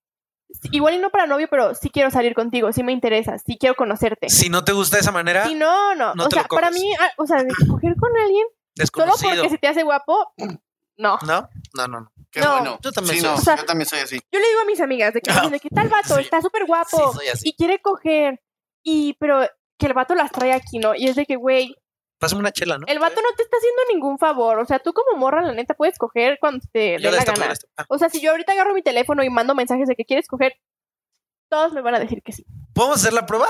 [SPEAKER 3] Igual y no para novio, pero sí quiero salir contigo, sí me interesa, sí quiero conocerte.
[SPEAKER 1] si no te gusta de esa manera,
[SPEAKER 3] Sí, no, no.
[SPEAKER 1] no
[SPEAKER 3] o
[SPEAKER 1] te lo
[SPEAKER 3] sea, para
[SPEAKER 1] coges.
[SPEAKER 3] mí, ah, o sea, de coger con alguien solo
[SPEAKER 1] desconocido.
[SPEAKER 3] porque se te hace guapo, no.
[SPEAKER 1] ¿No? No, no, no.
[SPEAKER 2] Qué
[SPEAKER 3] No.
[SPEAKER 2] bueno.
[SPEAKER 1] Yo también
[SPEAKER 2] Sí,
[SPEAKER 1] soy
[SPEAKER 2] no,
[SPEAKER 3] así. O sea,
[SPEAKER 2] yo también soy así.
[SPEAKER 3] Yo le digo a mis amigas de que, "Oye, de que tal vato
[SPEAKER 1] Sí.
[SPEAKER 3] está súper guapo
[SPEAKER 1] Sí, soy así.
[SPEAKER 3] y quiere coger, y pero que el vato las trae aquí, ¿no? Y es de que, güey,
[SPEAKER 1] Pásame una chela, ¿no?
[SPEAKER 3] el vato no te está haciendo ningún favor. O sea, tú como morra, la neta, puedes coger cuando te
[SPEAKER 1] Yo
[SPEAKER 3] dé
[SPEAKER 1] la
[SPEAKER 3] la
[SPEAKER 1] esta, pero la
[SPEAKER 3] gana.
[SPEAKER 1] esta. Ah,
[SPEAKER 3] O sea, si yo ahorita agarro mi teléfono y mando mensajes de que quieres coger, todos me van a decir que sí.
[SPEAKER 1] ¿Podemos hacer la prueba?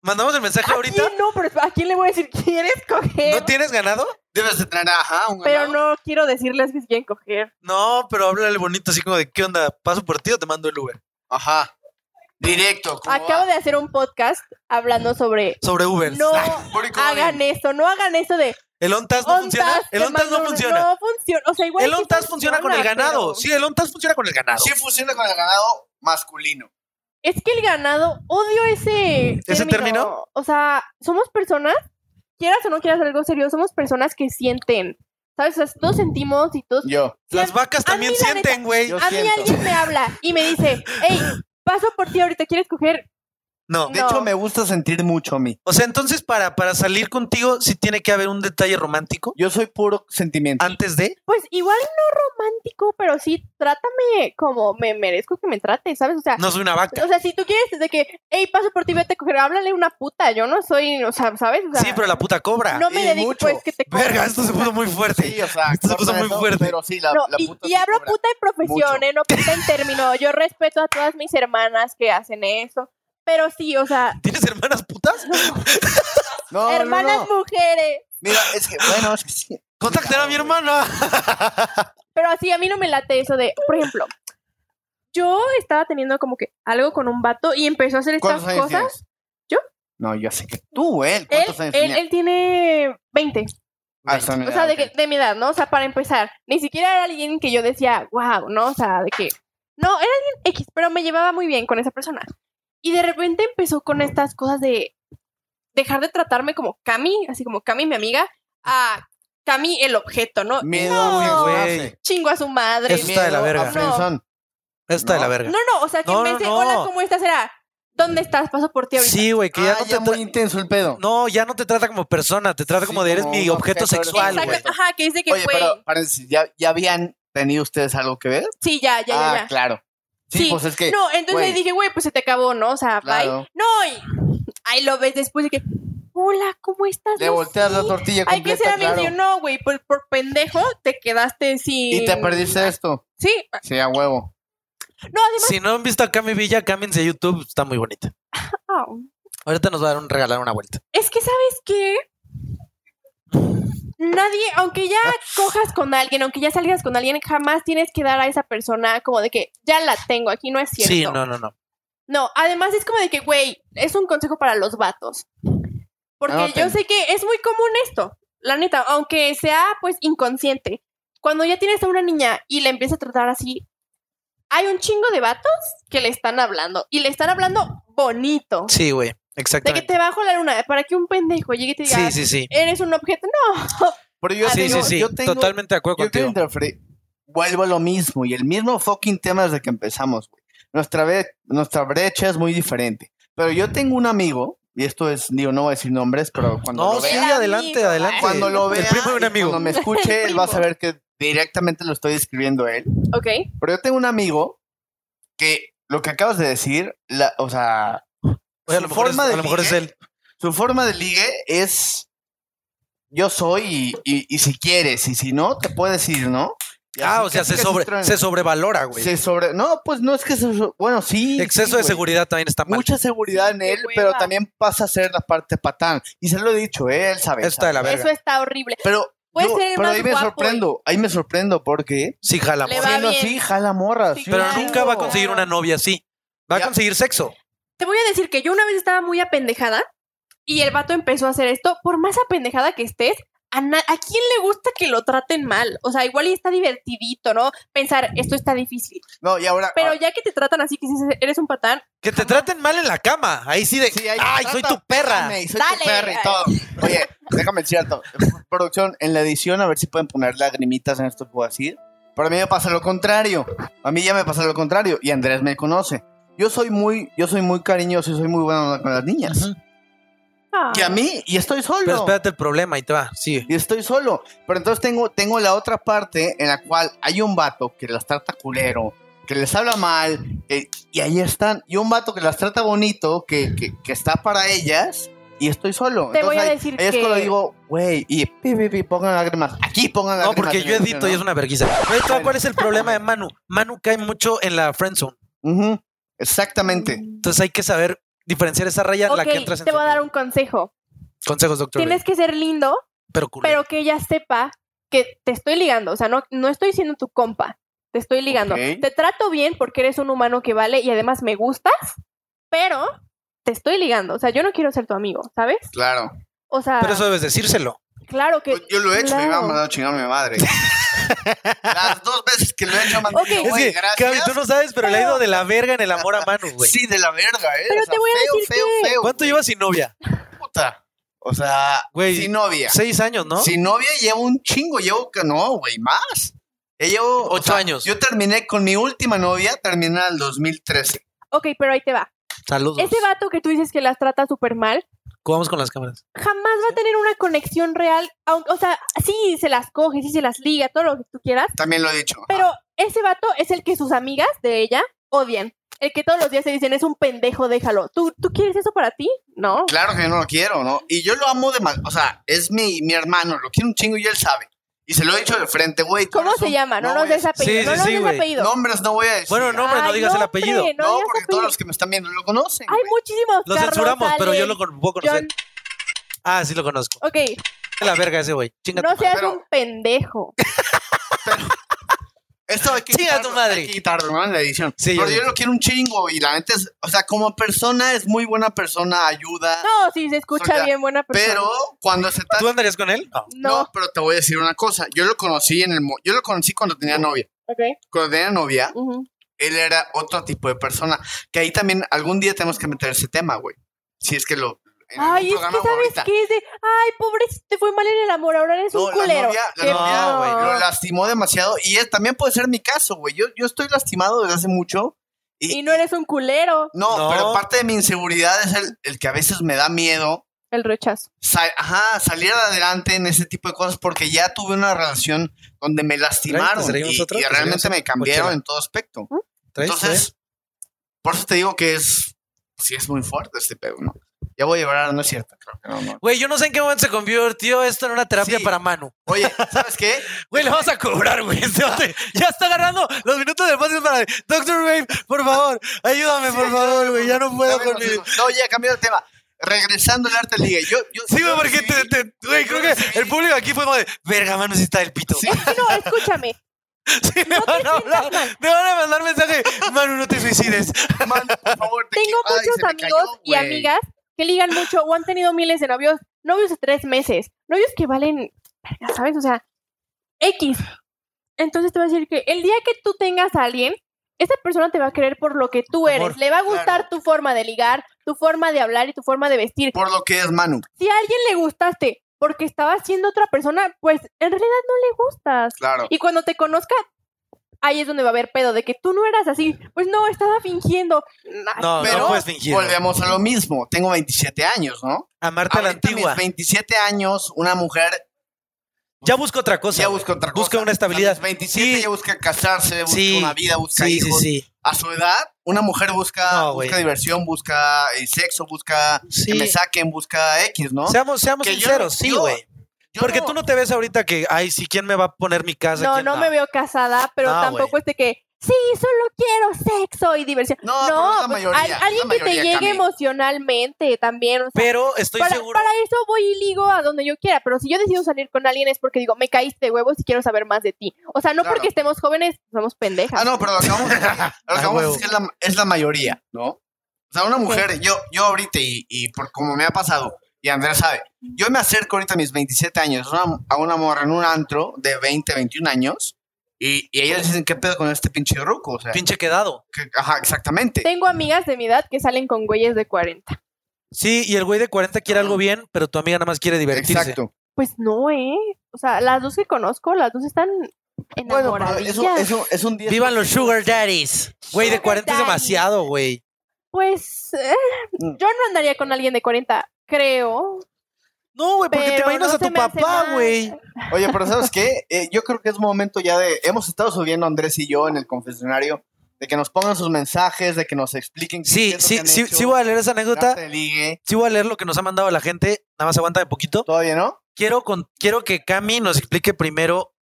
[SPEAKER 1] ¿Mandamos el mensaje
[SPEAKER 3] ¿A
[SPEAKER 1] ahorita?
[SPEAKER 3] quién no? Pero ¿a quién le voy a decir quieres coger?
[SPEAKER 1] ¿No tienes ganado?
[SPEAKER 2] Debes de tener, ajá, un
[SPEAKER 3] pero
[SPEAKER 2] ganado.
[SPEAKER 3] no quiero decirles que quieren coger.
[SPEAKER 1] No, pero háblale bonito, así como de qué onda, paso por ti o te mando el Uber.
[SPEAKER 2] Ajá. Directo. como
[SPEAKER 3] Acabo
[SPEAKER 2] va.
[SPEAKER 3] de hacer un podcast hablando sobre
[SPEAKER 1] Sobre Uber.
[SPEAKER 3] no
[SPEAKER 2] Body calling.
[SPEAKER 3] hagan esto, no hagan esto de
[SPEAKER 1] ¿El OnTas no funciona?
[SPEAKER 3] "Ontas,
[SPEAKER 1] El
[SPEAKER 3] te
[SPEAKER 1] OnTas
[SPEAKER 3] mando
[SPEAKER 1] no
[SPEAKER 3] un-".
[SPEAKER 1] funciona.
[SPEAKER 3] No funciona, o sea, igual
[SPEAKER 1] El
[SPEAKER 3] sí
[SPEAKER 1] OnTas funciona con el ganado.
[SPEAKER 3] pero-
[SPEAKER 1] Sí, el OnTas funciona con el ganado.
[SPEAKER 2] Sí funciona con el ganado masculino.
[SPEAKER 3] Es que el ganado odio ese
[SPEAKER 1] ¿Ese término?
[SPEAKER 3] O sea, somos personas quieras o no quieras algo serio, somos personas que sienten. ¿Sabes? O sea, todos sentimos y todos.
[SPEAKER 2] Yo.
[SPEAKER 1] Las vacas
[SPEAKER 3] A mí,
[SPEAKER 1] también
[SPEAKER 3] la
[SPEAKER 1] sienten, güey.
[SPEAKER 5] Yo
[SPEAKER 3] A mí
[SPEAKER 5] siento.
[SPEAKER 3] alguien me habla y me dice, hey, paso por ti ahorita, ¿quieres coger?
[SPEAKER 1] No.
[SPEAKER 2] De
[SPEAKER 3] No.
[SPEAKER 2] hecho, me gusta sentir mucho a mí.
[SPEAKER 1] O sea, entonces para, para salir contigo sí tiene que haber un detalle romántico
[SPEAKER 2] Yo soy puro sentimiento.
[SPEAKER 1] antes de.
[SPEAKER 3] Pues igual no romántico, pero sí, trátame como me merezco que me trate, ¿sabes? O sea,
[SPEAKER 1] No soy una vaca.
[SPEAKER 3] o sea, si tú quieres de que, hey, paso por ti, vete a coger, háblale una puta, yo no soy, o sea, ¿sabes? O sea,
[SPEAKER 1] Sí, pero la puta cobra.
[SPEAKER 3] no me
[SPEAKER 2] y
[SPEAKER 3] dedico,
[SPEAKER 2] mucho.
[SPEAKER 3] pues, que te coja.
[SPEAKER 1] Verga, esto se puso muy fuerte.
[SPEAKER 2] Sí, o sea,
[SPEAKER 1] Esto se puso
[SPEAKER 2] corta
[SPEAKER 1] muy fuerte.
[SPEAKER 2] Pero sí, la,
[SPEAKER 3] No,
[SPEAKER 2] la
[SPEAKER 3] y,
[SPEAKER 2] puta
[SPEAKER 3] y
[SPEAKER 2] sí
[SPEAKER 3] hablo
[SPEAKER 2] cobra.
[SPEAKER 3] puta de profesión,
[SPEAKER 2] Mucho.
[SPEAKER 3] ¿eh? no puta en término. Yo respeto a todas mis hermanas que hacen eso. Pero sí, o sea,
[SPEAKER 1] ¿Tienes hermanas putas?
[SPEAKER 2] No, no,
[SPEAKER 3] hermanas
[SPEAKER 2] no.
[SPEAKER 3] mujeres.
[SPEAKER 2] Mira, es que, bueno, es que sí.
[SPEAKER 1] Contacten a mi hermana.
[SPEAKER 3] Pero así a mí no me late eso de, por ejemplo, yo estaba teniendo como que algo con un vato y empezó a hacer estas
[SPEAKER 2] ¿Cuántos años
[SPEAKER 3] cosas.
[SPEAKER 2] tienes?
[SPEAKER 3] ¿Yo?
[SPEAKER 2] No, yo sé que tú, él.
[SPEAKER 3] Él,
[SPEAKER 2] ¿Cuántos años
[SPEAKER 3] él,
[SPEAKER 2] tenía?
[SPEAKER 3] él tiene 20,
[SPEAKER 2] Ah, está en
[SPEAKER 3] o
[SPEAKER 2] edad,
[SPEAKER 3] sea, de,
[SPEAKER 2] ok.
[SPEAKER 3] que- de mi edad, ¿no? O sea, para empezar, ni siquiera era alguien que yo decía, wow, ¿no? O sea, de que, no, era alguien X, pero me llevaba muy bien con esa persona. Y de repente empezó con estas cosas de dejar de tratarme como Cami, así como Cami, mi amiga, a Cami, el objeto, ¿no?
[SPEAKER 2] Miedo
[SPEAKER 3] No,
[SPEAKER 2] a
[SPEAKER 1] güey.
[SPEAKER 2] friendzone.
[SPEAKER 3] Chingo a su madre.
[SPEAKER 1] Eso está de la
[SPEAKER 2] Miedo
[SPEAKER 1] verga.
[SPEAKER 2] a friendzone.
[SPEAKER 1] Esta de la verga.
[SPEAKER 3] No, no, o sea, que
[SPEAKER 1] No,
[SPEAKER 3] en vez
[SPEAKER 1] no,
[SPEAKER 3] de,
[SPEAKER 1] no.
[SPEAKER 3] hola, ¿cómo estás? Era, ¿dónde estás? Paso por ti ahorita.
[SPEAKER 1] Sí, güey, que ya
[SPEAKER 2] Ah,
[SPEAKER 1] no te
[SPEAKER 2] ya
[SPEAKER 1] tra-
[SPEAKER 2] muy intenso el pedo.
[SPEAKER 1] No, ya no te trata como persona, te trata
[SPEAKER 2] Sí,
[SPEAKER 1] como de eres
[SPEAKER 2] como
[SPEAKER 1] mi
[SPEAKER 2] un
[SPEAKER 1] objeto
[SPEAKER 2] objeto, eres
[SPEAKER 1] sexual,
[SPEAKER 2] un
[SPEAKER 1] güey.
[SPEAKER 3] Exacto, ajá, que dice que,
[SPEAKER 2] Oye,
[SPEAKER 3] güey,
[SPEAKER 2] pero paréntesis, ¿ya, ¿ya habían tenido ustedes algo que ver?
[SPEAKER 3] sí, ya, ya, ya,
[SPEAKER 2] ah,
[SPEAKER 3] ya.
[SPEAKER 2] claro. Sí,
[SPEAKER 3] Sí,
[SPEAKER 2] pues es que.
[SPEAKER 3] No, entonces
[SPEAKER 2] güey.
[SPEAKER 3] dije, güey, pues se te acabó, ¿no? O sea,
[SPEAKER 2] Claro.
[SPEAKER 3] bye. No, y ahí lo ves después de que, hola, ¿cómo estás?
[SPEAKER 2] Le
[SPEAKER 3] No
[SPEAKER 2] volteas la
[SPEAKER 3] sé.
[SPEAKER 2] tortilla
[SPEAKER 3] Ay, que
[SPEAKER 2] completa,
[SPEAKER 3] ser amigo.
[SPEAKER 2] claro.
[SPEAKER 3] Yo, No, güey, por, por pendejo te quedaste sin.
[SPEAKER 2] Y te perdiste
[SPEAKER 1] Ah,
[SPEAKER 2] esto.
[SPEAKER 3] Sí,
[SPEAKER 2] Sí, a huevo.
[SPEAKER 3] no, además.
[SPEAKER 1] Si no han visto a Cami Villa, cámbiense a YouTube, está muy bonita.
[SPEAKER 3] oh,
[SPEAKER 1] Ahorita nos va a dar un, regalar una vuelta.
[SPEAKER 3] es que, ¿sabes qué? Nadie, aunque ya cojas con alguien, aunque ya salgas con alguien, jamás tienes que dar a esa persona como de que ya la tengo, aquí no es cierto.
[SPEAKER 1] Sí, no, no, no.
[SPEAKER 3] No, además es como de que, güey, es un consejo para los vatos. Porque
[SPEAKER 2] Anoten.
[SPEAKER 3] yo sé que es muy común esto, la neta, aunque sea pues inconsciente. Cuando ya tienes a una niña y la empiezas a tratar así, hay un chingo de vatos que le están hablando y le están hablando bonito.
[SPEAKER 1] Sí, güey,
[SPEAKER 3] De que
[SPEAKER 1] exactamente.
[SPEAKER 3] te bajo la luna, para que un pendejo llegue y te diga,
[SPEAKER 1] Sí, sí, sí.
[SPEAKER 3] eres un objeto. No,
[SPEAKER 2] Pero
[SPEAKER 3] "Ah,
[SPEAKER 1] Sí,
[SPEAKER 2] yo
[SPEAKER 1] Ah, sí,
[SPEAKER 2] tengo-
[SPEAKER 1] sí.
[SPEAKER 2] yo tengo-
[SPEAKER 1] Totalmente de acuerdo
[SPEAKER 2] Yo quiero
[SPEAKER 1] contigo.
[SPEAKER 2] interferir. Vuelvo a lo mismo y el mismo fucking tema desde que empezamos. güey. Nuestra, ve- nuestra brecha es muy diferente. Pero yo tengo un amigo, y esto es, digo, no voy a decir nombres, pero cuando
[SPEAKER 1] No,
[SPEAKER 2] lo
[SPEAKER 1] sí,
[SPEAKER 2] vea,
[SPEAKER 3] vea.
[SPEAKER 1] adelante, adelante.
[SPEAKER 2] cuando lo
[SPEAKER 1] El
[SPEAKER 2] vea,
[SPEAKER 1] primo de un
[SPEAKER 2] y
[SPEAKER 1] amigo.
[SPEAKER 2] cuando me escuche, él va a
[SPEAKER 3] primo.
[SPEAKER 2] saber que directamente lo estoy describiendo a él.
[SPEAKER 3] ok.
[SPEAKER 2] Pero yo tengo un amigo que lo que acabas de decir, la, o sea,
[SPEAKER 1] Oye, a
[SPEAKER 2] su
[SPEAKER 1] lo mejor, es,
[SPEAKER 2] forma de
[SPEAKER 1] a lo mejor es
[SPEAKER 2] ligue-
[SPEAKER 1] él.
[SPEAKER 2] su forma de ligue es yo soy y, y- y si quieres, y si no, te puedes ir, ¿no? Y
[SPEAKER 1] Ah,
[SPEAKER 2] así
[SPEAKER 1] o sea,
[SPEAKER 2] casi
[SPEAKER 1] se,
[SPEAKER 2] casi
[SPEAKER 1] sobre,
[SPEAKER 2] truena.
[SPEAKER 1] se sobrevalora, güey.
[SPEAKER 2] Se sobre- No, pues no es que... se so- Bueno, sí.
[SPEAKER 1] Exceso
[SPEAKER 2] sí,
[SPEAKER 1] de
[SPEAKER 2] güey.
[SPEAKER 1] seguridad también está mal.
[SPEAKER 2] Mucha seguridad en
[SPEAKER 3] Qué
[SPEAKER 2] él,
[SPEAKER 3] hueva.
[SPEAKER 2] pero también pasa a ser la parte patán. Y se lo he dicho, ¿eh? él sabe.
[SPEAKER 1] Esta de
[SPEAKER 2] sabe.
[SPEAKER 1] la verga.
[SPEAKER 3] Eso está horrible.
[SPEAKER 2] Pero,
[SPEAKER 3] Puede
[SPEAKER 2] yo-
[SPEAKER 3] ser el
[SPEAKER 2] pero
[SPEAKER 3] más
[SPEAKER 2] ahí me
[SPEAKER 3] guapo
[SPEAKER 2] sorprendo, ahí me sorprendo porque...
[SPEAKER 1] Sí, jala,
[SPEAKER 3] Le
[SPEAKER 1] amor.
[SPEAKER 3] va
[SPEAKER 2] Sí, no,
[SPEAKER 3] bien.
[SPEAKER 2] sí, jala morra.
[SPEAKER 3] Sí,
[SPEAKER 2] sí,
[SPEAKER 1] Pero
[SPEAKER 3] claro.
[SPEAKER 1] nunca va a
[SPEAKER 2] claro.
[SPEAKER 1] conseguir una novia así. Va a
[SPEAKER 2] Ya.
[SPEAKER 1] conseguir sexo.
[SPEAKER 3] Te voy a decir que yo una vez estaba muy apendejada y el vato empezó a hacer esto. Por más apendejada que estés, a, na- ¿a quién le gusta que lo traten mal? O sea, igual y está divertidito, ¿no? Pensar, esto está difícil.
[SPEAKER 2] No, y ahora...
[SPEAKER 3] Pero ya que te tratan así, que dices, eres un patán,
[SPEAKER 1] Que te traten mal en la cama. Ahí sí de.
[SPEAKER 2] Sí, ahí-
[SPEAKER 1] ¡Ay, soy tu perra!
[SPEAKER 2] Dame, soy
[SPEAKER 3] Dale.
[SPEAKER 2] tu perra y todo. Oye, déjame cierto. Producción, en la edición, a ver si pueden poner lagrimitas en esto que voy a decir. Pero a mí me pasa lo contrario. A mí ya me pasa lo contrario. Y Andrés me conoce. Yo soy muy, yo soy muy cariñoso y soy muy bueno con las niñas.
[SPEAKER 1] Ujú.
[SPEAKER 3] ah,
[SPEAKER 2] Que a mí, y estoy solo.
[SPEAKER 1] Pero espérate el problema, ahí te va. Sí.
[SPEAKER 2] Y estoy solo. Pero entonces tengo, tengo la otra parte en la cual hay un vato que las trata culero, que les habla mal, eh, y ahí están. Y un vato que las trata bonito, que, que- que está para ellas, y estoy solo.
[SPEAKER 3] Te voy a
[SPEAKER 2] ahí-
[SPEAKER 3] decir
[SPEAKER 2] ahí es
[SPEAKER 3] que-
[SPEAKER 2] cuando digo, güey, y pi, pi, pi, pongan lágrimas. Aquí pongan
[SPEAKER 1] No,
[SPEAKER 2] lágrimas.
[SPEAKER 1] porque yo edito y es una vergüenza. Güey, ¿tú sabes ¿Cuál es el problema de Manu? Manu cae mucho en la friendzone.
[SPEAKER 2] Ujú,
[SPEAKER 3] Mm.
[SPEAKER 2] Exactamente.
[SPEAKER 1] Entonces hay que saber diferenciar esa raya en la que entras
[SPEAKER 3] ah. ok,
[SPEAKER 1] en
[SPEAKER 3] te voy a
[SPEAKER 1] tu
[SPEAKER 3] dar
[SPEAKER 1] vida.
[SPEAKER 3] un consejo.
[SPEAKER 1] Consejos, doctor.
[SPEAKER 3] Tienes que ser lindo,
[SPEAKER 1] Pero culo.
[SPEAKER 3] pero que ella sepa que te estoy ligando. O sea, no, no estoy siendo tu compa. Te estoy ligando.
[SPEAKER 2] Ok.
[SPEAKER 3] Te trato bien porque eres un humano que vale y además me gustas, pero te estoy ligando. O sea, yo no quiero ser tu amigo, ¿sabes?
[SPEAKER 2] Claro.
[SPEAKER 3] O sea,
[SPEAKER 1] Pero eso debes decírselo.
[SPEAKER 3] claro que.
[SPEAKER 2] Yo lo he hecho, me iba a
[SPEAKER 3] claro.
[SPEAKER 2] mandar a chingar a mi madre. Las dos veces que lo he hecho, me han
[SPEAKER 3] Ok.
[SPEAKER 2] dicho,
[SPEAKER 1] Es
[SPEAKER 2] "Güey,
[SPEAKER 1] que, Cami, tú no sabes, pero le ha ido de la verga en el amor a Manu, güey.
[SPEAKER 2] Sí, de la verga, ¿eh?
[SPEAKER 3] Pero te voy a
[SPEAKER 2] feo,
[SPEAKER 3] decir
[SPEAKER 2] feo,
[SPEAKER 3] que-
[SPEAKER 2] feo.
[SPEAKER 1] ¿Cuánto
[SPEAKER 2] güey,
[SPEAKER 1] llevas sin novia?
[SPEAKER 2] puta? O sea,
[SPEAKER 1] Güey,
[SPEAKER 2] sin novia.
[SPEAKER 1] Seis años, ¿no?
[SPEAKER 2] Sin novia llevo un chingo, llevo que no, güey, más. Ya llevo o
[SPEAKER 1] Ocho
[SPEAKER 2] sea,
[SPEAKER 1] años.
[SPEAKER 2] Yo terminé con mi última novia, terminé en el 2013.
[SPEAKER 3] Ok, pero ahí te va.
[SPEAKER 1] Saludos.
[SPEAKER 3] Ese vato que tú dices que las trata súper mal,
[SPEAKER 1] Vamos con las cámaras.
[SPEAKER 3] jamás va a tener una conexión real. aunque- o sea, sí se las coge, sí se las liga, todo lo que tú quieras.
[SPEAKER 2] También lo he dicho.
[SPEAKER 3] Pero ese vato es el que sus amigas de ella odian. El que todos los días se dicen es un pendejo, déjalo. ¿Tú, ¿tú quieres eso para ti? No.
[SPEAKER 2] Claro que yo no lo quiero, ¿no? Y yo lo amo de mal. O sea, es mi, mi hermano, lo quiero un chingo y él sabe. Y se lo he dicho de frente, güey. tú
[SPEAKER 3] ¿Cómo
[SPEAKER 2] eres
[SPEAKER 3] se
[SPEAKER 2] un-
[SPEAKER 3] llama? No,
[SPEAKER 2] voy
[SPEAKER 3] nos
[SPEAKER 2] a
[SPEAKER 3] des
[SPEAKER 2] decir-
[SPEAKER 3] apellido.
[SPEAKER 1] Sí,
[SPEAKER 3] no
[SPEAKER 1] sí,
[SPEAKER 3] nos
[SPEAKER 1] sí,
[SPEAKER 3] des
[SPEAKER 1] güey.
[SPEAKER 3] apellido.
[SPEAKER 2] Nombres no voy a decir.
[SPEAKER 1] Bueno, no, hombre,
[SPEAKER 3] Ay,
[SPEAKER 1] digas el
[SPEAKER 3] hombre,
[SPEAKER 1] apellido.
[SPEAKER 3] no
[SPEAKER 2] No,
[SPEAKER 3] digas
[SPEAKER 2] porque
[SPEAKER 3] apellido.
[SPEAKER 2] todos los que me están viendo lo conocen.
[SPEAKER 3] Hay
[SPEAKER 2] güey.
[SPEAKER 3] muchísimos.
[SPEAKER 1] Lo
[SPEAKER 3] Carlos
[SPEAKER 1] censuramos, pero yo
[SPEAKER 3] Salen,
[SPEAKER 1] lo con- puedo conocer.
[SPEAKER 3] John-
[SPEAKER 1] Ah, sí lo conozco.
[SPEAKER 3] Ok,
[SPEAKER 1] La verga ese güey. Chinga tu
[SPEAKER 3] no
[SPEAKER 1] madre.
[SPEAKER 3] seas
[SPEAKER 2] pero-
[SPEAKER 3] un pendejo.
[SPEAKER 2] Esto hay que
[SPEAKER 1] Chinga
[SPEAKER 2] quitarlo,
[SPEAKER 1] tu madre.
[SPEAKER 2] Hay que quitarlo, ¿no? En la edición.
[SPEAKER 1] Sí,
[SPEAKER 2] Pero
[SPEAKER 1] yo-
[SPEAKER 2] yo lo quiero un chingo y la gente es, o sea, como persona es muy buena persona, ayuda,
[SPEAKER 3] No, sí, se escucha
[SPEAKER 2] Soy la-
[SPEAKER 3] bien buena persona.
[SPEAKER 2] pero cuando se trata
[SPEAKER 1] ¿Tú andarías con él? No.
[SPEAKER 3] No,
[SPEAKER 2] No. pero te voy a decir una cosa. Yo lo conocí en el mo- yo lo conocí cuando tenía novia.
[SPEAKER 3] ok.
[SPEAKER 2] Cuando tenía novia,
[SPEAKER 3] ujú.
[SPEAKER 2] él era otro tipo de persona. Que ahí también algún día tenemos que meter ese tema, güey. Si es que lo en algún
[SPEAKER 3] Ay, es que
[SPEAKER 2] programa o
[SPEAKER 3] sabes
[SPEAKER 2] ahorita.
[SPEAKER 3] qué es de, ay, pobrecito, te fue mal en el amor, ahora eres
[SPEAKER 2] No,
[SPEAKER 3] un
[SPEAKER 2] la
[SPEAKER 3] culero.
[SPEAKER 2] novia, la
[SPEAKER 3] Qué
[SPEAKER 2] novia,
[SPEAKER 3] feo.
[SPEAKER 1] güey,
[SPEAKER 2] lo lastimó demasiado y es- también puede ser mi caso, güey. Yo yo estoy lastimado desde hace mucho.
[SPEAKER 3] Y no eres un culero,
[SPEAKER 2] No,
[SPEAKER 1] No.
[SPEAKER 2] pero parte de mi inseguridad es el, el que a veces me da miedo
[SPEAKER 3] el rechazo.
[SPEAKER 2] sa- ajá, salir adelante en ese tipo de cosas porque ya tuve una relación donde me lastimaron y,
[SPEAKER 1] reímos otro?
[SPEAKER 2] y
[SPEAKER 1] ¿Te reímos
[SPEAKER 2] realmente
[SPEAKER 1] otro?
[SPEAKER 2] me cambiaron
[SPEAKER 1] Chela.
[SPEAKER 2] en todo aspecto.
[SPEAKER 1] ¿Traes?
[SPEAKER 2] Entonces, por eso te digo que es, sí es muy fuerte este pedo, ¿no? Ya voy a llorar, no es cierto, creo que no, no.
[SPEAKER 1] Güey, yo no sé en qué momento se convirtió esto en una terapia
[SPEAKER 2] Sí.
[SPEAKER 1] para Manu.
[SPEAKER 2] Oye, ¿sabes qué?
[SPEAKER 1] Güey, le vamos a cobrar, güey. Este hombre ya está agarrando los minutos de podcast para... Doctor Wave, por favor, ayúdame, por favor, güey. Ya no puedo
[SPEAKER 2] Dame
[SPEAKER 1] con
[SPEAKER 2] los
[SPEAKER 1] mi...
[SPEAKER 2] hijos. No, ya cambió el tema. Regresando al arte ligue. Yo, yo,
[SPEAKER 1] Sí, güey,
[SPEAKER 2] yo
[SPEAKER 1] porque
[SPEAKER 2] recibí-
[SPEAKER 1] te, te- güey, creo que el público aquí fue como de... Verga, Manu, si está el pito.
[SPEAKER 2] Sí.
[SPEAKER 3] Es que no, escúchame,
[SPEAKER 1] Sí, me, van a hablar- me van a mandar mensaje. Manu, no te suicides.
[SPEAKER 2] Man, por favor, te
[SPEAKER 3] tengo
[SPEAKER 2] quiero. Ay, se
[SPEAKER 3] muchos
[SPEAKER 2] me
[SPEAKER 3] amigos
[SPEAKER 2] cayó,
[SPEAKER 3] y
[SPEAKER 2] güey.
[SPEAKER 3] amigas que ligan mucho o han tenido miles de novios, novios de tres meses, novios que valen, verga, ¿sabes? O sea, X. Entonces te voy a decir que el día que tú tengas a alguien, esa persona te va a querer por lo que tú eres.
[SPEAKER 1] Amor,
[SPEAKER 3] Le va a gustar
[SPEAKER 2] claro.
[SPEAKER 3] tu forma de ligar, tu forma de hablar y tu forma de vestir.
[SPEAKER 2] Por lo que es Manu,
[SPEAKER 3] Si a alguien le gustaste porque estaba siendo otra persona, pues en realidad no le gustas.
[SPEAKER 2] claro.
[SPEAKER 3] Y cuando te conozca, ahí es donde va a haber pedo de que tú no eras así. Pues no, estaba fingiendo. Nah,
[SPEAKER 1] No,
[SPEAKER 2] Pero
[SPEAKER 1] no puedes fingir.
[SPEAKER 2] Volvemos a lo mismo. Tengo 27 años, ¿no?
[SPEAKER 1] Amarte a la
[SPEAKER 2] Ahorita,
[SPEAKER 1] antigua.
[SPEAKER 2] mis 27 años, una mujer
[SPEAKER 1] Ya busco otra cosa.
[SPEAKER 2] ya busca otra cosa.
[SPEAKER 1] Busca una estabilidad.
[SPEAKER 2] A mis 27
[SPEAKER 1] Sí.
[SPEAKER 2] ya busca casarse, busca
[SPEAKER 1] Sí.
[SPEAKER 2] una vida, busca
[SPEAKER 1] Sí, sí,
[SPEAKER 2] hijos.
[SPEAKER 1] sí.
[SPEAKER 2] A su edad, una mujer busca,
[SPEAKER 1] No, güey.
[SPEAKER 2] busca diversión, busca eh, sexo, busca
[SPEAKER 1] Sí.
[SPEAKER 2] que me saquen, busca X, ¿no?
[SPEAKER 1] Seamos, seamos
[SPEAKER 2] Que yo-
[SPEAKER 1] sinceros, sí,
[SPEAKER 2] yo-
[SPEAKER 1] güey.
[SPEAKER 2] Yo
[SPEAKER 1] Porque tú no te ves ahorita que, ay, sí, ¿quién me va a poner mi casa?
[SPEAKER 3] no,
[SPEAKER 1] ¿Quién
[SPEAKER 3] no me veo casada, pero
[SPEAKER 1] No,
[SPEAKER 3] tampoco es de que, sí, solo quiero sexo y diversión.
[SPEAKER 2] No, pero es la
[SPEAKER 3] pues,
[SPEAKER 2] mayoría,
[SPEAKER 3] al-
[SPEAKER 2] es la
[SPEAKER 3] alguien que
[SPEAKER 2] mayoría,
[SPEAKER 3] te llegue
[SPEAKER 2] Cami.
[SPEAKER 3] emocionalmente también. o sea,
[SPEAKER 1] Pero estoy
[SPEAKER 3] para,
[SPEAKER 1] seguro.
[SPEAKER 3] para eso voy y ligo a donde yo quiera, pero si yo decido salir con alguien es porque digo, me caíste de huevos y quiero saber más de ti. O sea, no
[SPEAKER 2] Claro.
[SPEAKER 3] porque estemos jóvenes, somos pendejas.
[SPEAKER 2] Ah, no, pero lo que vamos, lo que vamos
[SPEAKER 1] huevo.
[SPEAKER 2] es que es la, es la mayoría, ¿no? O sea, una mujer, yo, yo ahorita, y, y por como me ha pasado, y Andrés sabe, yo me acerco ahorita a mis 27 años a una, a una morra en un antro de 20, 21 años, y, y ellos dicen, ¿qué pedo con este pinche ruco? O sea,
[SPEAKER 1] Pinche quedado.
[SPEAKER 2] que- ajá, exactamente.
[SPEAKER 3] Tengo amigas de mi edad que salen con güeyes de 40.
[SPEAKER 1] Sí, y el güey de 40 quiere algo bien, pero tu amiga nada más quiere divertirse.
[SPEAKER 2] Exacto.
[SPEAKER 3] Pues no, ¿eh? O sea, las dos que conozco, las dos están
[SPEAKER 2] Bueno, pero
[SPEAKER 3] enamoradillas.
[SPEAKER 2] eso, eso es un 10.
[SPEAKER 1] Vivan los Sugar Daddies. Güey, de
[SPEAKER 3] Sugar
[SPEAKER 1] 40 es
[SPEAKER 3] daddies.
[SPEAKER 1] demasiado, güey.
[SPEAKER 3] Pues eh,
[SPEAKER 2] Mm.
[SPEAKER 3] yo no andaría con alguien de 40, creo.
[SPEAKER 1] No, güey, porque te
[SPEAKER 3] pero
[SPEAKER 1] imaginas
[SPEAKER 3] no
[SPEAKER 1] a
[SPEAKER 3] se
[SPEAKER 1] tu
[SPEAKER 3] me hace
[SPEAKER 1] papá,
[SPEAKER 3] mal.
[SPEAKER 1] güey.
[SPEAKER 2] Oye, pero ¿sabes qué? Eh, yo creo que es momento ya de. Hemos estado subiendo Andrés y yo en el confesionario, de que nos pongan sus mensajes, de que nos expliquen. qué
[SPEAKER 1] Sí,
[SPEAKER 2] es lo que
[SPEAKER 1] sí,
[SPEAKER 2] han
[SPEAKER 1] sí,
[SPEAKER 2] hecho,
[SPEAKER 1] sí voy a leer esa anécdota.
[SPEAKER 2] trata de ligue.
[SPEAKER 1] Sí voy a leer lo que nos ha mandado la gente. Nada más aguanta un poquito.
[SPEAKER 2] Todavía, ¿no?
[SPEAKER 1] Quiero, con, quiero que Cami nos explique primero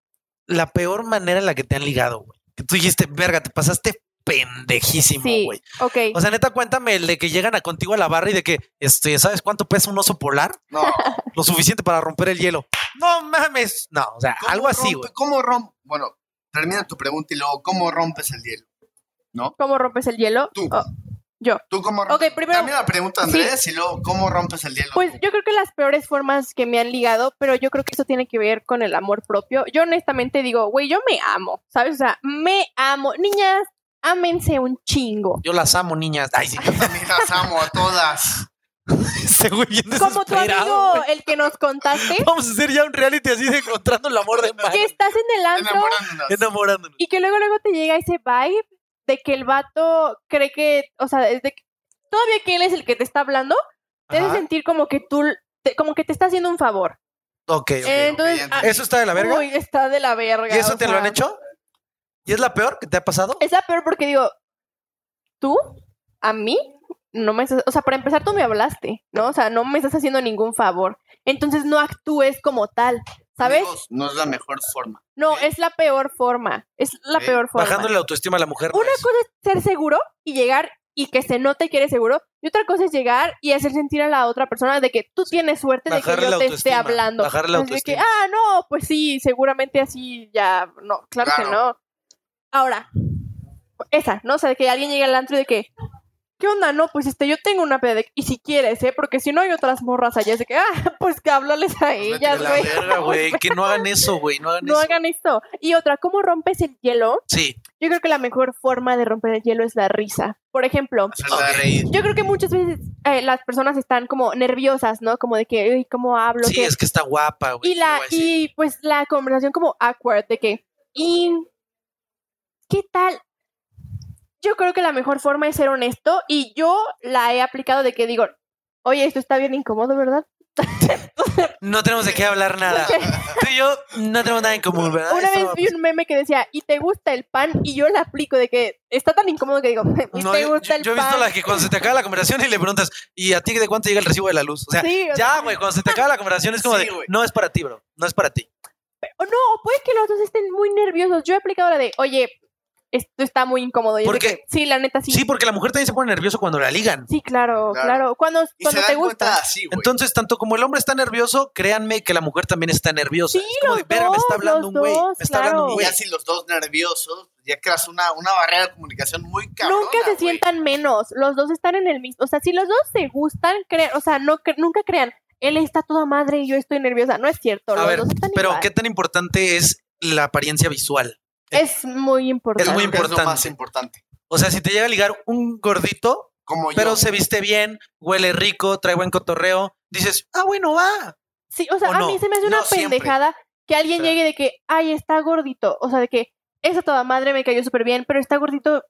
[SPEAKER 1] la peor manera en la que te han ligado, güey. Que tú dijiste, verga, te pasaste pendejísimo,
[SPEAKER 3] Sí,
[SPEAKER 1] güey.
[SPEAKER 3] ok.
[SPEAKER 1] O sea, neta, cuéntame el de que llegan a contigo a la barra y de que, este, ¿sabes cuánto pesa un oso polar?
[SPEAKER 2] No.
[SPEAKER 1] Lo suficiente para romper el hielo. No mames. No, o sea,
[SPEAKER 2] ¿Cómo
[SPEAKER 1] algo así,
[SPEAKER 2] rompe-
[SPEAKER 1] güey.
[SPEAKER 2] ¿Cómo rompe? Bueno, termina tu pregunta y luego, ¿cómo rompes el hielo?
[SPEAKER 3] ¿Cómo rompes el hielo?
[SPEAKER 2] Tú.
[SPEAKER 3] Oh,
[SPEAKER 2] ¿Tú cómo
[SPEAKER 3] ok,
[SPEAKER 2] rompes?
[SPEAKER 3] primero,
[SPEAKER 2] Termina la pregunta, Andrés, y luego, ¿cómo rompes el hielo?
[SPEAKER 3] Pues
[SPEAKER 2] tú?
[SPEAKER 3] yo creo que las peores formas que me han ligado, pero yo creo que eso tiene que ver con el amor propio. Yo honestamente digo, güey, yo me amo, ¿sabes? O sea, me amo. Niñas, ámense un chingo.
[SPEAKER 1] Yo las amo, niñas. Ay, sí.
[SPEAKER 2] Yo también las amo a todas.
[SPEAKER 1] Este güey bien
[SPEAKER 3] Como tu
[SPEAKER 1] desesperado,
[SPEAKER 3] amigo,
[SPEAKER 1] güey.
[SPEAKER 3] el que nos contaste,
[SPEAKER 1] Vamos a hacer ya un reality así de encontrando el amor de
[SPEAKER 3] que
[SPEAKER 1] Mike.
[SPEAKER 3] estás en el antro
[SPEAKER 4] Enamorándonos.
[SPEAKER 1] Enamorándonos.
[SPEAKER 3] y que luego luego te llega ese vibe de que el vato cree que, o sea, es de que todavía que él es el que te está hablando, te hace
[SPEAKER 1] Ajá.
[SPEAKER 3] sentir como que tú, te- como que te está haciendo un favor.
[SPEAKER 1] Ok, ok.
[SPEAKER 3] Entonces,
[SPEAKER 4] ya
[SPEAKER 3] ah,
[SPEAKER 4] entendí.
[SPEAKER 1] ¿Eso está de la verga?
[SPEAKER 3] uy, está de la verga.
[SPEAKER 1] ¿Y eso
[SPEAKER 3] o
[SPEAKER 1] te lo
[SPEAKER 3] sea.
[SPEAKER 1] han hecho? ¿Y es la peor que te ha pasado?
[SPEAKER 3] Es la peor porque digo, tú, a mí, no me estás, o sea, para empezar tú me hablaste, ¿no? O sea, no me estás haciendo ningún favor. Entonces no actúes como tal, ¿sabes?
[SPEAKER 2] Amigos, No es la mejor forma.
[SPEAKER 3] No, es la peor forma, es la
[SPEAKER 2] Ok,
[SPEAKER 3] peor forma.
[SPEAKER 1] Bajándole la autoestima a la mujer. no
[SPEAKER 3] Una
[SPEAKER 1] es.
[SPEAKER 3] cosa es ser seguro y llegar y que se note que eres seguro, y otra cosa es llegar y hacer sentir a la otra persona de que tú tienes suerte de que
[SPEAKER 1] Bajarle la
[SPEAKER 3] yo te esté
[SPEAKER 1] autoestima,
[SPEAKER 3] hablando.
[SPEAKER 1] bajarle la
[SPEAKER 3] Así de que,
[SPEAKER 1] autoestima.
[SPEAKER 3] ah, no, pues sí, seguramente así ya, no, claro, que no.
[SPEAKER 2] Claro.
[SPEAKER 3] Ahora, esa, ¿no? O sea, de que alguien llegue al antro y de que, ¿qué onda? No, pues este, yo tengo una peda, de- y si quieres, ¿eh? Porque si no hay otras morras allá, es de que, ah, pues que háblales a
[SPEAKER 1] Vete
[SPEAKER 3] ellas,
[SPEAKER 1] de la
[SPEAKER 3] güey.
[SPEAKER 1] verga, güey. Que no hagan eso, güey. No hagan
[SPEAKER 3] No
[SPEAKER 1] eso.
[SPEAKER 3] hagan esto. Y otra, ¿cómo rompes el hielo?
[SPEAKER 1] Sí.
[SPEAKER 3] Yo creo que la mejor forma de romper el hielo es la risa. Por ejemplo,
[SPEAKER 4] Hacerla reír.
[SPEAKER 3] yo creo que muchas veces eh, las personas están como nerviosas, ¿no? Como de que, uy, ¿cómo hablo?
[SPEAKER 1] Sí,
[SPEAKER 3] ¿Qué-
[SPEAKER 1] es que está guapa, güey.
[SPEAKER 3] y
[SPEAKER 1] ¿qué
[SPEAKER 3] la
[SPEAKER 1] voy a decir?
[SPEAKER 3] y pues la conversación como awkward de que y qué tal yo creo que la mejor forma es ser honesto y yo la he aplicado de que digo oye esto está bien incómodo verdad
[SPEAKER 1] No tenemos de qué hablar nada.
[SPEAKER 3] Porque
[SPEAKER 1] Tú y yo no tenemos nada en común, ¿verdad?
[SPEAKER 3] una
[SPEAKER 1] Ah, Eso-
[SPEAKER 3] vez vi un meme que decía y te gusta el pan y yo la aplico de que está tan incómodo que digo y
[SPEAKER 1] No,
[SPEAKER 3] te
[SPEAKER 1] yo,
[SPEAKER 3] gusta
[SPEAKER 1] yo-
[SPEAKER 3] el
[SPEAKER 1] yo he
[SPEAKER 3] pan
[SPEAKER 1] visto la que cuando se te acaba la conversación y le preguntas, ¿y a ti de cuánto llega el recibo de la luz? O sea,
[SPEAKER 3] Sí, o sea,
[SPEAKER 1] ya, güey, cuando se te acaba la conversación es como
[SPEAKER 2] Sí,
[SPEAKER 1] de,
[SPEAKER 2] güey.
[SPEAKER 1] no es para ti, bro, no es para ti.
[SPEAKER 3] o no o puede que los dos estén muy nerviosos yo he aplicado la de oye esto está muy incómodo y es de
[SPEAKER 1] Porque-
[SPEAKER 3] que, sí la neta sí
[SPEAKER 1] Sí, porque la mujer también se pone nervioso cuando la ligan.
[SPEAKER 3] Sí, claro,
[SPEAKER 4] Claro.
[SPEAKER 3] claro. Cuando,
[SPEAKER 2] Y
[SPEAKER 3] cuando
[SPEAKER 2] se
[SPEAKER 3] te
[SPEAKER 2] dan
[SPEAKER 3] gusta.
[SPEAKER 2] cuenta así, güey.
[SPEAKER 1] Entonces, tanto como el hombre está nervioso, créanme que la mujer también está nerviosa.
[SPEAKER 3] Sí,
[SPEAKER 1] es como de,
[SPEAKER 3] los
[SPEAKER 1] verga, me está
[SPEAKER 3] dos,
[SPEAKER 1] hablando
[SPEAKER 3] los
[SPEAKER 1] un güey, me
[SPEAKER 3] dos,
[SPEAKER 1] está hablando un
[SPEAKER 3] claro.
[SPEAKER 2] Y
[SPEAKER 1] güey.
[SPEAKER 2] ya si los dos nerviosos, ya creas una, una barrera de comunicación muy cabrona,
[SPEAKER 3] Nunca se
[SPEAKER 2] güey.
[SPEAKER 3] sientan menos. Los dos están en el mismo. O sea, si los dos se gustan, crean, o sea, no cre- nunca crean, él está toda madre y yo estoy nerviosa. No es cierto.
[SPEAKER 1] A
[SPEAKER 3] los
[SPEAKER 1] ver,
[SPEAKER 3] dos están
[SPEAKER 1] pero
[SPEAKER 3] igual.
[SPEAKER 1] ¿qué tan importante es la apariencia visual?
[SPEAKER 3] Es muy importante.
[SPEAKER 1] Es muy
[SPEAKER 2] Creo que lo más
[SPEAKER 1] importante.
[SPEAKER 2] importante.
[SPEAKER 1] O sea, si te llega a ligar un gordito,
[SPEAKER 2] Como yo.
[SPEAKER 1] pero se viste bien, huele rico, trae buen cotorreo, dices, ah, bueno, va.
[SPEAKER 3] Sí, o sea,
[SPEAKER 1] ¿O
[SPEAKER 3] a
[SPEAKER 1] no?
[SPEAKER 3] mí se me hace una
[SPEAKER 1] No siempre.
[SPEAKER 3] pendejada que alguien
[SPEAKER 1] Claro.
[SPEAKER 3] llegue de que, ay, está gordito. O sea, de que esa toda madre me cayó súper bien, pero está gordito.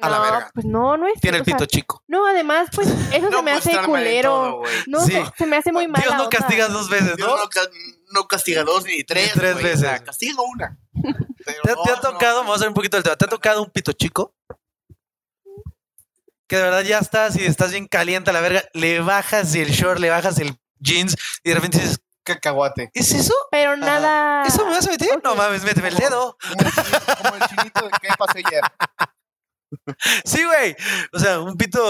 [SPEAKER 3] No,
[SPEAKER 1] A la verga.
[SPEAKER 3] pues no, no es.
[SPEAKER 1] Tiene el
[SPEAKER 3] o sea,
[SPEAKER 1] pito chico.
[SPEAKER 3] no, además, pues eso se me hace
[SPEAKER 4] mostrarme de
[SPEAKER 3] culero.
[SPEAKER 4] todo, güey.
[SPEAKER 3] no,
[SPEAKER 1] Sí.
[SPEAKER 3] se, se me hace muy mal.
[SPEAKER 1] Dios no castiga dos veces,
[SPEAKER 2] Dios
[SPEAKER 1] ¿no?
[SPEAKER 2] no, ca- no castiga dos ni tres.
[SPEAKER 1] tres
[SPEAKER 2] güey.
[SPEAKER 1] veces.
[SPEAKER 2] O sea, castiga una. Pero
[SPEAKER 1] ¿Te, te ha
[SPEAKER 2] dos, no.
[SPEAKER 1] tocado, vamos a hacer un poquito del tema, ¿te ha tocado un pito chico? Que de verdad ya estás y estás bien caliente a la verga, le bajas el short, le bajas el jeans y de repente dices,
[SPEAKER 4] Cacahuate.
[SPEAKER 1] ¿es eso?
[SPEAKER 3] Pero nada.
[SPEAKER 1] ¿Eso me vas a meter?
[SPEAKER 3] Ah, Ok.
[SPEAKER 1] No mames, méteme el dedo.
[SPEAKER 4] Como el chinito, como el chinito de qué pasó ayer.
[SPEAKER 1] Sí, güey. O sea, un pito,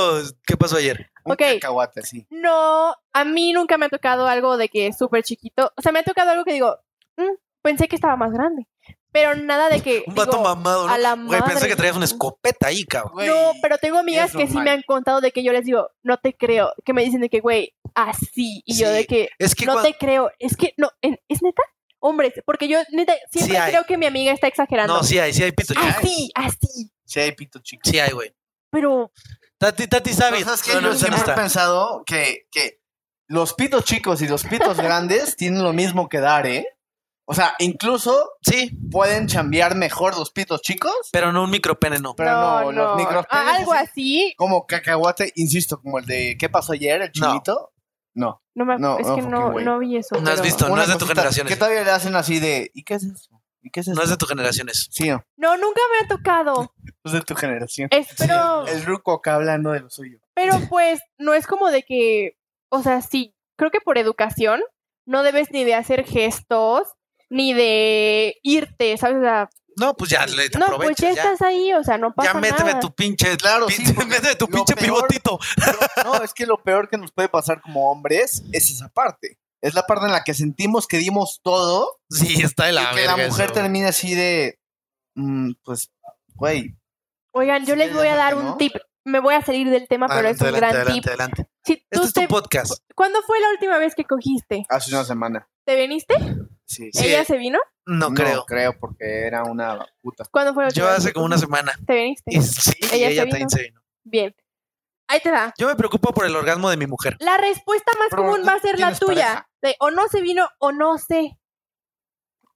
[SPEAKER 1] ¿qué pasó ayer?
[SPEAKER 4] Un
[SPEAKER 3] Ok.
[SPEAKER 4] cacahuate, sí.
[SPEAKER 3] No, a mí nunca me ha tocado algo de que es súper chiquito. O sea, me ha tocado algo que digo, "Mm, pensé que estaba más grande. Pero nada de que.
[SPEAKER 1] Un vato
[SPEAKER 3] digo,
[SPEAKER 1] mamado,
[SPEAKER 3] a la
[SPEAKER 1] ¿no? Güey, pensé
[SPEAKER 3] madre.
[SPEAKER 1] que traías una escopeta ahí, cabrón.
[SPEAKER 2] Güey,
[SPEAKER 3] No, pero tengo amigas
[SPEAKER 2] es
[SPEAKER 3] que sí
[SPEAKER 2] normal.
[SPEAKER 3] me han contado de que yo les digo, no te creo. Que me dicen de que, güey, así. Y yo
[SPEAKER 1] Sí,
[SPEAKER 3] de que,
[SPEAKER 1] Es que
[SPEAKER 3] no
[SPEAKER 1] cuando...
[SPEAKER 3] te creo. Es que, no, en- ¿es neta? Hombre, porque yo neta siempre
[SPEAKER 1] Sí hay.
[SPEAKER 3] creo que mi amiga está exagerando.
[SPEAKER 1] No, sí hay, sí hay pito chico.
[SPEAKER 3] así, así.
[SPEAKER 2] Sí, hay pito chico.
[SPEAKER 1] Sí hay, güey.
[SPEAKER 3] Pero,
[SPEAKER 1] Tati, Tati, ¿sabes?
[SPEAKER 2] Cosas que
[SPEAKER 1] No, no,
[SPEAKER 2] yo
[SPEAKER 1] esa no
[SPEAKER 2] siempre he
[SPEAKER 1] está.
[SPEAKER 2] pensado que, que
[SPEAKER 5] Los pitos chicos y los pitos grandes tienen lo mismo que dar, ¿eh?
[SPEAKER 2] o sea, incluso
[SPEAKER 1] Sí,
[SPEAKER 2] pueden chambear mejor los pitos chicos.
[SPEAKER 1] pero no un micropene, no.
[SPEAKER 5] Pero no,
[SPEAKER 3] no,
[SPEAKER 5] los
[SPEAKER 3] no.
[SPEAKER 5] micros
[SPEAKER 3] Ah, Algo así.
[SPEAKER 5] como cacahuate, insisto, como el de ¿qué pasó ayer? El
[SPEAKER 1] No.
[SPEAKER 5] chinito.
[SPEAKER 3] No me,
[SPEAKER 5] No,
[SPEAKER 3] es
[SPEAKER 5] no,
[SPEAKER 3] que no,
[SPEAKER 5] fucking way.
[SPEAKER 3] no vi eso.
[SPEAKER 1] No has
[SPEAKER 3] pero-
[SPEAKER 1] visto, no
[SPEAKER 5] Una
[SPEAKER 1] es de tu
[SPEAKER 5] cosita
[SPEAKER 1] generación.
[SPEAKER 5] Que
[SPEAKER 1] eso.
[SPEAKER 5] todavía le hacen así de ¿y qué es eso? ¿Y qué es eso?
[SPEAKER 1] No es de tu generación eso.
[SPEAKER 5] Sí, no,
[SPEAKER 3] No, nunca me ha tocado.
[SPEAKER 5] es de tu generación.
[SPEAKER 3] Espero,
[SPEAKER 5] El ruco acá hablando de lo suyo.
[SPEAKER 3] pero pues no es como de que, o sea, sí, creo que por educación no debes ni de hacer gestos, ni de irte, ¿sabes? O sea,
[SPEAKER 1] No, pues ya le te
[SPEAKER 3] no, pues
[SPEAKER 1] aprovechas.
[SPEAKER 3] ya,
[SPEAKER 1] ya,
[SPEAKER 3] estás ahí, o sea, no
[SPEAKER 1] Ya
[SPEAKER 3] pasa
[SPEAKER 1] méteme
[SPEAKER 3] nada.
[SPEAKER 1] tu pinche.
[SPEAKER 5] Claro, sí,
[SPEAKER 1] pinche-
[SPEAKER 5] porque
[SPEAKER 1] méteme tu
[SPEAKER 5] lo
[SPEAKER 1] pinche
[SPEAKER 5] peor-
[SPEAKER 1] pivotito.
[SPEAKER 5] No, es que lo peor que nos puede pasar como hombres es esa parte. Es la parte en la que sentimos que dimos todo
[SPEAKER 1] Sí, está de la
[SPEAKER 5] y que la
[SPEAKER 1] verga
[SPEAKER 5] mujer
[SPEAKER 1] eso.
[SPEAKER 5] termina así de mm, pues güey,
[SPEAKER 3] Oigan, yo
[SPEAKER 5] Sí,
[SPEAKER 3] les voy a
[SPEAKER 5] ya
[SPEAKER 3] dar
[SPEAKER 5] sé que
[SPEAKER 3] un
[SPEAKER 5] no.
[SPEAKER 3] tip. Me voy a salir del tema,
[SPEAKER 1] Adelante,
[SPEAKER 3] pero es un
[SPEAKER 1] adelante,
[SPEAKER 3] gran
[SPEAKER 1] adelante,
[SPEAKER 3] tip.
[SPEAKER 1] adelante.
[SPEAKER 3] Si tú
[SPEAKER 1] Este es tu
[SPEAKER 3] te-
[SPEAKER 1] podcast.
[SPEAKER 3] ¿Cuándo fue la última vez que cogiste?
[SPEAKER 5] hace una semana.
[SPEAKER 3] ¿Te viniste?
[SPEAKER 5] Sí.
[SPEAKER 1] Sí.
[SPEAKER 3] ¿Ella se vino?
[SPEAKER 1] No, creo.
[SPEAKER 5] creo porque era una puta.
[SPEAKER 3] ¿Cuándo fue la última
[SPEAKER 1] Yo
[SPEAKER 3] vez
[SPEAKER 1] hace
[SPEAKER 3] que
[SPEAKER 1] como una
[SPEAKER 3] cogiste?
[SPEAKER 1] semana.
[SPEAKER 3] ¿Te viniste?
[SPEAKER 1] Y sí, y
[SPEAKER 3] Ella
[SPEAKER 1] ella,
[SPEAKER 3] se
[SPEAKER 1] también
[SPEAKER 3] vino.
[SPEAKER 1] se vino.
[SPEAKER 3] Bien. Ahí te va.
[SPEAKER 1] Yo me preocupo por el orgasmo de mi mujer.
[SPEAKER 3] La respuesta más
[SPEAKER 2] Pero,
[SPEAKER 3] común va a ser la
[SPEAKER 2] ¿tienes
[SPEAKER 3] tuya.
[SPEAKER 2] pareja?
[SPEAKER 3] De, o no se vino o no sé.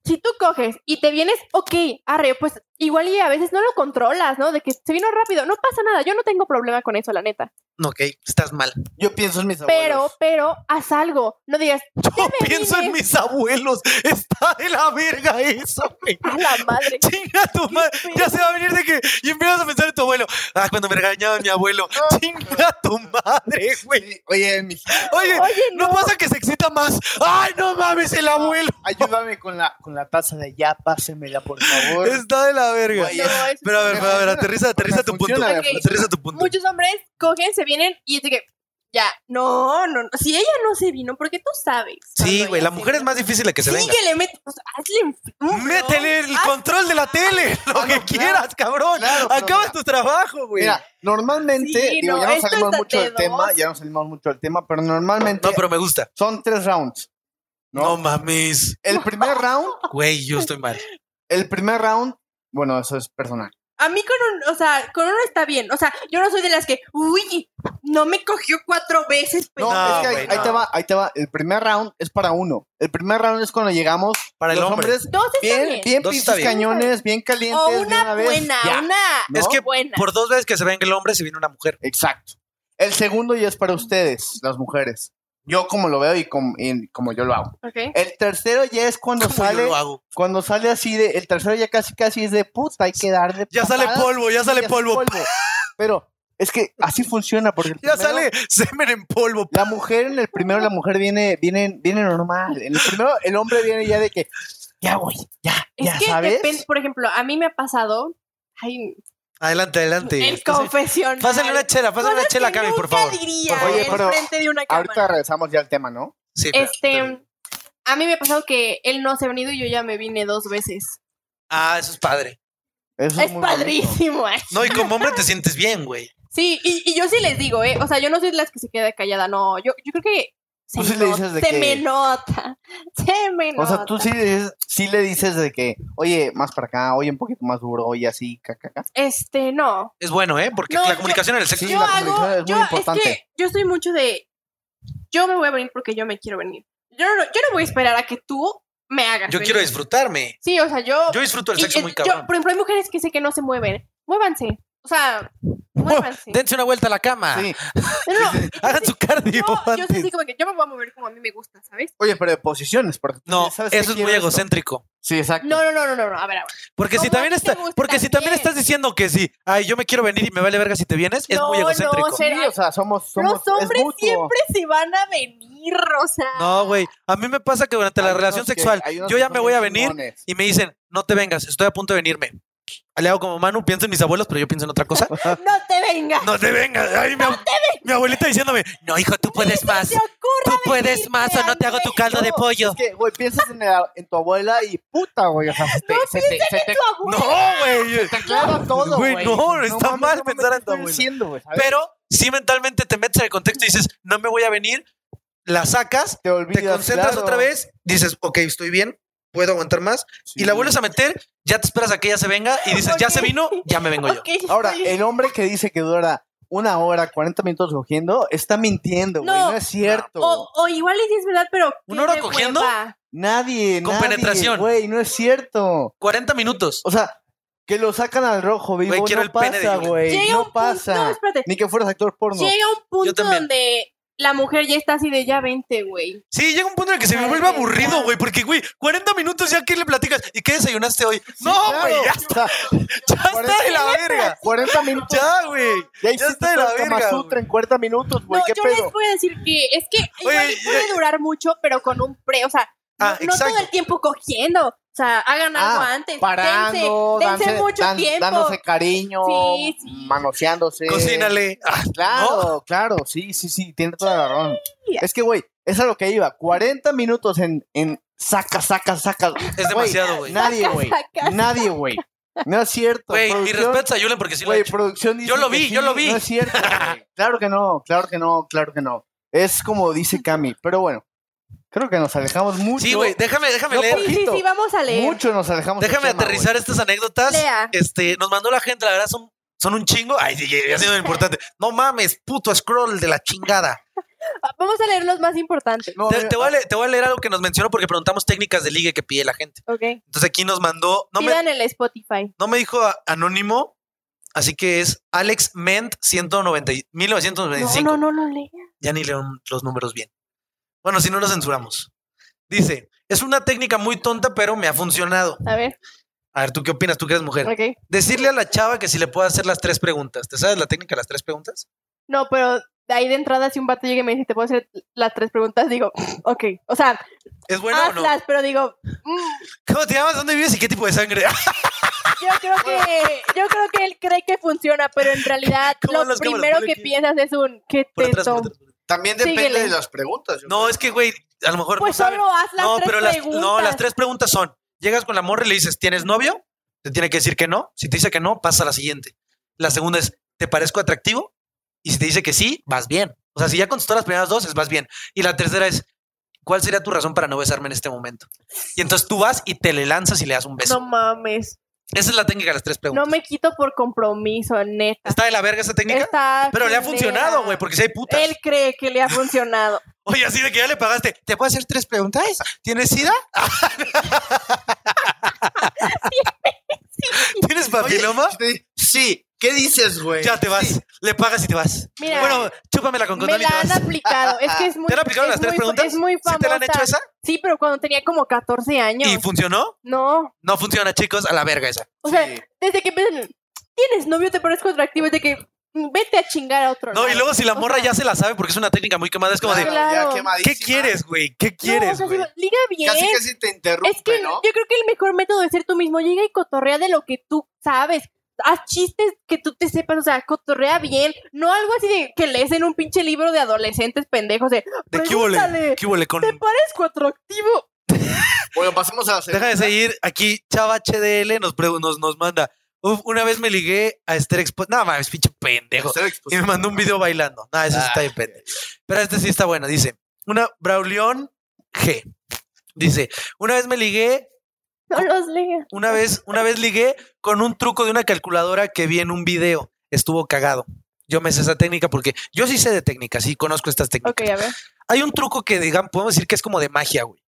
[SPEAKER 3] Si tú coges y te vienes, ok, arre, pues igual y a veces no lo controlas, ¿no? De que se vino rápido, no pasa nada, yo no tengo problema con eso, la neta.
[SPEAKER 1] No, ok, estás mal.
[SPEAKER 2] Yo pienso en mis
[SPEAKER 3] Pero,
[SPEAKER 2] abuelos.
[SPEAKER 3] pero, haz algo, no digas,
[SPEAKER 1] Yo
[SPEAKER 3] me
[SPEAKER 1] pienso en
[SPEAKER 3] vine.
[SPEAKER 1] mis abuelos. Está de la verga eso, güey.
[SPEAKER 3] a la madre.
[SPEAKER 1] Chinga tu madre. Ya se va a venir de que. Y empiezas a pensar en tu abuelo. Ah, cuando me regañaba mi abuelo. Chinga tu madre, güey.
[SPEAKER 6] Sí, Oye, mi
[SPEAKER 1] Oye,
[SPEAKER 3] Oye,
[SPEAKER 1] no pasa que se excita más. ¡Ay, no mames, el abuelo!
[SPEAKER 6] ayúdame con la, con la taza de allá, pásemela, por favor.
[SPEAKER 1] Está de la verga.
[SPEAKER 3] No, es-
[SPEAKER 1] Pero a ver, pero a ver, aterriza, aterriza tu punto.
[SPEAKER 6] Funciona,
[SPEAKER 3] funciona.
[SPEAKER 1] Aterriza tu punto.
[SPEAKER 3] muchos hombres cogen, se vienen y es de que, ya, no, no, no, si ella no se vino, porque tú sabes.
[SPEAKER 1] Sí,
[SPEAKER 3] cuando
[SPEAKER 1] güey,
[SPEAKER 3] ella
[SPEAKER 1] la
[SPEAKER 3] se
[SPEAKER 1] mujer es
[SPEAKER 3] vino.
[SPEAKER 1] más difícil la que se
[SPEAKER 3] Sí,
[SPEAKER 1] venga.
[SPEAKER 3] que le met- o sea, hazle un- un-
[SPEAKER 1] Métele el
[SPEAKER 2] Ah.
[SPEAKER 3] haz-
[SPEAKER 1] control de la tele, lo que quieras, cabrón.
[SPEAKER 2] Claro, pero
[SPEAKER 1] Acabas
[SPEAKER 2] mira,
[SPEAKER 1] tu trabajo, güey.
[SPEAKER 2] Mira, normalmente,
[SPEAKER 3] pues, Sí,
[SPEAKER 2] digo,
[SPEAKER 3] no,
[SPEAKER 2] ya no
[SPEAKER 3] esto
[SPEAKER 2] salimos
[SPEAKER 3] está
[SPEAKER 2] mucho del
[SPEAKER 3] de
[SPEAKER 2] tema,
[SPEAKER 3] dos.
[SPEAKER 2] ya no salimos mucho del tema, pero normalmente
[SPEAKER 1] No, pero me gusta.
[SPEAKER 2] son tres rounds.
[SPEAKER 1] No,
[SPEAKER 2] No.
[SPEAKER 1] mames.
[SPEAKER 2] El primer round,
[SPEAKER 1] Güey, yo estoy mal.
[SPEAKER 2] el primer round, bueno, eso es personal.
[SPEAKER 3] A mí con un, o sea, con uno está bien. O sea, yo no soy de las que, uy, no me cogió cuatro veces.
[SPEAKER 2] No,
[SPEAKER 1] No,
[SPEAKER 2] es que ahí,
[SPEAKER 1] güey,
[SPEAKER 2] ahí
[SPEAKER 1] no.
[SPEAKER 2] te va, ahí te va. El primer round es para uno. El primer round es cuando llegamos
[SPEAKER 1] Para el
[SPEAKER 2] los
[SPEAKER 1] hombre.
[SPEAKER 2] hombres
[SPEAKER 3] Dos está
[SPEAKER 2] bien,
[SPEAKER 3] bien.
[SPEAKER 2] bien,
[SPEAKER 1] Dos
[SPEAKER 2] pinches
[SPEAKER 1] está bien.
[SPEAKER 2] cañones, bien calientes,
[SPEAKER 3] o
[SPEAKER 2] bien
[SPEAKER 3] una
[SPEAKER 2] a veces.
[SPEAKER 3] buena,
[SPEAKER 2] Ya.
[SPEAKER 3] una
[SPEAKER 2] ¿No?
[SPEAKER 1] Es que
[SPEAKER 3] buena.
[SPEAKER 1] por dos veces que se venga el hombre, se viene una mujer.
[SPEAKER 2] Exacto. El segundo ya es para ustedes, las mujeres. Yo como lo veo y como, y como yo lo hago.
[SPEAKER 3] Ok.
[SPEAKER 2] El tercero ya es cuando
[SPEAKER 1] ¿Cómo yo
[SPEAKER 2] sale,
[SPEAKER 1] lo hago?
[SPEAKER 2] cuando sale así de, el tercero ya casi casi es de puta, hay que darle.
[SPEAKER 1] Ya sale
[SPEAKER 2] patadas,
[SPEAKER 1] polvo, ya
[SPEAKER 2] ya
[SPEAKER 1] sale
[SPEAKER 2] sale
[SPEAKER 1] polvo.
[SPEAKER 2] Pero es que así funciona porque el
[SPEAKER 1] Ya
[SPEAKER 2] primero-
[SPEAKER 1] sale semen en polvo.
[SPEAKER 2] La mujer en el primero, la mujer viene, viene, viene normal. En el primero, el hombre viene ya de que ya voy, ya,
[SPEAKER 3] Es
[SPEAKER 2] ya
[SPEAKER 3] que
[SPEAKER 2] sabes.
[SPEAKER 3] depende, por ejemplo, a mí me ha pasado. Ay,
[SPEAKER 1] Adelante, adelante. Este
[SPEAKER 3] el confesional.
[SPEAKER 1] Pásale una chela, pásale una
[SPEAKER 3] Cosas
[SPEAKER 1] chela,
[SPEAKER 3] que
[SPEAKER 1] Cami, por
[SPEAKER 3] este nunca
[SPEAKER 1] favor.
[SPEAKER 3] diría
[SPEAKER 1] Por favor.
[SPEAKER 2] Oye, pero
[SPEAKER 3] enfrente de una cámara.
[SPEAKER 2] Ahorita regresamos ya al tema, ¿no?
[SPEAKER 1] Sí, pero-
[SPEAKER 3] este, a mí me ha pasado que él no se ha venido y yo ya me vine dos veces.
[SPEAKER 1] Ah, eso es padre.
[SPEAKER 2] Eso
[SPEAKER 3] Es
[SPEAKER 2] muy bonito.
[SPEAKER 3] padrísimo. ¿eh? ay.
[SPEAKER 1] No, y como hombre te sientes bien, güey.
[SPEAKER 3] Sí, y, y yo sí les digo, ¿eh? O sea, yo no soy de las que se queda callada, no. Yo, yo creo que se,
[SPEAKER 2] Tú sí
[SPEAKER 3] me
[SPEAKER 2] le
[SPEAKER 3] not-
[SPEAKER 2] dices de
[SPEAKER 3] se
[SPEAKER 2] que-
[SPEAKER 3] me nota. Se me
[SPEAKER 2] O
[SPEAKER 3] nota.
[SPEAKER 2] sea, tú sí, dices- sí le dices de que, oye, más para acá, oye, un poquito más duro, oye, así, caca, caca.
[SPEAKER 3] Este, no.
[SPEAKER 1] Es bueno, ¿eh? Porque
[SPEAKER 3] No,
[SPEAKER 1] la
[SPEAKER 3] yo-
[SPEAKER 1] comunicación en el sexo
[SPEAKER 2] Sí,
[SPEAKER 3] yo
[SPEAKER 2] la
[SPEAKER 3] hago.
[SPEAKER 2] comunicación es muy
[SPEAKER 3] yo, es que
[SPEAKER 2] importante.
[SPEAKER 3] yo soy mucho de. Yo me voy a venir porque yo me quiero venir. Yo no, yo no voy a esperar a que tú me hagas.
[SPEAKER 1] Yo
[SPEAKER 3] venir.
[SPEAKER 1] quiero disfrutarme.
[SPEAKER 3] Sí, o sea, yo.
[SPEAKER 1] Yo disfruto el
[SPEAKER 3] y-
[SPEAKER 1] sexo
[SPEAKER 3] y-
[SPEAKER 1] muy
[SPEAKER 3] yo-
[SPEAKER 1] cabrón.
[SPEAKER 3] por ejemplo, hay mujeres que sé que no se mueven. Muévanse. O sea, muévanse.
[SPEAKER 1] Dense una vuelta a la cama.
[SPEAKER 2] Sí.
[SPEAKER 3] No, no, no,
[SPEAKER 1] Hagan su cardio
[SPEAKER 3] yo, yo soy
[SPEAKER 1] antes.
[SPEAKER 3] así como que yo me voy a mover como a mí me gusta, ¿sabes?
[SPEAKER 2] Oye, pero de posiciones, porque tú
[SPEAKER 1] No,
[SPEAKER 2] dices, ¿sabes qué
[SPEAKER 1] eso es muy
[SPEAKER 2] quiero esto?
[SPEAKER 1] egocéntrico.
[SPEAKER 2] Sí, exacto.
[SPEAKER 3] No, no, no, no, no, no. A ver, a ver.
[SPEAKER 1] Porque si
[SPEAKER 3] ¿Cómo
[SPEAKER 1] también
[SPEAKER 3] te
[SPEAKER 1] está,
[SPEAKER 3] gusta
[SPEAKER 1] porque si también
[SPEAKER 3] bien?
[SPEAKER 1] estás diciendo que sí, ay, yo me quiero venir y me vale verga si te vienes, es muy
[SPEAKER 3] No, no,
[SPEAKER 1] egocéntrico.
[SPEAKER 3] se-
[SPEAKER 2] Sí, o sea, somos, somos
[SPEAKER 3] Los hombres
[SPEAKER 2] es mutuo.
[SPEAKER 3] siempre se van a venir, o sea.
[SPEAKER 1] No, güey, a mí me pasa que durante la
[SPEAKER 2] Hay
[SPEAKER 1] relación
[SPEAKER 2] unos que-
[SPEAKER 1] sexual,
[SPEAKER 2] hay unos
[SPEAKER 1] yo
[SPEAKER 2] que
[SPEAKER 1] ya
[SPEAKER 2] son
[SPEAKER 1] me voy a
[SPEAKER 2] bien
[SPEAKER 1] venir
[SPEAKER 2] chingones.
[SPEAKER 1] y me dicen, no te vengas, estoy a punto de venirme. Le hago como Manu, pienso en mis abuelos, pero yo pienso en otra cosa.
[SPEAKER 3] No te vengas.
[SPEAKER 1] No te vengas, ay, mi, ab- mi abuelita diciéndome, no, hijo, tú puedes más,
[SPEAKER 3] Se ocurre
[SPEAKER 1] tú puedes
[SPEAKER 3] venirte
[SPEAKER 1] más o no te hago tu caldo de
[SPEAKER 2] No,
[SPEAKER 1] pollo.
[SPEAKER 2] Es que, güey, piensas en, la- en tu abuela y puta, güey. O sea, se te, se te, se te
[SPEAKER 3] tu abuelo.
[SPEAKER 1] No, güey.
[SPEAKER 2] te clava todo,
[SPEAKER 1] Güey,
[SPEAKER 2] güey.
[SPEAKER 1] no, está mal pensar en tu
[SPEAKER 2] ¿qué estoy
[SPEAKER 1] abuela.
[SPEAKER 2] diciendo, güey? ¿Sabes?
[SPEAKER 1] Pero si mentalmente te metes en el contexto y dices, no me voy a venir, la sacas,
[SPEAKER 2] te olvidas.
[SPEAKER 1] te concentras
[SPEAKER 2] claro.
[SPEAKER 1] otra vez, dices, ok, estoy bien, puedo aguantar más,
[SPEAKER 2] Sí.
[SPEAKER 1] y la vuelves a meter, ya te esperas a que ella se venga y dices, ya
[SPEAKER 3] Ok.
[SPEAKER 1] se vino, ya me vengo yo.
[SPEAKER 3] Ok, ya
[SPEAKER 2] Ahora,
[SPEAKER 3] estoy-
[SPEAKER 2] el hombre que dice que dura una hora, 40 minutos cogiendo, está mintiendo, güey.
[SPEAKER 3] No.
[SPEAKER 2] No, es cierto.
[SPEAKER 3] O, o igual y sí es verdad, pero. qué
[SPEAKER 1] ¿Una hora
[SPEAKER 3] de
[SPEAKER 1] cogiendo?
[SPEAKER 3] hueva.
[SPEAKER 2] Nadie,
[SPEAKER 1] Con
[SPEAKER 2] nadie,
[SPEAKER 1] penetración.
[SPEAKER 2] Güey, no es cierto.
[SPEAKER 1] 40 minutos.
[SPEAKER 2] O sea, que lo sacan al rojo vivo
[SPEAKER 1] Güey, quiero el
[SPEAKER 2] no
[SPEAKER 1] pene de
[SPEAKER 2] pasa,
[SPEAKER 1] Yuri.
[SPEAKER 2] güey.
[SPEAKER 3] Llega
[SPEAKER 2] No
[SPEAKER 3] un
[SPEAKER 2] pasa.
[SPEAKER 3] punto. No, espérate.
[SPEAKER 2] Ni que fueras actor porno.
[SPEAKER 3] Llega un punto
[SPEAKER 1] también.
[SPEAKER 3] donde la mujer ya está así de ya vente, güey.
[SPEAKER 1] Sí, llega un punto en el que se me
[SPEAKER 3] Ay,
[SPEAKER 1] vuelve
[SPEAKER 3] ya.
[SPEAKER 1] aburrido, güey, porque, güey, 40 minutos ya que le platicas, ¿y qué desayunaste hoy? no,
[SPEAKER 2] claro.
[SPEAKER 1] güey, ya,
[SPEAKER 2] O sea,
[SPEAKER 1] ya está de la verga.
[SPEAKER 2] 40 minutos.
[SPEAKER 1] Ya, güey.
[SPEAKER 2] Ya,
[SPEAKER 1] Ya
[SPEAKER 2] hiciste
[SPEAKER 1] está de la
[SPEAKER 2] todo el Kama
[SPEAKER 1] verga,
[SPEAKER 2] Sutra
[SPEAKER 1] güey.
[SPEAKER 2] en 40 minutos, güey.
[SPEAKER 3] no,
[SPEAKER 2] ¿Qué
[SPEAKER 3] yo
[SPEAKER 2] pedo?
[SPEAKER 3] les voy a decir que es que igual
[SPEAKER 1] Oye,
[SPEAKER 3] puede
[SPEAKER 1] eh,
[SPEAKER 3] durar mucho, pero con un pre, o sea,
[SPEAKER 1] Ah,
[SPEAKER 3] no, no todo
[SPEAKER 1] exacto.
[SPEAKER 3] el tiempo cogiendo. O sea, hagan algo
[SPEAKER 2] Ah,
[SPEAKER 3] antes.
[SPEAKER 2] Parando,
[SPEAKER 3] dense, dense
[SPEAKER 2] dándose-
[SPEAKER 3] mucho
[SPEAKER 2] dan-
[SPEAKER 3] tiempo.
[SPEAKER 2] dándose cariño,
[SPEAKER 3] Sí, sí.
[SPEAKER 2] manoseándose.
[SPEAKER 1] Cocínale. Ah,
[SPEAKER 2] Claro, claro, sí, sí, sí, tiene toda la razón.
[SPEAKER 3] Sí.
[SPEAKER 2] Es que, güey, es a lo que iba. 40 minutos en, en saca, saca, saca.
[SPEAKER 1] es
[SPEAKER 2] Güey,
[SPEAKER 1] demasiado, güey.
[SPEAKER 2] Nadie, güey.
[SPEAKER 3] saca.
[SPEAKER 2] Nadie, güey. No es cierto.
[SPEAKER 1] Güey, mi
[SPEAKER 2] Producción-
[SPEAKER 1] respeto a Yulen porque sí lo he
[SPEAKER 2] Güey,
[SPEAKER 1] hecho.
[SPEAKER 2] producción dice
[SPEAKER 1] Yo lo
[SPEAKER 2] que
[SPEAKER 1] vi, yo
[SPEAKER 2] sí,
[SPEAKER 1] lo vi.
[SPEAKER 2] No es cierto. güey. claro que no, claro que no, claro que no. Es como dice Cami, pero bueno, creo que nos alejamos mucho.
[SPEAKER 1] Sí, güey, déjame, déjame
[SPEAKER 2] No,
[SPEAKER 1] leer.
[SPEAKER 3] Sí, sí, sí, vamos a leer.
[SPEAKER 2] Mucho nos alejamos. del
[SPEAKER 1] Déjame
[SPEAKER 2] tema,
[SPEAKER 1] aterrizar estas anécdotas.
[SPEAKER 3] Lea.
[SPEAKER 1] Este, nos mandó la gente, la verdad son Son un chingo. Ay, sí, ya ha sido importante. No mames, puto scroll de la chingada.
[SPEAKER 3] Ah, Vamos a leer los más importantes.
[SPEAKER 5] No,
[SPEAKER 1] Te,
[SPEAKER 2] eh,
[SPEAKER 5] mira,
[SPEAKER 1] te voy a leer, te voy a leer algo que nos mencionó porque preguntamos técnicas de ligue que pide la gente.
[SPEAKER 3] Ok.
[SPEAKER 1] Entonces aquí nos mandó. No me,
[SPEAKER 3] Pidan el Spotify.
[SPEAKER 1] no me dijo a- anónimo, así que es Alex Ment 190, y- 1995.
[SPEAKER 3] No, no, no lo lean.
[SPEAKER 1] Ya ni leo los números bien. Bueno, si no lo censuramos. Dice, es una técnica muy tonta, pero me ha funcionado.
[SPEAKER 3] A ver,
[SPEAKER 1] A ver, ¿tú qué opinas? Tú que eres mujer.
[SPEAKER 3] ok.
[SPEAKER 1] Decirle a la chava que si le puedo hacer las tres preguntas. ¿Te sabes la técnica de las tres preguntas?
[SPEAKER 3] No, pero de ahí de entrada, si un vato llega y me dice, te puedo hacer las tres preguntas, digo, ok. O sea,
[SPEAKER 1] ¿Es bueno o no?
[SPEAKER 3] hazlas, pero digo, mm,
[SPEAKER 1] ¿Cómo te llamas? ¿Dónde vives y qué tipo de sangre?
[SPEAKER 3] yo creo que yo creo que él cree que funciona, pero en realidad
[SPEAKER 1] ¿Cómo
[SPEAKER 3] lo
[SPEAKER 1] las cámaras?
[SPEAKER 3] primero
[SPEAKER 1] Ponle
[SPEAKER 3] que
[SPEAKER 1] aquí.
[SPEAKER 3] piensas es un, ¿qué
[SPEAKER 1] Por atrás,
[SPEAKER 3] teto?
[SPEAKER 1] por atrás.
[SPEAKER 5] También depende
[SPEAKER 3] Síguele.
[SPEAKER 5] de las preguntas. yo
[SPEAKER 1] No, es que, güey, a lo mejor
[SPEAKER 3] Pues
[SPEAKER 1] no saben.
[SPEAKER 3] solo haz las
[SPEAKER 1] no,
[SPEAKER 3] tres
[SPEAKER 1] pero las,
[SPEAKER 3] preguntas.
[SPEAKER 1] no, las tres preguntas son: llegas con la morra y le dices, ¿tienes novio? Te tiene que decir que no. Si te dice que no, pasa a la siguiente. La segunda es, ¿te parezco atractivo? Y si te dice que sí, vas bien. O sea, si ya contestó las primeras dos, es vas bien. Y la tercera es, ¿cuál sería tu razón para no besarme en este momento? Y entonces tú vas y te le lanzas y le das un beso.
[SPEAKER 3] No mames.
[SPEAKER 1] Esa es la técnica de las tres preguntas.
[SPEAKER 3] No me quito por compromiso, neta.
[SPEAKER 1] Está de la verga esa técnica,
[SPEAKER 3] Está
[SPEAKER 1] pero le ha
[SPEAKER 3] culera.
[SPEAKER 1] funcionado, güey, porque si hay putas.
[SPEAKER 3] Él cree que le ha funcionado.
[SPEAKER 1] Oye, así de que ya le pagaste. ¿Te puedo hacer tres preguntas? ¿Tienes sida? ¿Tienes
[SPEAKER 5] creo. Oye,
[SPEAKER 1] papiloma?
[SPEAKER 5] yo te dije, Sí. ¿Qué dices, güey?
[SPEAKER 1] ya te vas. Le pagas y te vas.
[SPEAKER 3] Mira.
[SPEAKER 1] Bueno, chúpamela con
[SPEAKER 3] Me
[SPEAKER 1] condón y te
[SPEAKER 3] la han
[SPEAKER 1] vas.
[SPEAKER 3] aplicado. Es que es muy
[SPEAKER 1] ¿Te han aplicado
[SPEAKER 3] es
[SPEAKER 1] las tres
[SPEAKER 3] muy-
[SPEAKER 1] preguntas?
[SPEAKER 3] Es muy
[SPEAKER 1] ¿Sí
[SPEAKER 3] famosa.
[SPEAKER 1] te la han hecho esa?
[SPEAKER 3] Sí, pero cuando tenía como 14 años.
[SPEAKER 1] ¿Y funcionó?
[SPEAKER 3] No.
[SPEAKER 1] No funciona, chicos. A la verga esa.
[SPEAKER 3] O sea,
[SPEAKER 5] Sí.
[SPEAKER 3] desde que empiezan, tienes novio, te parezco atractivo, es de que mm, vete a chingar a otro.
[SPEAKER 1] No, y
[SPEAKER 3] lado".
[SPEAKER 1] luego si la
[SPEAKER 3] O
[SPEAKER 1] morra
[SPEAKER 3] sea,
[SPEAKER 1] ya se la sabe porque es una técnica muy quemada, es como de...
[SPEAKER 5] Claro, ya
[SPEAKER 3] Claro.
[SPEAKER 5] quemadísima.
[SPEAKER 1] ¿Qué quieres, güey? ¿Qué
[SPEAKER 3] no, o
[SPEAKER 1] quieres,
[SPEAKER 3] sea,
[SPEAKER 1] güey?
[SPEAKER 3] digo, liga bien.
[SPEAKER 5] Casi casi te interrumpe,
[SPEAKER 3] es que
[SPEAKER 5] ¿no?
[SPEAKER 3] yo creo que el mejor método de ser tú mismo, llega y cotorrea de lo que tú sabes. Haz chistes que tú te sepas, o sea, cotorrea bien. No algo así de que lees en un pinche libro de adolescentes pendejos de,
[SPEAKER 1] ¿De qué huele?
[SPEAKER 3] pregúntale,
[SPEAKER 1] ¿Qué huele con...?
[SPEAKER 3] ¿Te parezco atractivo?
[SPEAKER 5] Bueno, pasemos a la
[SPEAKER 1] Deja
[SPEAKER 5] segunda.
[SPEAKER 1] de seguir. Aquí Chava HDL nos, pregun- nos, nos manda. Uf, una vez me ligué a Esther Expo. No mames, pinche pendejo.
[SPEAKER 5] Ser
[SPEAKER 2] pues
[SPEAKER 1] Y
[SPEAKER 5] expuesto.
[SPEAKER 1] me mandó un video bailando. No, eso sí está bien pendejo. Pero este sí está bueno. Dice: Una Braulión G. Dice: Una vez me ligué.
[SPEAKER 3] No los leas.
[SPEAKER 1] Una vez, una vez ligué con un truco de una calculadora que vi en un video. Estuvo cagado. Yo me sé esa técnica porque yo sí sé de técnicas sí conozco estas técnicas.
[SPEAKER 3] Ok, a ver.
[SPEAKER 1] Hay un truco que digan, podemos decir que es como de magia, güey.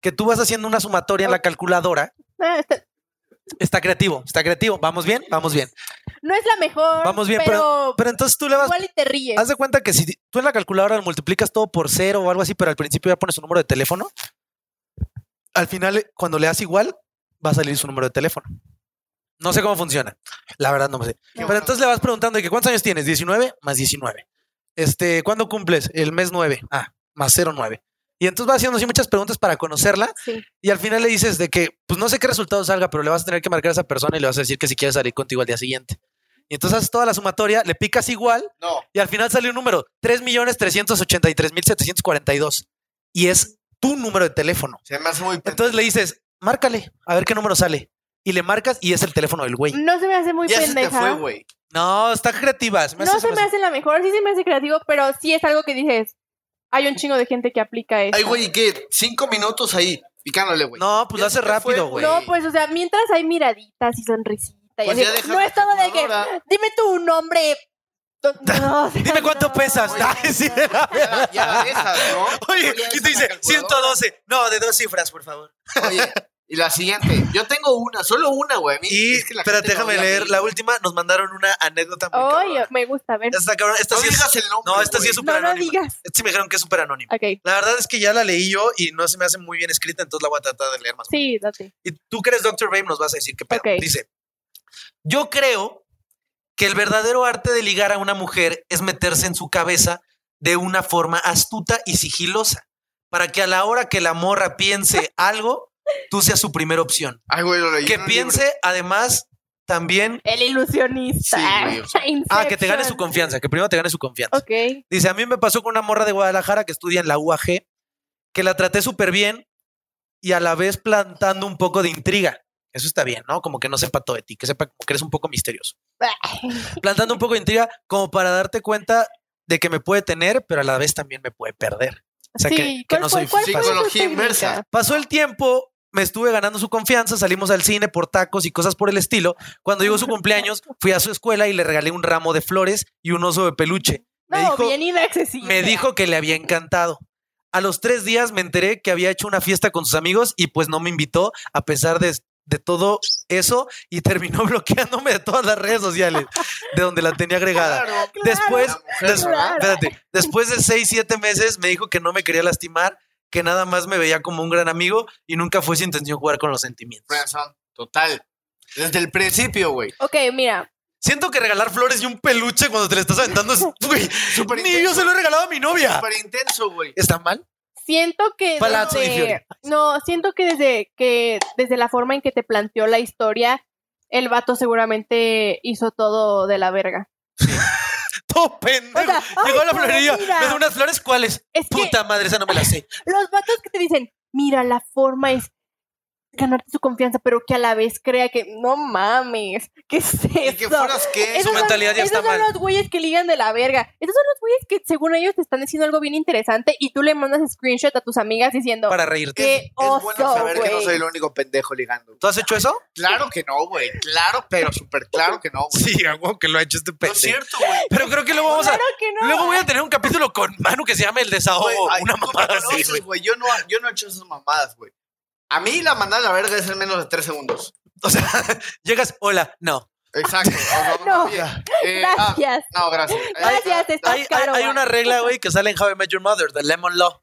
[SPEAKER 1] Que tú vas haciendo una sumatoria en la calculadora
[SPEAKER 3] Ah, está-
[SPEAKER 1] Está creativo, está creativo. Vamos bien, vamos bien.
[SPEAKER 3] No es la mejor.
[SPEAKER 1] Vamos bien,
[SPEAKER 3] pero,
[SPEAKER 1] Pero entonces tú le vas.
[SPEAKER 3] igual y te ríes.
[SPEAKER 1] Haz de cuenta que si tú en la calculadora lo multiplicas todo por cero o algo así, pero al principio ya pones su número de teléfono, al final, eh, cuando le das igual, va a salir su número de teléfono. No sé cómo funciona. La verdad, no me sé. Pero entonces le vas preguntando de que cuántos años tienes, 19 más 19. Este, ¿cuándo cumples? El mes 9. Ah, más 09. Y entonces vas haciendo así muchas preguntas para conocerla
[SPEAKER 3] Sí.
[SPEAKER 1] y al final le dices de que, pues no sé qué resultado salga, pero le vas a tener que marcar a esa persona y le vas a decir que si quiere salir contigo al día siguiente. Y entonces haces toda la sumatoria, le picas igual
[SPEAKER 5] No,
[SPEAKER 1] y al final sale un número, 3.383.742. Y es tu número de teléfono.
[SPEAKER 5] se me hace muy pendejo.
[SPEAKER 1] Entonces le dices, márcale, a ver qué número sale. Y le marcas y es el teléfono del
[SPEAKER 5] Mm.
[SPEAKER 1] güey.
[SPEAKER 3] No se me hace muy
[SPEAKER 5] Ya se te
[SPEAKER 3] pendeja.
[SPEAKER 5] fue, güey.
[SPEAKER 1] No, está creativa. se me hace-
[SPEAKER 3] no
[SPEAKER 1] se
[SPEAKER 3] se
[SPEAKER 1] me
[SPEAKER 3] me
[SPEAKER 1] hace-
[SPEAKER 3] hace la mejor, sí se me hace creativo, pero sí es algo que dices. Hay un chingo de gente que aplica eso.
[SPEAKER 5] Ay, güey, ¿y ¿qué? Cinco minutos ahí, picándole, güey.
[SPEAKER 1] No, pues
[SPEAKER 5] Ya
[SPEAKER 1] lo hace
[SPEAKER 5] se te fue,
[SPEAKER 1] rápido,
[SPEAKER 5] güey.
[SPEAKER 1] güey.
[SPEAKER 3] no, pues, o sea, mientras hay miraditas y sonrisitas. y
[SPEAKER 5] Pues
[SPEAKER 3] así,
[SPEAKER 5] ya deja
[SPEAKER 3] no
[SPEAKER 5] la
[SPEAKER 3] es todo de que,
[SPEAKER 5] calculadora.
[SPEAKER 3] dime tu nombre. No, no, o sea,
[SPEAKER 1] Dime cuánto
[SPEAKER 3] no,
[SPEAKER 1] pesas.
[SPEAKER 3] no,
[SPEAKER 1] Ay, sí,
[SPEAKER 3] no.
[SPEAKER 5] Ya
[SPEAKER 1] la
[SPEAKER 5] la-
[SPEAKER 1] verdad.
[SPEAKER 5] ya la dejas, ¿no?
[SPEAKER 1] Oye,
[SPEAKER 5] Ya la
[SPEAKER 1] y
[SPEAKER 5] dejas
[SPEAKER 1] te
[SPEAKER 5] en la
[SPEAKER 1] dice
[SPEAKER 5] calculadora.
[SPEAKER 1] 112. No, de dos cifras, por favor.
[SPEAKER 5] Oye, y la siguiente. Yo tengo una, solo una, güey. A mí-
[SPEAKER 1] Y,
[SPEAKER 5] es que la
[SPEAKER 1] espérate,
[SPEAKER 5] gente no
[SPEAKER 1] déjame
[SPEAKER 5] ve a
[SPEAKER 1] leer.
[SPEAKER 5] mí,
[SPEAKER 1] La
[SPEAKER 5] güey.
[SPEAKER 1] última nos mandaron una anécdota muy
[SPEAKER 3] Ay,
[SPEAKER 1] cabrona.
[SPEAKER 3] me gusta, a ver.
[SPEAKER 1] Esta, cabrona- esta
[SPEAKER 5] No
[SPEAKER 1] sí es,
[SPEAKER 5] digas el nombre.
[SPEAKER 1] no, esta sí
[SPEAKER 5] güey.
[SPEAKER 1] es súper
[SPEAKER 3] No, no
[SPEAKER 1] anónima.
[SPEAKER 3] digas.
[SPEAKER 1] Esta sí me dijeron que es súper anónima.
[SPEAKER 3] Ok,
[SPEAKER 1] La verdad es que ya la leí yo y no se me hace muy bien escrita, entonces la voy a tratar de leer más.
[SPEAKER 3] sí, date.
[SPEAKER 1] Y tú que eres Dr. Babe nos vas a decir qué pedo.
[SPEAKER 3] Ok.
[SPEAKER 1] Dice, yo creo que el verdadero arte de ligar a una mujer es meterse en su cabeza de una forma astuta y sigilosa, para que a la hora que la morra piense algo, tú seas su primera opción.
[SPEAKER 5] Ay, güey, lo leí.
[SPEAKER 1] Que
[SPEAKER 5] en un libro.
[SPEAKER 1] piense además también...
[SPEAKER 3] El ilusionista.
[SPEAKER 5] Sí, güey, o sea.
[SPEAKER 1] Ah, que te gane su
[SPEAKER 3] Inception.
[SPEAKER 1] confianza, que primero te gane su confianza.
[SPEAKER 3] Ok.
[SPEAKER 1] Dice, a mí me pasó con una morra de Guadalajara que estudia en la UAG, que la traté súper bien y a la vez plantando un poco de intriga. Eso está bien, ¿no? Como que no sepa todo de ti, que sepa como que eres un poco misterioso. Plantando un poco de intriga como para darte cuenta de que me puede tener, pero a la vez también me puede perder. O sea, que-
[SPEAKER 3] sí,
[SPEAKER 1] que
[SPEAKER 3] ¿cuál
[SPEAKER 1] no
[SPEAKER 3] fue-
[SPEAKER 1] soy
[SPEAKER 3] cuál fue su
[SPEAKER 5] Psicología
[SPEAKER 3] técnica?
[SPEAKER 5] inversa.
[SPEAKER 1] Pasó el tiempo me estuve ganando su confianza, salimos al cine por tacos y cosas por el estilo. Cuando llegó su cumpleaños, fui a su escuela y le regalé un ramo de flores y un oso de peluche. Me
[SPEAKER 3] No,
[SPEAKER 1] dijo-
[SPEAKER 3] bien inaccesible.
[SPEAKER 1] Me dijo que le había encantado. A los tres días me enteré que había hecho una fiesta con sus amigos y pues no me invitó a pesar de, de todo eso y terminó bloqueándome de todas las redes sociales de donde la tenía agregada. Después, des-
[SPEAKER 3] claro.
[SPEAKER 1] espérate, después de seis, siete meses me dijo que no me quería lastimar, que nada más me veía como un gran amigo y nunca fue su intención jugar con los sentimientos.
[SPEAKER 2] Friendzone, Total. Desde el principio, güey.
[SPEAKER 3] Ok, mira.
[SPEAKER 1] Siento que regalar flores y un peluche cuando te le estás aventando es... Güey,
[SPEAKER 2] Súper
[SPEAKER 1] ni yo se lo he regalado a mi novia.
[SPEAKER 2] Súper intenso, güey.
[SPEAKER 1] ¿Está mal?
[SPEAKER 3] Siento que
[SPEAKER 1] Palazzo y Fiore.
[SPEAKER 3] desde, no, siento que desde que desde la forma en que te planteó la historia, el vato seguramente hizo todo de la verga.
[SPEAKER 1] Todo pendejo.
[SPEAKER 3] O sea, ay,
[SPEAKER 1] Llegó a la
[SPEAKER 3] pero
[SPEAKER 1] florería.
[SPEAKER 3] mira.
[SPEAKER 1] ¿Me da unas flores cuáles?
[SPEAKER 3] Es que
[SPEAKER 1] Puta madre, esa no me la sé.
[SPEAKER 3] los vatos que te dicen, mira, la forma es ganarte su confianza, pero que a la vez crea que no mames, ¿qué es
[SPEAKER 2] Y que
[SPEAKER 3] eso?
[SPEAKER 2] fueras que.
[SPEAKER 3] Esos
[SPEAKER 1] su
[SPEAKER 3] son-
[SPEAKER 1] mentalidad ya
[SPEAKER 3] esos
[SPEAKER 1] está mal.
[SPEAKER 3] son los güeyes que ligan de la verga. Esos son los güeyes que según ellos te están diciendo algo bien interesante y tú le mandas screenshot a tus amigas diciendo,
[SPEAKER 1] Para reírte.
[SPEAKER 3] qué oso,
[SPEAKER 2] es bueno saber que no
[SPEAKER 3] güey".
[SPEAKER 2] soy el único pendejo ligando.
[SPEAKER 1] ¿Tú has hecho eso?
[SPEAKER 2] Claro que no, güey. Claro, pero súper claro que no, güey.
[SPEAKER 1] Sí, algo que lo ha hecho este
[SPEAKER 2] No es cierto, güey.
[SPEAKER 1] Pero creo que luego vamos a...
[SPEAKER 3] Claro que no.
[SPEAKER 1] Luego voy a tener un capítulo con Manu que se llama El Desahogo.
[SPEAKER 2] Güey, ay,
[SPEAKER 1] Oh, una
[SPEAKER 2] tú me
[SPEAKER 1] mamada así,
[SPEAKER 2] conoces,
[SPEAKER 1] güey.
[SPEAKER 2] güey. Yo no, yo no he hecho esas mamadas, güey. A mí la mandada a la verga es en menos de tres segundos.
[SPEAKER 1] O sea, llegas, hola, no.
[SPEAKER 2] Exacto. O sea,
[SPEAKER 3] No.
[SPEAKER 2] oye, eh, ah,
[SPEAKER 3] Gracias.
[SPEAKER 2] no, gracias. Eh,
[SPEAKER 3] Gracias, te estás
[SPEAKER 1] Hay, hay-
[SPEAKER 3] caro.
[SPEAKER 1] hay
[SPEAKER 3] güey.
[SPEAKER 1] una regla, güey, que sale en How I Met Your Mother, de Lemon Law.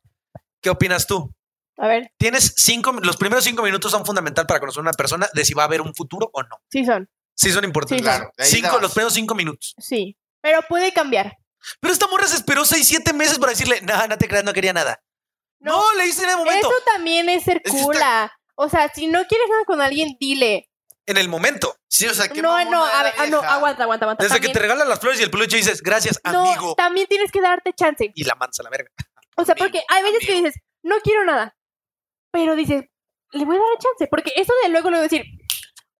[SPEAKER 1] ¿Qué opinas tú?
[SPEAKER 3] A ver,
[SPEAKER 1] Tienes cinco, los primeros cinco minutos son fundamental para conocer a una persona de si va a haber un futuro o no.
[SPEAKER 3] sí son,
[SPEAKER 1] Sí son importantes.
[SPEAKER 3] Sí, claro.
[SPEAKER 2] Claro. ahí
[SPEAKER 1] Cinco,
[SPEAKER 2] nada
[SPEAKER 1] los
[SPEAKER 2] más.
[SPEAKER 1] primeros cinco minutos.
[SPEAKER 3] sí. Pero puede cambiar.
[SPEAKER 1] Pero esta morra se esperó seis, siete meses para decirle, no, no te creas, no quería nada. No,
[SPEAKER 3] No,
[SPEAKER 1] le hice en el momento.
[SPEAKER 3] Eso también es ser
[SPEAKER 2] Es que
[SPEAKER 3] cula. O sea, si no quieres nada con alguien, dile.
[SPEAKER 1] En el momento.
[SPEAKER 2] Sí, o sea, qué
[SPEAKER 3] No,
[SPEAKER 2] mamona
[SPEAKER 3] no, a
[SPEAKER 2] la
[SPEAKER 3] ver, ah, no,
[SPEAKER 2] vieja.
[SPEAKER 3] aguanta, aguanta, aguanta.
[SPEAKER 1] Desde que
[SPEAKER 3] También-
[SPEAKER 1] te regalan las flores y el peluche dices, gracias,
[SPEAKER 3] no,
[SPEAKER 1] amigo.
[SPEAKER 3] también tienes que darte chance.
[SPEAKER 1] Y la mansa, la verga.
[SPEAKER 3] O sea, porque hay veces que dices, no quiero nada. Pero dices, le voy a dar chance. Porque eso de luego luego decir,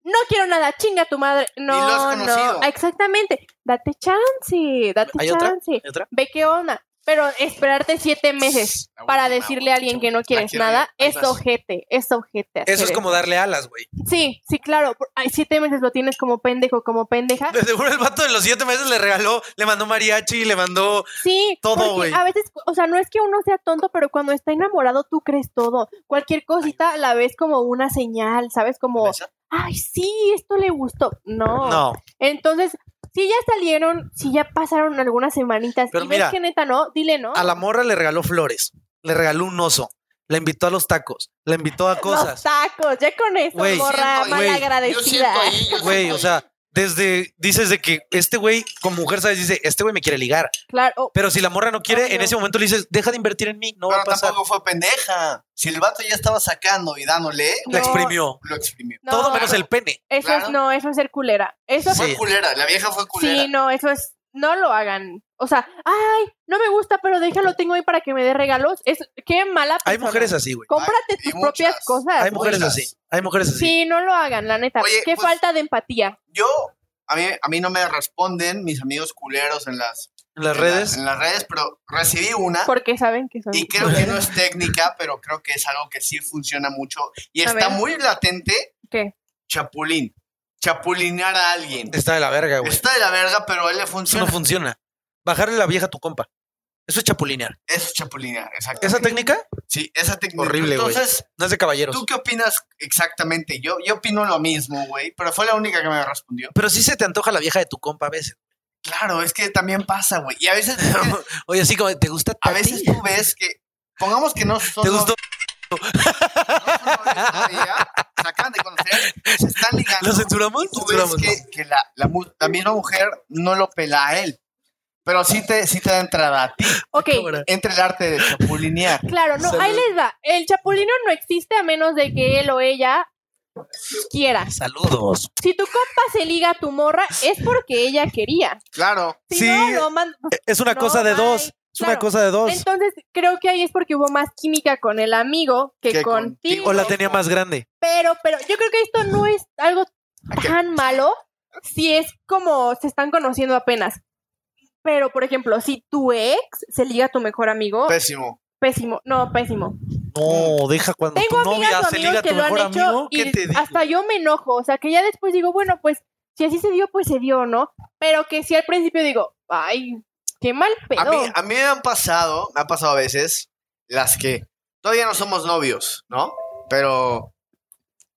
[SPEAKER 3] no quiero nada, chinga tu madre. No,
[SPEAKER 2] lo has conocido.
[SPEAKER 3] no. Exactamente. Date chance, date
[SPEAKER 1] ¿Hay otra?
[SPEAKER 3] chance.
[SPEAKER 1] ¿Y otra?
[SPEAKER 3] Ve qué onda. Pero esperarte siete meses
[SPEAKER 2] La
[SPEAKER 3] para
[SPEAKER 2] última,
[SPEAKER 3] decirle a alguien que no quieres
[SPEAKER 2] quiero
[SPEAKER 3] nada
[SPEAKER 2] ir. Ahí
[SPEAKER 3] es
[SPEAKER 2] estás.
[SPEAKER 3] ojete, es ojete. hacer
[SPEAKER 1] ¿eh? Eso es como darle alas, güey.
[SPEAKER 3] Sí, sí, claro. por- Ay, siete meses lo tienes como pendejo, como pendeja.
[SPEAKER 1] De seguro el vato de los siete meses le regaló, le mandó mariachi, le mandó.
[SPEAKER 3] Sí,
[SPEAKER 1] Todo,
[SPEAKER 3] porque
[SPEAKER 1] güey.
[SPEAKER 3] a veces, o sea, no es que uno sea tonto, pero cuando está enamorado tú crees todo. Cualquier cosita la ves como una señal, ¿sabes? Como, ay, sí, esto le gustó. No.
[SPEAKER 1] No.
[SPEAKER 3] Entonces, si ya salieron, si ya pasaron algunas semanitas
[SPEAKER 1] Pero
[SPEAKER 3] y
[SPEAKER 1] mira,
[SPEAKER 3] ves que neta no, dile no.
[SPEAKER 1] A la morra le regaló flores, le regaló un oso, la invitó a los tacos, la invitó a
[SPEAKER 3] Los
[SPEAKER 1] cosas.
[SPEAKER 3] tacos, ya con eso,
[SPEAKER 1] Güey,
[SPEAKER 3] morra
[SPEAKER 2] siento ahí, Yo
[SPEAKER 3] malagradecida.
[SPEAKER 2] siento ahí, yo
[SPEAKER 1] Güey,
[SPEAKER 2] siento
[SPEAKER 1] o
[SPEAKER 2] ahí.
[SPEAKER 1] sea, desde dices de que este güey, como mujer, sabes, dice, este güey me quiere ligar.
[SPEAKER 3] Claro, oh,
[SPEAKER 1] Pero si la morra no quiere,
[SPEAKER 3] Obvio.
[SPEAKER 1] en ese momento le dices, deja de invertir en mí, no va
[SPEAKER 2] Pero
[SPEAKER 1] a pasar.
[SPEAKER 2] tampoco fue pendeja. Si el vato ya estaba sacando y dándole,
[SPEAKER 1] La
[SPEAKER 3] No.
[SPEAKER 1] exprimió.
[SPEAKER 2] lo exprimió.
[SPEAKER 3] no,
[SPEAKER 1] Todo menos el pene.
[SPEAKER 3] Eso
[SPEAKER 2] claro.
[SPEAKER 3] es, no, eso es ser culera. Eso
[SPEAKER 1] Sí.
[SPEAKER 2] Fue culera, la vieja fue culera.
[SPEAKER 3] Sí, no, eso es. No lo hagan. O sea, ay, no me gusta, pero déjalo, tengo ahí para que me dé regalos. Es, qué mala persona.
[SPEAKER 1] Hay mujeres así, güey.
[SPEAKER 3] Cómprate
[SPEAKER 2] Ay, y
[SPEAKER 3] tus propias
[SPEAKER 2] muchas.
[SPEAKER 3] cosas.
[SPEAKER 1] Hay mujeres
[SPEAKER 2] muchas.
[SPEAKER 1] así. Hay mujeres así.
[SPEAKER 3] Sí, no lo hagan, la neta.
[SPEAKER 2] Oye,
[SPEAKER 3] qué
[SPEAKER 2] pues-
[SPEAKER 3] falta de empatía.
[SPEAKER 2] Yo, a mí, a mí no me responden mis amigos culeros en las,
[SPEAKER 1] En las
[SPEAKER 2] en la-
[SPEAKER 1] redes.
[SPEAKER 2] en las redes, pero recibí una.
[SPEAKER 3] Porque saben que son.
[SPEAKER 2] ah, Y creo que no es técnica, pero creo que es algo que sí funciona mucho. Y
[SPEAKER 3] A
[SPEAKER 2] está
[SPEAKER 3] ver.
[SPEAKER 2] muy latente.
[SPEAKER 3] ¿Qué?
[SPEAKER 2] Chapulín. Chapulinear a alguien.
[SPEAKER 1] Está de la verga, güey.
[SPEAKER 2] Está de la verga, pero a él le
[SPEAKER 1] Eso
[SPEAKER 2] funciona.
[SPEAKER 1] no funciona. Bajarle la vieja a tu compa. Eso es chapulinear.
[SPEAKER 2] Eso es chapulinear, exacto.
[SPEAKER 1] Esa técnica
[SPEAKER 2] Sí, esa técnica.
[SPEAKER 1] Horrible, güey.
[SPEAKER 2] Entonces,
[SPEAKER 1] no es de caballeros.
[SPEAKER 2] ¿tú qué opinas exactamente? Yo, yo opino lo mismo, güey, pero fue la única que me respondió.
[SPEAKER 1] Pero sí se te antoja la vieja de tu compa a veces.
[SPEAKER 2] Claro, es que también pasa, güey. Y a veces,
[SPEAKER 1] Oye, así como, ¿te gusta?
[SPEAKER 2] a
[SPEAKER 1] ti?
[SPEAKER 2] veces tú ves que, pongamos que no son
[SPEAKER 1] ¿Te gustó?
[SPEAKER 2] no son novios todavía, se acaban de conocer, se están ligando.
[SPEAKER 1] ¿Lo censuramos?
[SPEAKER 2] tú ves
[SPEAKER 1] Censuramos.
[SPEAKER 2] que, que la, la, mu- la misma mujer no lo pela a él, pero sí te, sí te da entrada a ti.
[SPEAKER 3] ok,
[SPEAKER 1] Cámara.
[SPEAKER 2] Entre el arte de chapulinear.
[SPEAKER 3] claro, no,
[SPEAKER 1] Salud.
[SPEAKER 3] ahí les va. El chapulino no existe a menos de que él o ella quiera.
[SPEAKER 1] Saludos.
[SPEAKER 3] Si tu compa se liga a tu morra, es porque ella quería.
[SPEAKER 2] Claro,
[SPEAKER 3] Si
[SPEAKER 1] Sí.
[SPEAKER 3] no, lo man-
[SPEAKER 1] Es una
[SPEAKER 3] No,
[SPEAKER 1] cosa de
[SPEAKER 3] bye.
[SPEAKER 1] dos. Es una
[SPEAKER 3] Claro.
[SPEAKER 1] cosa de dos.
[SPEAKER 3] Entonces, creo que ahí es porque hubo más química con el amigo que,
[SPEAKER 2] Que
[SPEAKER 3] contigo.
[SPEAKER 2] contigo.
[SPEAKER 1] O la tenía más grande.
[SPEAKER 3] Pero, pero, yo creo que esto no es algo
[SPEAKER 2] Ok.
[SPEAKER 3] tan malo si es como se están conociendo apenas. Pero, por ejemplo, si tu ex se liga a tu mejor amigo,
[SPEAKER 2] pésimo.
[SPEAKER 3] pésimo. No, pésimo.
[SPEAKER 1] No, deja cuando
[SPEAKER 3] Tengo
[SPEAKER 1] tu
[SPEAKER 3] amigas
[SPEAKER 1] novia
[SPEAKER 3] o
[SPEAKER 1] se liga
[SPEAKER 3] amigos
[SPEAKER 1] a
[SPEAKER 3] que
[SPEAKER 1] tu
[SPEAKER 3] lo han
[SPEAKER 1] mejor amigo.
[SPEAKER 3] hecho
[SPEAKER 1] ¿Qué
[SPEAKER 3] y ah,
[SPEAKER 1] te digo?
[SPEAKER 3] hasta yo me enojo. O sea, que ya después digo, bueno, pues si así se dio, pues se dio, ¿no? Pero que si al principio digo, ay, qué mal pedo.
[SPEAKER 2] A mí, a mí me han pasado, me han pasado a veces las que todavía no somos novios, ¿no? Pero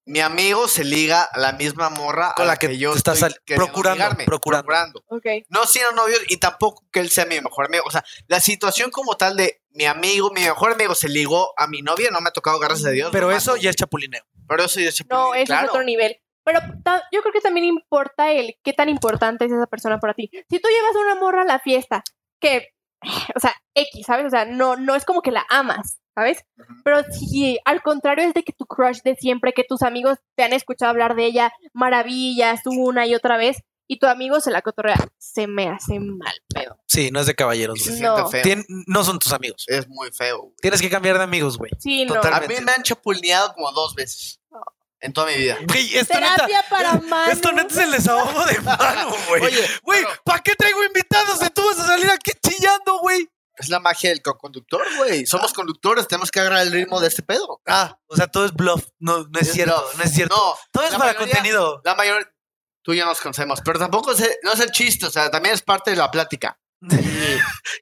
[SPEAKER 2] mi amigo se liga a la misma morra
[SPEAKER 1] Con
[SPEAKER 2] a
[SPEAKER 1] la que
[SPEAKER 2] yo
[SPEAKER 1] te estás
[SPEAKER 2] estoy
[SPEAKER 1] sal-
[SPEAKER 2] queriendo
[SPEAKER 1] procurando,
[SPEAKER 2] ligarme,
[SPEAKER 1] procurando.
[SPEAKER 3] Ok.
[SPEAKER 2] No siendo novios y tampoco que él sea mi mejor amigo. O sea, la situación como tal de mi amigo, mi mejor amigo se ligó a mi novia, no me ha tocado, gracias a Dios.
[SPEAKER 1] Pero
[SPEAKER 2] no me ha
[SPEAKER 1] eso
[SPEAKER 2] tocado.
[SPEAKER 1] ya es chapulineo.
[SPEAKER 2] Pero eso ya se
[SPEAKER 3] No,
[SPEAKER 2] puede-
[SPEAKER 3] ese
[SPEAKER 2] claro.
[SPEAKER 3] es otro nivel. Pero ta- yo creo que también importa el qué tan importante es esa persona para ti. Si tú llevas a una morra a la fiesta, que, o sea, X, ¿sabes? O sea, no, no es como que la amas, ¿sabes? Pero si al contrario es de que tu crush de siempre, que tus amigos te han escuchado hablar de ella maravillas una y otra vez, y tu amigo se la cotorrea, se me hace mal pedo.
[SPEAKER 1] Sí, no es de caballeros,
[SPEAKER 2] Pues
[SPEAKER 1] güey.
[SPEAKER 2] Se siente
[SPEAKER 3] No.
[SPEAKER 2] feo.
[SPEAKER 1] Tien- no son tus amigos.
[SPEAKER 2] Es muy feo.
[SPEAKER 1] Tienes que cambiar de amigos, güey.
[SPEAKER 3] Sí, no. Ah,
[SPEAKER 1] Total-
[SPEAKER 2] A mí me han chapulineado como dos veces en toda mi vida.
[SPEAKER 1] Güey, esto neta,
[SPEAKER 3] Terapia para Manu.
[SPEAKER 1] esto neta es el desahogo de mano, güey.
[SPEAKER 2] Oye,
[SPEAKER 1] Güey, ¿para qué traigo invitados si tú vas a salir aquí chillando, güey?
[SPEAKER 2] Es la magia del co-conductor, güey. Somos conductores, tenemos que agarrar el ritmo de este pedo.
[SPEAKER 1] Ah, o sea, todo es bluff. No, no es,
[SPEAKER 2] Es
[SPEAKER 1] cierto,
[SPEAKER 2] bluff.
[SPEAKER 1] no es cierto.
[SPEAKER 2] No,
[SPEAKER 1] todo es
[SPEAKER 2] la
[SPEAKER 1] para
[SPEAKER 2] mayoría-
[SPEAKER 1] contenido.
[SPEAKER 2] la mayor... Tú ya nos conocemos, pero tampoco es el- no es el chiste, o sea, también es parte de la plática.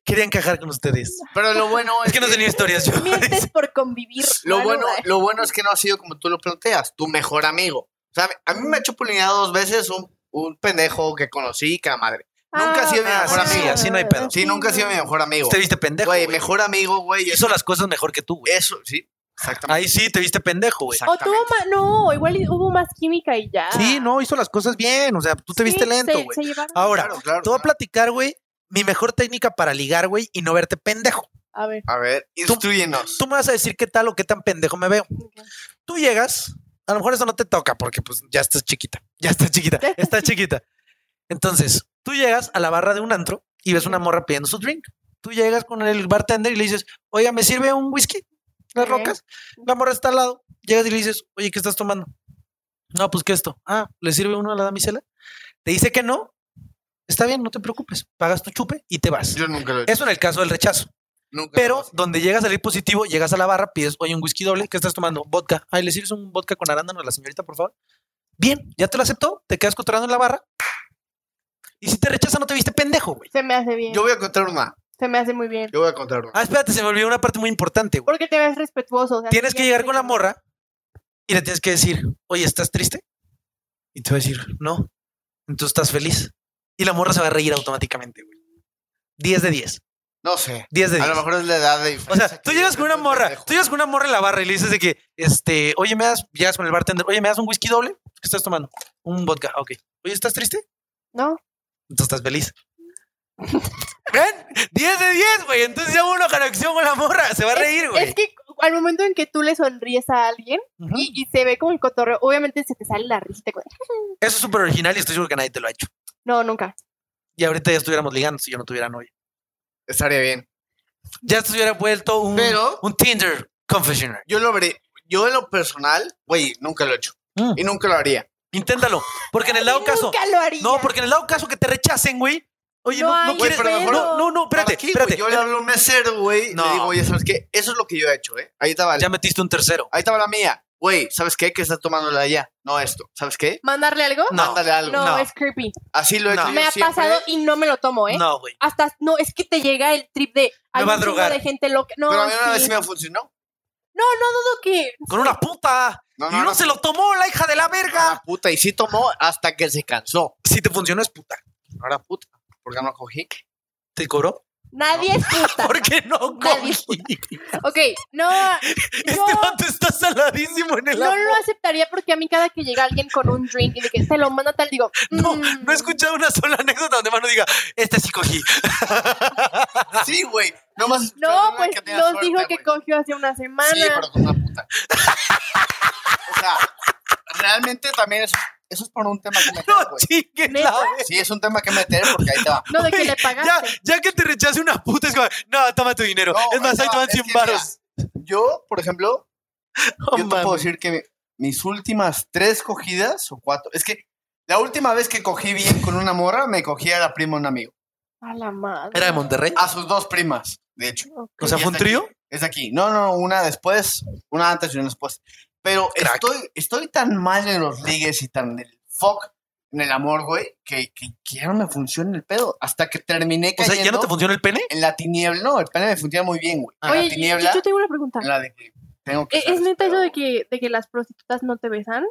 [SPEAKER 1] Quería encajar con ustedes.
[SPEAKER 2] Pero lo bueno es,
[SPEAKER 1] Es que no tenía historias yo.
[SPEAKER 3] Mientes por convivir.
[SPEAKER 2] lo
[SPEAKER 3] Manu,
[SPEAKER 2] bueno,
[SPEAKER 3] eh.
[SPEAKER 2] lo bueno es que no ha sido como tú lo planteas, tu mejor amigo. O sea, a mí me ha chapulineado dos veces un, un pendejo que conocí, que la madre. Nunca ha sido mi
[SPEAKER 1] Ah,
[SPEAKER 2] mejor
[SPEAKER 1] sí,
[SPEAKER 2] amigo.
[SPEAKER 1] así no hay pedo.
[SPEAKER 2] Sí, nunca ha sido mi mejor amigo.
[SPEAKER 1] Te viste pendejo.
[SPEAKER 2] Güey,
[SPEAKER 1] Este güey.
[SPEAKER 2] mejor amigo, güey.
[SPEAKER 1] Hizo las cosas mejor que tú, güey.
[SPEAKER 2] Eso, sí, exactamente.
[SPEAKER 1] Ahí sí te viste pendejo, güey.
[SPEAKER 3] O tuvo más, no, igual y hubo más química y ya.
[SPEAKER 1] Sí, no, hizo las cosas bien. O sea, tú te
[SPEAKER 3] Ah. Sí,
[SPEAKER 1] viste lento,
[SPEAKER 3] se-
[SPEAKER 1] güey. Ah.
[SPEAKER 3] se llevaron.
[SPEAKER 1] Ahora,
[SPEAKER 2] Claro, claro,
[SPEAKER 1] te voy a
[SPEAKER 2] claro.
[SPEAKER 1] platicar, güey, mi mejor técnica para ligar, güey, y no verte pendejo.
[SPEAKER 3] A ver.
[SPEAKER 2] A ver,
[SPEAKER 1] Tú-
[SPEAKER 2] instruyenos.
[SPEAKER 1] Tú me vas a decir qué tal o qué tan pendejo me veo. Tú llegas, a lo mejor eso no te toca porque pues ya estás chiquita, ya estás chiquita,
[SPEAKER 3] Ya estás
[SPEAKER 1] estás chiquita. Entonces, tú llegas a la barra de un antro y ves una morra pidiendo su drink. Tú llegas con el bartender y le dices, oiga, ¿me sirve un whisky? Las
[SPEAKER 3] Ok.
[SPEAKER 1] rocas. La morra está al lado. Llegas y le dices, oye, ¿qué estás tomando? No, pues que esto. Ah, ¿le sirve uno a la damisela? Te dice que no. Está bien, no te preocupes. Pagas tu chupe y te vas.
[SPEAKER 2] Yo nunca lo he hecho.
[SPEAKER 1] Eso en el caso del rechazo.
[SPEAKER 2] Nunca lo
[SPEAKER 1] Pero
[SPEAKER 2] he hecho.
[SPEAKER 1] donde llega a salir positivo, llegas a la barra, pides, oye, un whisky doble, ¿qué estás tomando? Vodka. Ay, ¿le sirves un vodka con arándano a la señorita, por favor? Bien, ya te lo aceptó, te quedas cotorando en la barra. Y si te rechaza, no te viste pendejo, güey.
[SPEAKER 3] Se me hace bien.
[SPEAKER 2] Yo voy a contar una.
[SPEAKER 3] Se me hace muy bien.
[SPEAKER 2] Yo voy a contar una.
[SPEAKER 1] Ah, espérate, se me olvidó una parte muy importante, güey.
[SPEAKER 3] Porque te ves respetuoso. o sea,
[SPEAKER 1] Tienes
[SPEAKER 3] sí,
[SPEAKER 1] que
[SPEAKER 3] ya
[SPEAKER 1] llegar
[SPEAKER 3] sé
[SPEAKER 1] con la morra y le tienes que decir, oye, ¿estás triste? Y te va a decir, no. Entonces estás feliz. Y la morra se va a reír automáticamente, güey. 10 de 10.
[SPEAKER 2] No sé.
[SPEAKER 1] 10 de 10.
[SPEAKER 2] A lo mejor es la edad de
[SPEAKER 1] O sea, tú llegas con una morra, tú llegas con una morra en la barra y le dices de que, este, oye, me das, llegas con el bartender, oye, ¿me das un whisky doble? ¿Qué estás tomando? Un vodka, ok. Oye, ¿estás triste?
[SPEAKER 3] No,
[SPEAKER 1] Entonces estás feliz. ¿Ven? 10 de 10, güey. Entonces ya hubo una conexión con la morra. Se va a reír, güey.
[SPEAKER 3] es que al momento en que tú le sonríes a alguien
[SPEAKER 1] Ujú.
[SPEAKER 3] y, y se ve como el cotorreo, obviamente se te sale la risa. y te cuentas.
[SPEAKER 1] Eso es súper original y estoy seguro que nadie te lo ha hecho.
[SPEAKER 3] No, nunca.
[SPEAKER 1] Y ahorita ya estuviéramos ligando si yo no tuviera novia.
[SPEAKER 2] Estaría bien.
[SPEAKER 1] Ya se hubiera vuelto un,
[SPEAKER 2] Pero-
[SPEAKER 1] un Tinder confessioner.
[SPEAKER 2] Yo lo veré. Yo en lo personal, güey, nunca lo he hecho.
[SPEAKER 1] Mm.
[SPEAKER 2] Y nunca lo haría.
[SPEAKER 1] Inténtalo. Porque en el
[SPEAKER 3] Y
[SPEAKER 1] dado caso,
[SPEAKER 3] Nunca lo haría.
[SPEAKER 1] no, porque en el dado caso que te rechacen, güey. Oye,
[SPEAKER 3] No
[SPEAKER 1] no, no,
[SPEAKER 3] hay
[SPEAKER 1] quieres.
[SPEAKER 2] Güey, pero mejor-
[SPEAKER 1] No, no, no, espérate,
[SPEAKER 2] Aquí, güey,
[SPEAKER 1] espérate.
[SPEAKER 2] Yo le hablo a un mesero, güey.
[SPEAKER 1] No.
[SPEAKER 2] Le digo, oye, ¿sabes qué? Eso es lo que yo he hecho, ¿eh? Ahí estaba,
[SPEAKER 1] Ya metiste un tercero.
[SPEAKER 2] ahí estaba la mía. Güey, ¿sabes qué? Que está tomando la de allá. No esto. ¿Sabes qué?
[SPEAKER 3] ¿Mandarle algo?
[SPEAKER 1] No,
[SPEAKER 2] Mándale algo.
[SPEAKER 3] No,
[SPEAKER 1] no.
[SPEAKER 3] es creepy.
[SPEAKER 2] Así lo he
[SPEAKER 1] No.
[SPEAKER 2] hecho.
[SPEAKER 3] me
[SPEAKER 2] yo
[SPEAKER 3] ha
[SPEAKER 2] siempre.
[SPEAKER 3] pasado y no me lo tomo, ¿eh?
[SPEAKER 1] No, güey.
[SPEAKER 3] Hasta, no, es que te llega el trip de. hay
[SPEAKER 1] va a
[SPEAKER 3] un chingo
[SPEAKER 1] drogar.
[SPEAKER 3] de gente loca. No,
[SPEAKER 2] Pero a mí una vez
[SPEAKER 3] sí.
[SPEAKER 2] sí me funcionó.
[SPEAKER 3] Dudo que
[SPEAKER 1] Con una puta.
[SPEAKER 2] No,
[SPEAKER 1] y no,
[SPEAKER 2] no, no.
[SPEAKER 1] se lo tomó la hija de la
[SPEAKER 2] Ah,
[SPEAKER 1] verga.
[SPEAKER 2] puta. Y sí tomó hasta que se cansó.
[SPEAKER 1] Si te funcionó es puta.
[SPEAKER 2] Ahora puta. ¿Por qué no cogí?
[SPEAKER 1] ¿Te cobró?
[SPEAKER 3] nadie es puta.
[SPEAKER 1] ¿Por qué no
[SPEAKER 3] Nadie.
[SPEAKER 1] cogí?
[SPEAKER 3] Ok, no, yo
[SPEAKER 1] Este vato está saladísimo en el
[SPEAKER 3] no
[SPEAKER 1] amor.
[SPEAKER 3] lo aceptaría porque a mí cada que llega alguien con un drink y de que se lo manda tal, digo,
[SPEAKER 1] No,
[SPEAKER 3] mm,
[SPEAKER 1] no he escuchado una sola anécdota donde mano diga, este sí cogí.
[SPEAKER 2] Sí, güey. No más.
[SPEAKER 3] No, pues
[SPEAKER 2] que tenga
[SPEAKER 3] nos
[SPEAKER 2] suerte,
[SPEAKER 3] dijo que
[SPEAKER 2] güey.
[SPEAKER 3] cogió hace una semana.
[SPEAKER 2] Sí, pero con una puta. o sea, realmente también eso, eso es por un tema que meter,
[SPEAKER 1] No,
[SPEAKER 2] güey.
[SPEAKER 1] chingue
[SPEAKER 3] ¿Neta?
[SPEAKER 1] la verga.
[SPEAKER 2] Sí, es un tema que meter porque ahí te va.
[SPEAKER 3] No, de que
[SPEAKER 1] Güey,
[SPEAKER 3] le
[SPEAKER 1] Ya,
[SPEAKER 3] pagaste.
[SPEAKER 1] ya que te rechace una puta, es como, no, toma tu dinero.
[SPEAKER 2] No,
[SPEAKER 1] es más, ahí
[SPEAKER 2] ahí te
[SPEAKER 1] te
[SPEAKER 2] va,
[SPEAKER 1] van
[SPEAKER 2] es
[SPEAKER 1] 100
[SPEAKER 2] que
[SPEAKER 1] baros.
[SPEAKER 2] Yo, por ejemplo,
[SPEAKER 1] Oh,
[SPEAKER 2] yo te
[SPEAKER 1] mami.
[SPEAKER 2] puedo decir que mi- mis últimas tres cogidas o cuatro, es que la última vez que cogí bien con una morra, me cogí a la prima de un amigo.
[SPEAKER 3] A la madre.
[SPEAKER 1] Era de Monterrey.
[SPEAKER 2] A sus dos primas, de hecho.
[SPEAKER 3] Ok.
[SPEAKER 1] o sea,
[SPEAKER 2] Ah, Y
[SPEAKER 1] fue un
[SPEAKER 2] hasta aquí.
[SPEAKER 1] trío.
[SPEAKER 2] es de aquí. No, no, una después, una antes y una después. Pero
[SPEAKER 1] Crack.
[SPEAKER 2] estoy, estoy tan mal en los ligues y tan del fuck en el amor, güey, que, que, que ya no me funciona el pedo. Hasta que terminé
[SPEAKER 1] O
[SPEAKER 2] cayendo
[SPEAKER 1] sea, ¿ya no te funciona el pene?
[SPEAKER 2] en la tiniebla. No, el pene me funciona muy bien, güey. En
[SPEAKER 3] Oye,
[SPEAKER 2] la
[SPEAKER 3] yo-
[SPEAKER 2] tiniebla,
[SPEAKER 3] yo tengo una pregunta.
[SPEAKER 2] en la de que tengo que...
[SPEAKER 1] E,
[SPEAKER 3] ¿Es,
[SPEAKER 2] estar
[SPEAKER 3] es neta eso
[SPEAKER 2] despegado.
[SPEAKER 3] de que, de que las prostitutas no te besan?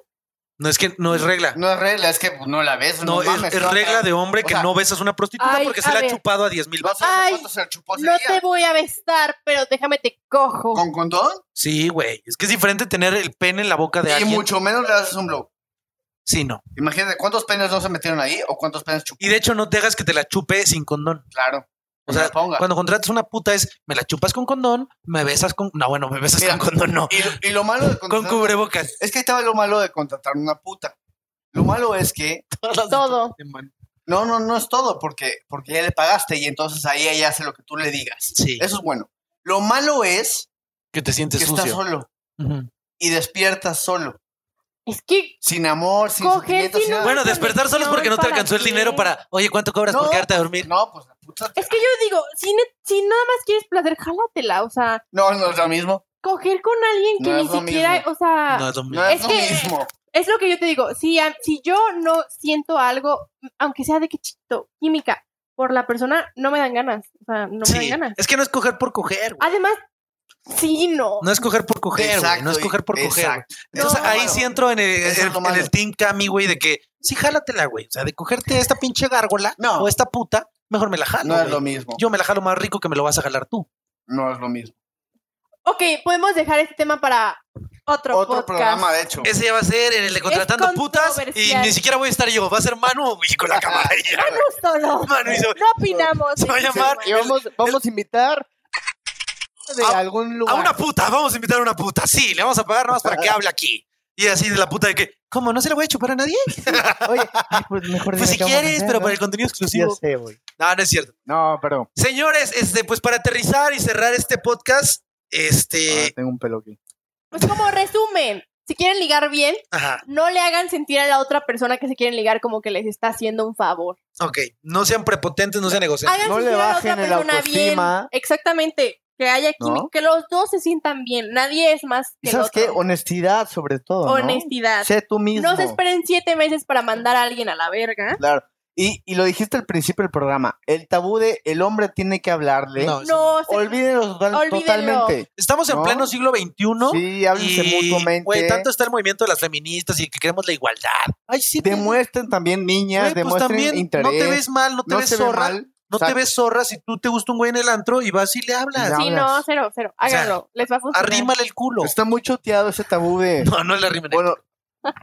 [SPEAKER 1] No, es que no es regla.
[SPEAKER 2] No es regla, es que pues, no la ves.
[SPEAKER 1] No,
[SPEAKER 2] No,
[SPEAKER 1] es,
[SPEAKER 2] mames,
[SPEAKER 1] es
[SPEAKER 2] no,
[SPEAKER 1] regla de hombre
[SPEAKER 2] o
[SPEAKER 1] que
[SPEAKER 2] sea,
[SPEAKER 1] no besas a una prostituta
[SPEAKER 3] ay,
[SPEAKER 1] porque se
[SPEAKER 3] a
[SPEAKER 1] la ha
[SPEAKER 3] ver.
[SPEAKER 1] chupado a 10 mil.
[SPEAKER 2] No sabes
[SPEAKER 3] Ay,
[SPEAKER 2] cuánto se la chupó ese
[SPEAKER 3] No
[SPEAKER 2] día.
[SPEAKER 3] te voy a besar, pero déjame te cojo.
[SPEAKER 2] ¿Con condón?
[SPEAKER 1] Sí, güey. Es que es diferente tener el pene en la boca de
[SPEAKER 2] Y
[SPEAKER 1] alguien.
[SPEAKER 2] mucho menos le haces un blow.
[SPEAKER 1] Sí, no.
[SPEAKER 2] Imagínate cuántos penes no se metieron ahí o cuántos penes chupó.
[SPEAKER 1] Y de hecho, no te hagas que te la chupe sin condón.
[SPEAKER 2] Claro.
[SPEAKER 1] O
[SPEAKER 2] que me
[SPEAKER 1] sea,
[SPEAKER 2] la ponga.
[SPEAKER 1] cuando contratas una puta es, me la chupas con condón, me besas con... No, bueno, me besas
[SPEAKER 2] Mira,
[SPEAKER 1] con condón, no.
[SPEAKER 2] Y, lo- y lo malo de
[SPEAKER 1] Con
[SPEAKER 2] contratar-
[SPEAKER 1] cubrebocas.
[SPEAKER 2] Es que ahí estaba lo malo de contratar una puta. Lo malo es que
[SPEAKER 1] Todas las-
[SPEAKER 3] Todo.
[SPEAKER 2] no, no, no es todo porque, porque ya le pagaste y entonces ahí ella hace lo que tú le digas.
[SPEAKER 1] Sí.
[SPEAKER 2] Eso es bueno. Lo malo es
[SPEAKER 1] Que te sientes
[SPEAKER 2] que estás
[SPEAKER 1] sucio.
[SPEAKER 2] solo
[SPEAKER 1] Ujú.
[SPEAKER 2] y despiertas solo,
[SPEAKER 3] Es que
[SPEAKER 2] sin amor, sin
[SPEAKER 3] Coger
[SPEAKER 2] sentimientos,
[SPEAKER 3] sin
[SPEAKER 2] sin nada.
[SPEAKER 1] Bueno,
[SPEAKER 3] Una
[SPEAKER 1] despertar solo es porque no te
[SPEAKER 3] conexión
[SPEAKER 1] alcanzó el
[SPEAKER 3] para
[SPEAKER 1] dinero
[SPEAKER 3] ti.
[SPEAKER 1] para... Oye, ¿cuánto cobras por
[SPEAKER 2] No,
[SPEAKER 1] quedarte a dormir?
[SPEAKER 2] no, pues la puta.
[SPEAKER 3] es que yo digo, si, ne- si nada más quieres placer, jálatela. O sea,
[SPEAKER 2] No, no es lo mismo.
[SPEAKER 3] coger con alguien que
[SPEAKER 2] No es
[SPEAKER 3] ni
[SPEAKER 2] lo
[SPEAKER 3] siquiera,
[SPEAKER 2] mismo.
[SPEAKER 3] o sea,
[SPEAKER 1] No, es lo mismo.
[SPEAKER 2] No es,
[SPEAKER 3] Es
[SPEAKER 2] lo
[SPEAKER 3] que-
[SPEAKER 2] mismo.
[SPEAKER 3] es lo que yo te digo. Si, a- si yo no siento algo, aunque sea de que chito, química, por la persona, no me dan ganas. O sea, no me
[SPEAKER 1] Sí.
[SPEAKER 3] dan ganas.
[SPEAKER 1] Es que no es coger por coger, güey.
[SPEAKER 3] Además, sí, no.
[SPEAKER 1] No es coger por coger, güey. No es
[SPEAKER 5] Exacto,
[SPEAKER 1] coger por coger. güey.
[SPEAKER 5] exacto.
[SPEAKER 1] Entonces
[SPEAKER 2] No,
[SPEAKER 1] ahí
[SPEAKER 2] bueno.
[SPEAKER 1] sí entro en el,
[SPEAKER 2] Eso es
[SPEAKER 1] en-
[SPEAKER 2] lo
[SPEAKER 1] en
[SPEAKER 2] malo.
[SPEAKER 1] el Team Cami, güey, de que sí, jálatela, güey. O sea, de cogerte esta pinche gárgola
[SPEAKER 2] No.
[SPEAKER 1] o esta puta, mejor me la jalo.
[SPEAKER 2] No es
[SPEAKER 1] güey.
[SPEAKER 2] lo mismo.
[SPEAKER 1] Yo me la jalo más rico que me lo vas a jalar tú.
[SPEAKER 2] No es lo mismo.
[SPEAKER 3] Ok, podemos dejar este tema para otro,
[SPEAKER 2] Otro
[SPEAKER 3] podcast.
[SPEAKER 2] programa, de hecho.
[SPEAKER 1] Ese ya va a ser en el de contratando putas y
[SPEAKER 3] controversial.
[SPEAKER 1] ni siquiera voy a estar yo. Va a ser Manu y con la cámara. ahí.
[SPEAKER 3] Manu solo.
[SPEAKER 1] Manu hizo-
[SPEAKER 3] No opinamos.
[SPEAKER 1] Se va a
[SPEAKER 3] de este
[SPEAKER 1] llamar-
[SPEAKER 4] Y
[SPEAKER 3] tema.
[SPEAKER 4] vamos, vamos a invitar de
[SPEAKER 1] A-
[SPEAKER 4] algún
[SPEAKER 1] A
[SPEAKER 4] lugar.
[SPEAKER 1] una puta, vamos a invitar a una puta. Sí, le vamos a pagar nomás para que hable aquí. Y así de la puta de que, ¿cómo? ¿No se la voy a chupar a nadie?
[SPEAKER 4] Oye, ay, pues mejor dime
[SPEAKER 1] Pues si
[SPEAKER 4] qué vamos a
[SPEAKER 1] quieres,
[SPEAKER 4] hacer,
[SPEAKER 1] pero
[SPEAKER 4] ¿no?
[SPEAKER 1] para el contenido
[SPEAKER 4] Ya
[SPEAKER 1] exclusivo.
[SPEAKER 4] sé, güey.
[SPEAKER 1] No, no es cierto.
[SPEAKER 2] No, pero ah,
[SPEAKER 1] Señores, este, pues para aterrizar y cerrar este podcast,
[SPEAKER 2] ahora
[SPEAKER 1] este.
[SPEAKER 2] tengo un pelo aquí.
[SPEAKER 3] Pues como resumen, si quieren ligar bien,
[SPEAKER 4] Ah.
[SPEAKER 1] Ajá,
[SPEAKER 3] no le hagan sentir a la otra persona que se quieren ligar como que les está haciendo un favor.
[SPEAKER 1] ok. No sean prepotentes, Este, no sean egocéntricos.
[SPEAKER 3] Hagan
[SPEAKER 4] no le
[SPEAKER 3] sentir a la otra
[SPEAKER 4] bajen el
[SPEAKER 3] persona bien.
[SPEAKER 4] autoestima.
[SPEAKER 3] Exactamente. Que haya química,
[SPEAKER 2] ¿No?
[SPEAKER 3] que los dos se sientan bien. Nadie es más
[SPEAKER 4] ¿Y
[SPEAKER 3] que
[SPEAKER 4] sabes qué?
[SPEAKER 3] el otro.
[SPEAKER 4] Honestidad, sobre todo. ¿no?
[SPEAKER 3] Honestidad.
[SPEAKER 4] Sé tú mismo.
[SPEAKER 3] No se esperen siete meses para mandar a alguien a la verga.
[SPEAKER 4] Claro. Y, y lo dijiste al principio del programa. El tabú de el hombre tiene que hablarle.
[SPEAKER 1] No, eso no.
[SPEAKER 3] No, se-
[SPEAKER 4] Olvídenlo total-
[SPEAKER 3] Olvídenlo.
[SPEAKER 4] totalmente.
[SPEAKER 1] Estamos en
[SPEAKER 4] ¿No?
[SPEAKER 1] pleno siglo XXI.
[SPEAKER 4] Sí, háblense
[SPEAKER 1] y,
[SPEAKER 4] mutuamente.
[SPEAKER 1] Güey, tanto está el movimiento de las feministas y que queremos la igualdad. Ay, sí. güey,
[SPEAKER 4] Demuestren también, niñas,
[SPEAKER 1] pues
[SPEAKER 4] demuestren
[SPEAKER 1] también
[SPEAKER 4] interés.
[SPEAKER 1] no te ves mal, no te
[SPEAKER 4] No
[SPEAKER 1] ves
[SPEAKER 4] se ve
[SPEAKER 1] zorra,
[SPEAKER 4] mal.
[SPEAKER 1] no te
[SPEAKER 4] Exacto.
[SPEAKER 1] ves zorra si tú te gusta un güey en el antro y vas y le hablas.
[SPEAKER 4] Ya.
[SPEAKER 3] Sí, no, cero, cero.
[SPEAKER 1] O sea,
[SPEAKER 3] Háganlo. les va a funcionar.
[SPEAKER 1] Arrímale el culo.
[SPEAKER 4] Está muy choteado ese tabú de.
[SPEAKER 1] No, no le arrimen el-
[SPEAKER 4] Bueno,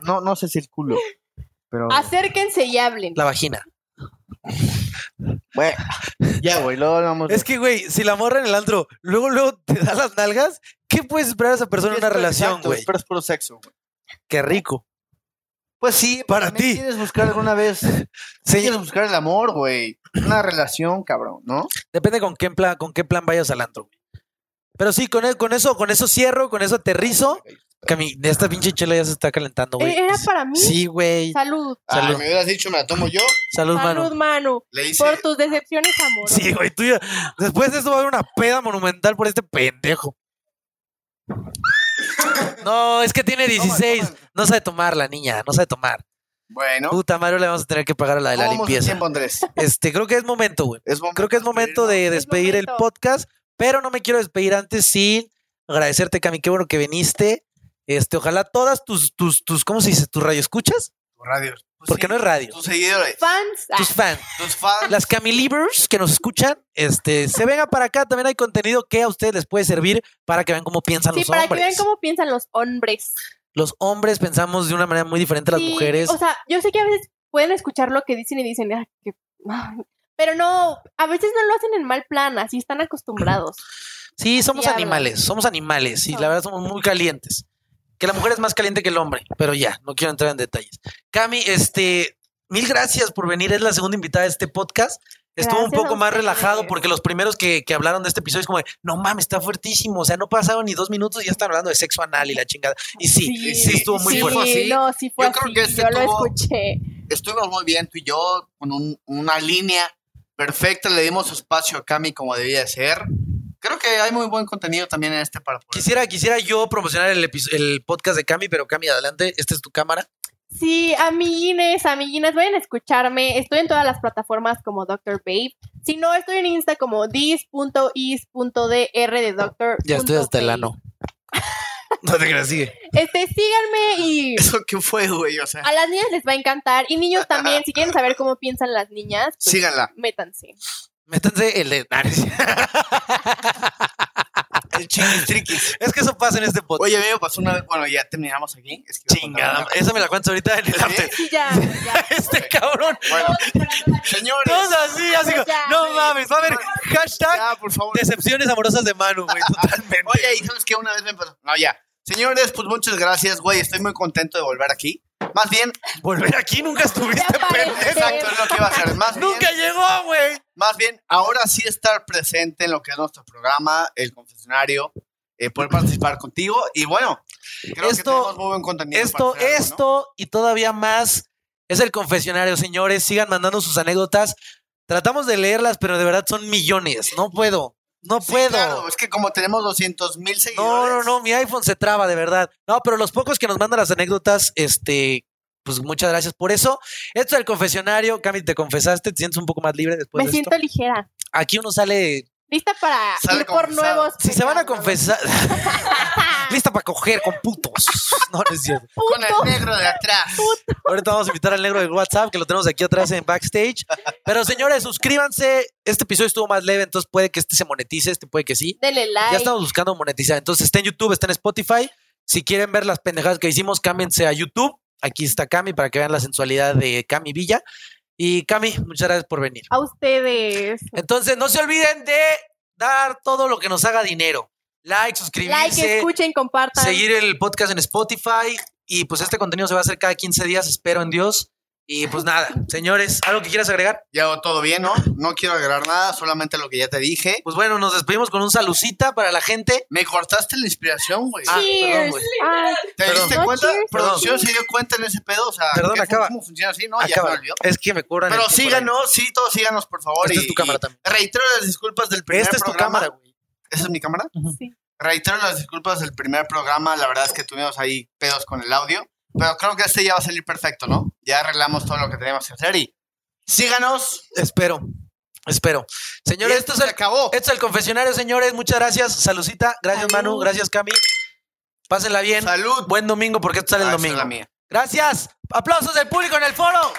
[SPEAKER 4] no, no sé si el culo. Pero.
[SPEAKER 3] Ah, Acérquense y hablen.
[SPEAKER 1] la vagina.
[SPEAKER 4] Bueno, ya, güey, luego hablamos. de-
[SPEAKER 1] Es que, güey, si la morra en el antro luego, luego te da las nalgas, ¿qué puedes esperar a esa persona en una
[SPEAKER 4] Exacto,
[SPEAKER 1] relación, güey?
[SPEAKER 4] Pero es puro sexo, güey.
[SPEAKER 1] Qué rico.
[SPEAKER 4] Pues sí,
[SPEAKER 1] Para
[SPEAKER 4] también
[SPEAKER 1] ti.
[SPEAKER 4] ¿Quieres buscar alguna vez?
[SPEAKER 1] Sí,
[SPEAKER 4] ¿Quieres buscar el amor, güey? Una relación, cabrón, ¿no?
[SPEAKER 1] depende con qué plan, con qué plan vayas al antro. güey. Pero sí, con, e- con eso, con eso cierro, con eso aterrizo. Cami, esta pinche chela ya se está calentando, güey.
[SPEAKER 3] Eh, Era para mí.
[SPEAKER 1] Sí, güey.
[SPEAKER 3] Salud.
[SPEAKER 5] Ah,
[SPEAKER 1] Salud.
[SPEAKER 5] me hubieras dicho, me la tomo yo.
[SPEAKER 1] Salud,
[SPEAKER 3] Salud,
[SPEAKER 1] mano.
[SPEAKER 3] Manu.
[SPEAKER 5] Le hice.
[SPEAKER 3] Por tus decepciones amorosas.
[SPEAKER 1] Sí, güey, tú ya- Después de esto va a haber una peda monumental por este pendejo. No, es que tiene 16. No sabe tomar la niña, no sabe tomar.
[SPEAKER 5] Bueno.
[SPEAKER 1] Puta Mario, le vamos a tener que pagar a la de la
[SPEAKER 5] ¿Cómo vamos de
[SPEAKER 1] limpieza.
[SPEAKER 5] tiempo, Andrés?
[SPEAKER 1] Este, creo que es momento, güey.
[SPEAKER 5] Es momento
[SPEAKER 1] Creo que es
[SPEAKER 5] de
[SPEAKER 1] momento
[SPEAKER 5] despedirnos.
[SPEAKER 1] de
[SPEAKER 3] Es
[SPEAKER 1] despedir el
[SPEAKER 3] momento.
[SPEAKER 1] podcast, pero no me quiero despedir antes sin agradecerte, Cami. Qué bueno que viniste. Este, ojalá todas tus, tus, tus, ¿cómo se dice? ¿Tus radio escuchas?
[SPEAKER 5] Tu radio.
[SPEAKER 4] Pues
[SPEAKER 5] Tus
[SPEAKER 1] Porque no es radio.
[SPEAKER 5] Tus seguidores,
[SPEAKER 3] Fans. ah,
[SPEAKER 1] Tus fans,
[SPEAKER 5] tus fans.
[SPEAKER 1] las Camilivers que nos escuchan, este, se vengan para acá. También hay contenido que a ustedes les puede servir para que vean cómo piensan
[SPEAKER 3] sí,
[SPEAKER 1] los
[SPEAKER 3] para que
[SPEAKER 1] hombres.
[SPEAKER 3] vean cómo piensan los hombres.
[SPEAKER 1] Los hombres pensamos de una manera muy diferente a las
[SPEAKER 3] Sí,
[SPEAKER 1] mujeres.
[SPEAKER 3] O sea, yo sé que a veces pueden escuchar lo que dicen y dicen, "Ah, qué- ay", pero no, a veces no lo hacen en mal plan, así están acostumbrados.
[SPEAKER 1] Sí, somos
[SPEAKER 3] Sí hablan. Ah.
[SPEAKER 1] animales, somos animales y
[SPEAKER 3] Son.
[SPEAKER 1] la verdad somos muy calientes. Que la mujer es más caliente que el hombre, pero ya, no quiero entrar en detalles. Cami, este, mil gracias por venir, es la segunda invitada de este podcast. Estuvo un
[SPEAKER 3] Gracias a
[SPEAKER 1] poco más
[SPEAKER 3] ustedes.
[SPEAKER 1] relajado porque los primeros que, que hablaron de este episodio es como, de, no mames, está fuertísimo, o sea, no pasaron ni dos minutos y ya están hablando de sexo anal y la chingada. Y sí, sí, estuvo muy
[SPEAKER 3] sí,
[SPEAKER 1] fuerte.
[SPEAKER 5] así.
[SPEAKER 3] No, sí fue
[SPEAKER 5] Yo creo
[SPEAKER 3] así,
[SPEAKER 5] que este
[SPEAKER 3] yo lo
[SPEAKER 5] tuvo-
[SPEAKER 3] escuché.
[SPEAKER 5] Estuvimos muy bien, tú y yo, con un- una línea perfecta. Le dimos su espacio a Cami como debía de ser.
[SPEAKER 7] Creo que hay muy buen contenido también en este para poder-
[SPEAKER 1] Quisiera, quisiera yo promocionar el, episo- el podcast de Cami, pero Cami, adelante, esta es tu cámara.
[SPEAKER 3] Sí, amiguines, amiguinas, vayan a escucharme. Estoy en todas las plataformas como Dr. Babe. Si no, estoy en Insta como dis.is.dr de Dr.
[SPEAKER 1] Ya estoy hasta el
[SPEAKER 3] Babe.
[SPEAKER 1] ano. No te creas, sigue.
[SPEAKER 3] Este, síganme y
[SPEAKER 2] ¿Eso qué fue, güey? O sea,
[SPEAKER 3] a las niñas les va a encantar. Y niños también, si quieren saber cómo piensan las niñas, pues,
[SPEAKER 2] síganla.
[SPEAKER 3] métanse.
[SPEAKER 1] Métanse el de. ah,
[SPEAKER 2] El chiquistriquis.
[SPEAKER 1] Es que eso pasa en este podcast.
[SPEAKER 2] Oye, a mí me pasó una vez. Bueno, ya terminamos aquí. Es que iba a contar
[SPEAKER 1] Chingada.
[SPEAKER 2] una-
[SPEAKER 1] madre. Esa me la cuentas ahorita en el after.
[SPEAKER 3] Sí, ya, ya.
[SPEAKER 1] Este cabrón.
[SPEAKER 2] Bueno,
[SPEAKER 1] Todos
[SPEAKER 2] señores.
[SPEAKER 1] así, así. como,
[SPEAKER 3] Ya,
[SPEAKER 1] No
[SPEAKER 3] güey.
[SPEAKER 1] mames, va a haber hashtag
[SPEAKER 2] Ya, por favor.
[SPEAKER 1] decepciones amorosas de Manu, güey. Totalmente.
[SPEAKER 2] Oye, y sabes que una vez me pasó. No, ya. Señores, pues muchas gracias, güey. Estoy muy contento de volver aquí. Más bien,
[SPEAKER 1] Volver aquí nunca estuviste,
[SPEAKER 3] Ya parece.
[SPEAKER 1] pendejo.
[SPEAKER 2] exacto, es lo que iba a hacer. Más bien,
[SPEAKER 1] Nunca llegó, güey.
[SPEAKER 2] más bien, ahora sí estar presente en lo que es nuestro programa, el confesionario, eh, poder participar contigo. Y bueno, creo que
[SPEAKER 1] Esto-
[SPEAKER 2] tenemos muy buen contenido.
[SPEAKER 1] Esto,
[SPEAKER 2] para hacer algo, ¿no?
[SPEAKER 1] esto y todavía más es el confesionario, señores. Sigan mandando sus anécdotas. Tratamos de leerlas, pero de verdad son millones. No puedo. No
[SPEAKER 2] Sí,
[SPEAKER 1] puedo.
[SPEAKER 2] claro, es que como tenemos 200 mil seguidores.
[SPEAKER 1] No, no, no, mi iPhone se traba, de verdad. No, pero los pocos que nos mandan las anécdotas, este, pues muchas gracias por eso. Esto del confesionario, Cami, te confesaste, te sientes un poco más libre después
[SPEAKER 3] Me
[SPEAKER 1] de
[SPEAKER 3] siento
[SPEAKER 1] esto.
[SPEAKER 3] ligera.
[SPEAKER 1] Aquí uno sale,
[SPEAKER 3] Lista para
[SPEAKER 2] Sale
[SPEAKER 3] ir por
[SPEAKER 2] confesado.
[SPEAKER 3] nuevos.
[SPEAKER 1] si se van a
[SPEAKER 3] pecados.
[SPEAKER 1] confesar, lista para coger con putos. No, no es cierto.
[SPEAKER 2] Con el negro de atrás.
[SPEAKER 1] Ahorita vamos a invitar al negro del WhatsApp, que lo tenemos aquí atrás en backstage. Pero señores, suscríbanse. Este episodio estuvo más leve, entonces puede que este se monetice, este puede que sí.
[SPEAKER 3] Denle like.
[SPEAKER 1] Ya estamos buscando monetizar. Entonces está en YouTube, está en Spotify. Si quieren ver las pendejadas que hicimos, cámbiense a YouTube. Aquí está Cami para que vean la sensualidad de Cami Villa. Y Cami, muchas gracias por venir.
[SPEAKER 3] A ustedes.
[SPEAKER 1] Entonces, no se olviden de dar todo lo que nos haga dinero. Like, suscribirse,
[SPEAKER 3] Like, escuchen, compartan.
[SPEAKER 1] seguir el podcast en Spotify. Y pues este contenido se va a hacer cada 15 días, espero en Dios. Y pues nada, señores, ¿algo que quieras agregar?
[SPEAKER 2] Ya todo bien, ¿no? No quiero agregar nada, solamente lo que ya te dije.
[SPEAKER 1] Pues bueno, nos despedimos con un salucita para la gente.
[SPEAKER 2] Me cortaste la inspiración, güey.
[SPEAKER 1] Ah, perdón,
[SPEAKER 3] Cheers.
[SPEAKER 1] güey.
[SPEAKER 3] Ay,
[SPEAKER 2] ¿Te
[SPEAKER 1] perdón.
[SPEAKER 2] diste
[SPEAKER 3] No,
[SPEAKER 2] cuenta?
[SPEAKER 3] cheers.
[SPEAKER 2] Producción se dio cuenta en ese pedo. O sea,
[SPEAKER 1] Perdón,
[SPEAKER 2] ¿qué fun-
[SPEAKER 1] acaba.
[SPEAKER 2] ¿cómo funciona así? No, ya se
[SPEAKER 1] Acaba.
[SPEAKER 2] me olvidó.
[SPEAKER 1] es que me cobran. el
[SPEAKER 2] Pero
[SPEAKER 1] tiempo,
[SPEAKER 2] síganos, sí, todos síganos, por favor.
[SPEAKER 1] Esta
[SPEAKER 2] y-
[SPEAKER 1] es tu cámara
[SPEAKER 2] y
[SPEAKER 1] también.
[SPEAKER 2] Reitero las disculpas del primer
[SPEAKER 1] Esta Este es tu
[SPEAKER 2] programa.
[SPEAKER 1] cámara, güey.
[SPEAKER 2] ¿Esa es mi cámara?
[SPEAKER 3] sí.
[SPEAKER 2] Reitero las disculpas del primer programa. La verdad es que tuvimos ahí pedos con el audio. Pero creo que este ya va a salir perfecto, ¿no? Ya arreglamos todo lo que teníamos que hacer y síganos.
[SPEAKER 1] Espero, espero. Señores,
[SPEAKER 2] Y
[SPEAKER 1] esto es,
[SPEAKER 2] se
[SPEAKER 1] el,
[SPEAKER 2] acabó.
[SPEAKER 1] esto es el confesionario, señores. Muchas gracias. Salucita. Gracias,
[SPEAKER 3] Salud.
[SPEAKER 1] Manu. Gracias, Cami. Pásenla bien.
[SPEAKER 2] Salud.
[SPEAKER 1] Buen domingo, porque esto sale el
[SPEAKER 2] Ah, esa es la
[SPEAKER 1] domingo.
[SPEAKER 2] mía.
[SPEAKER 1] Gracias. Aplausos del público en el foro.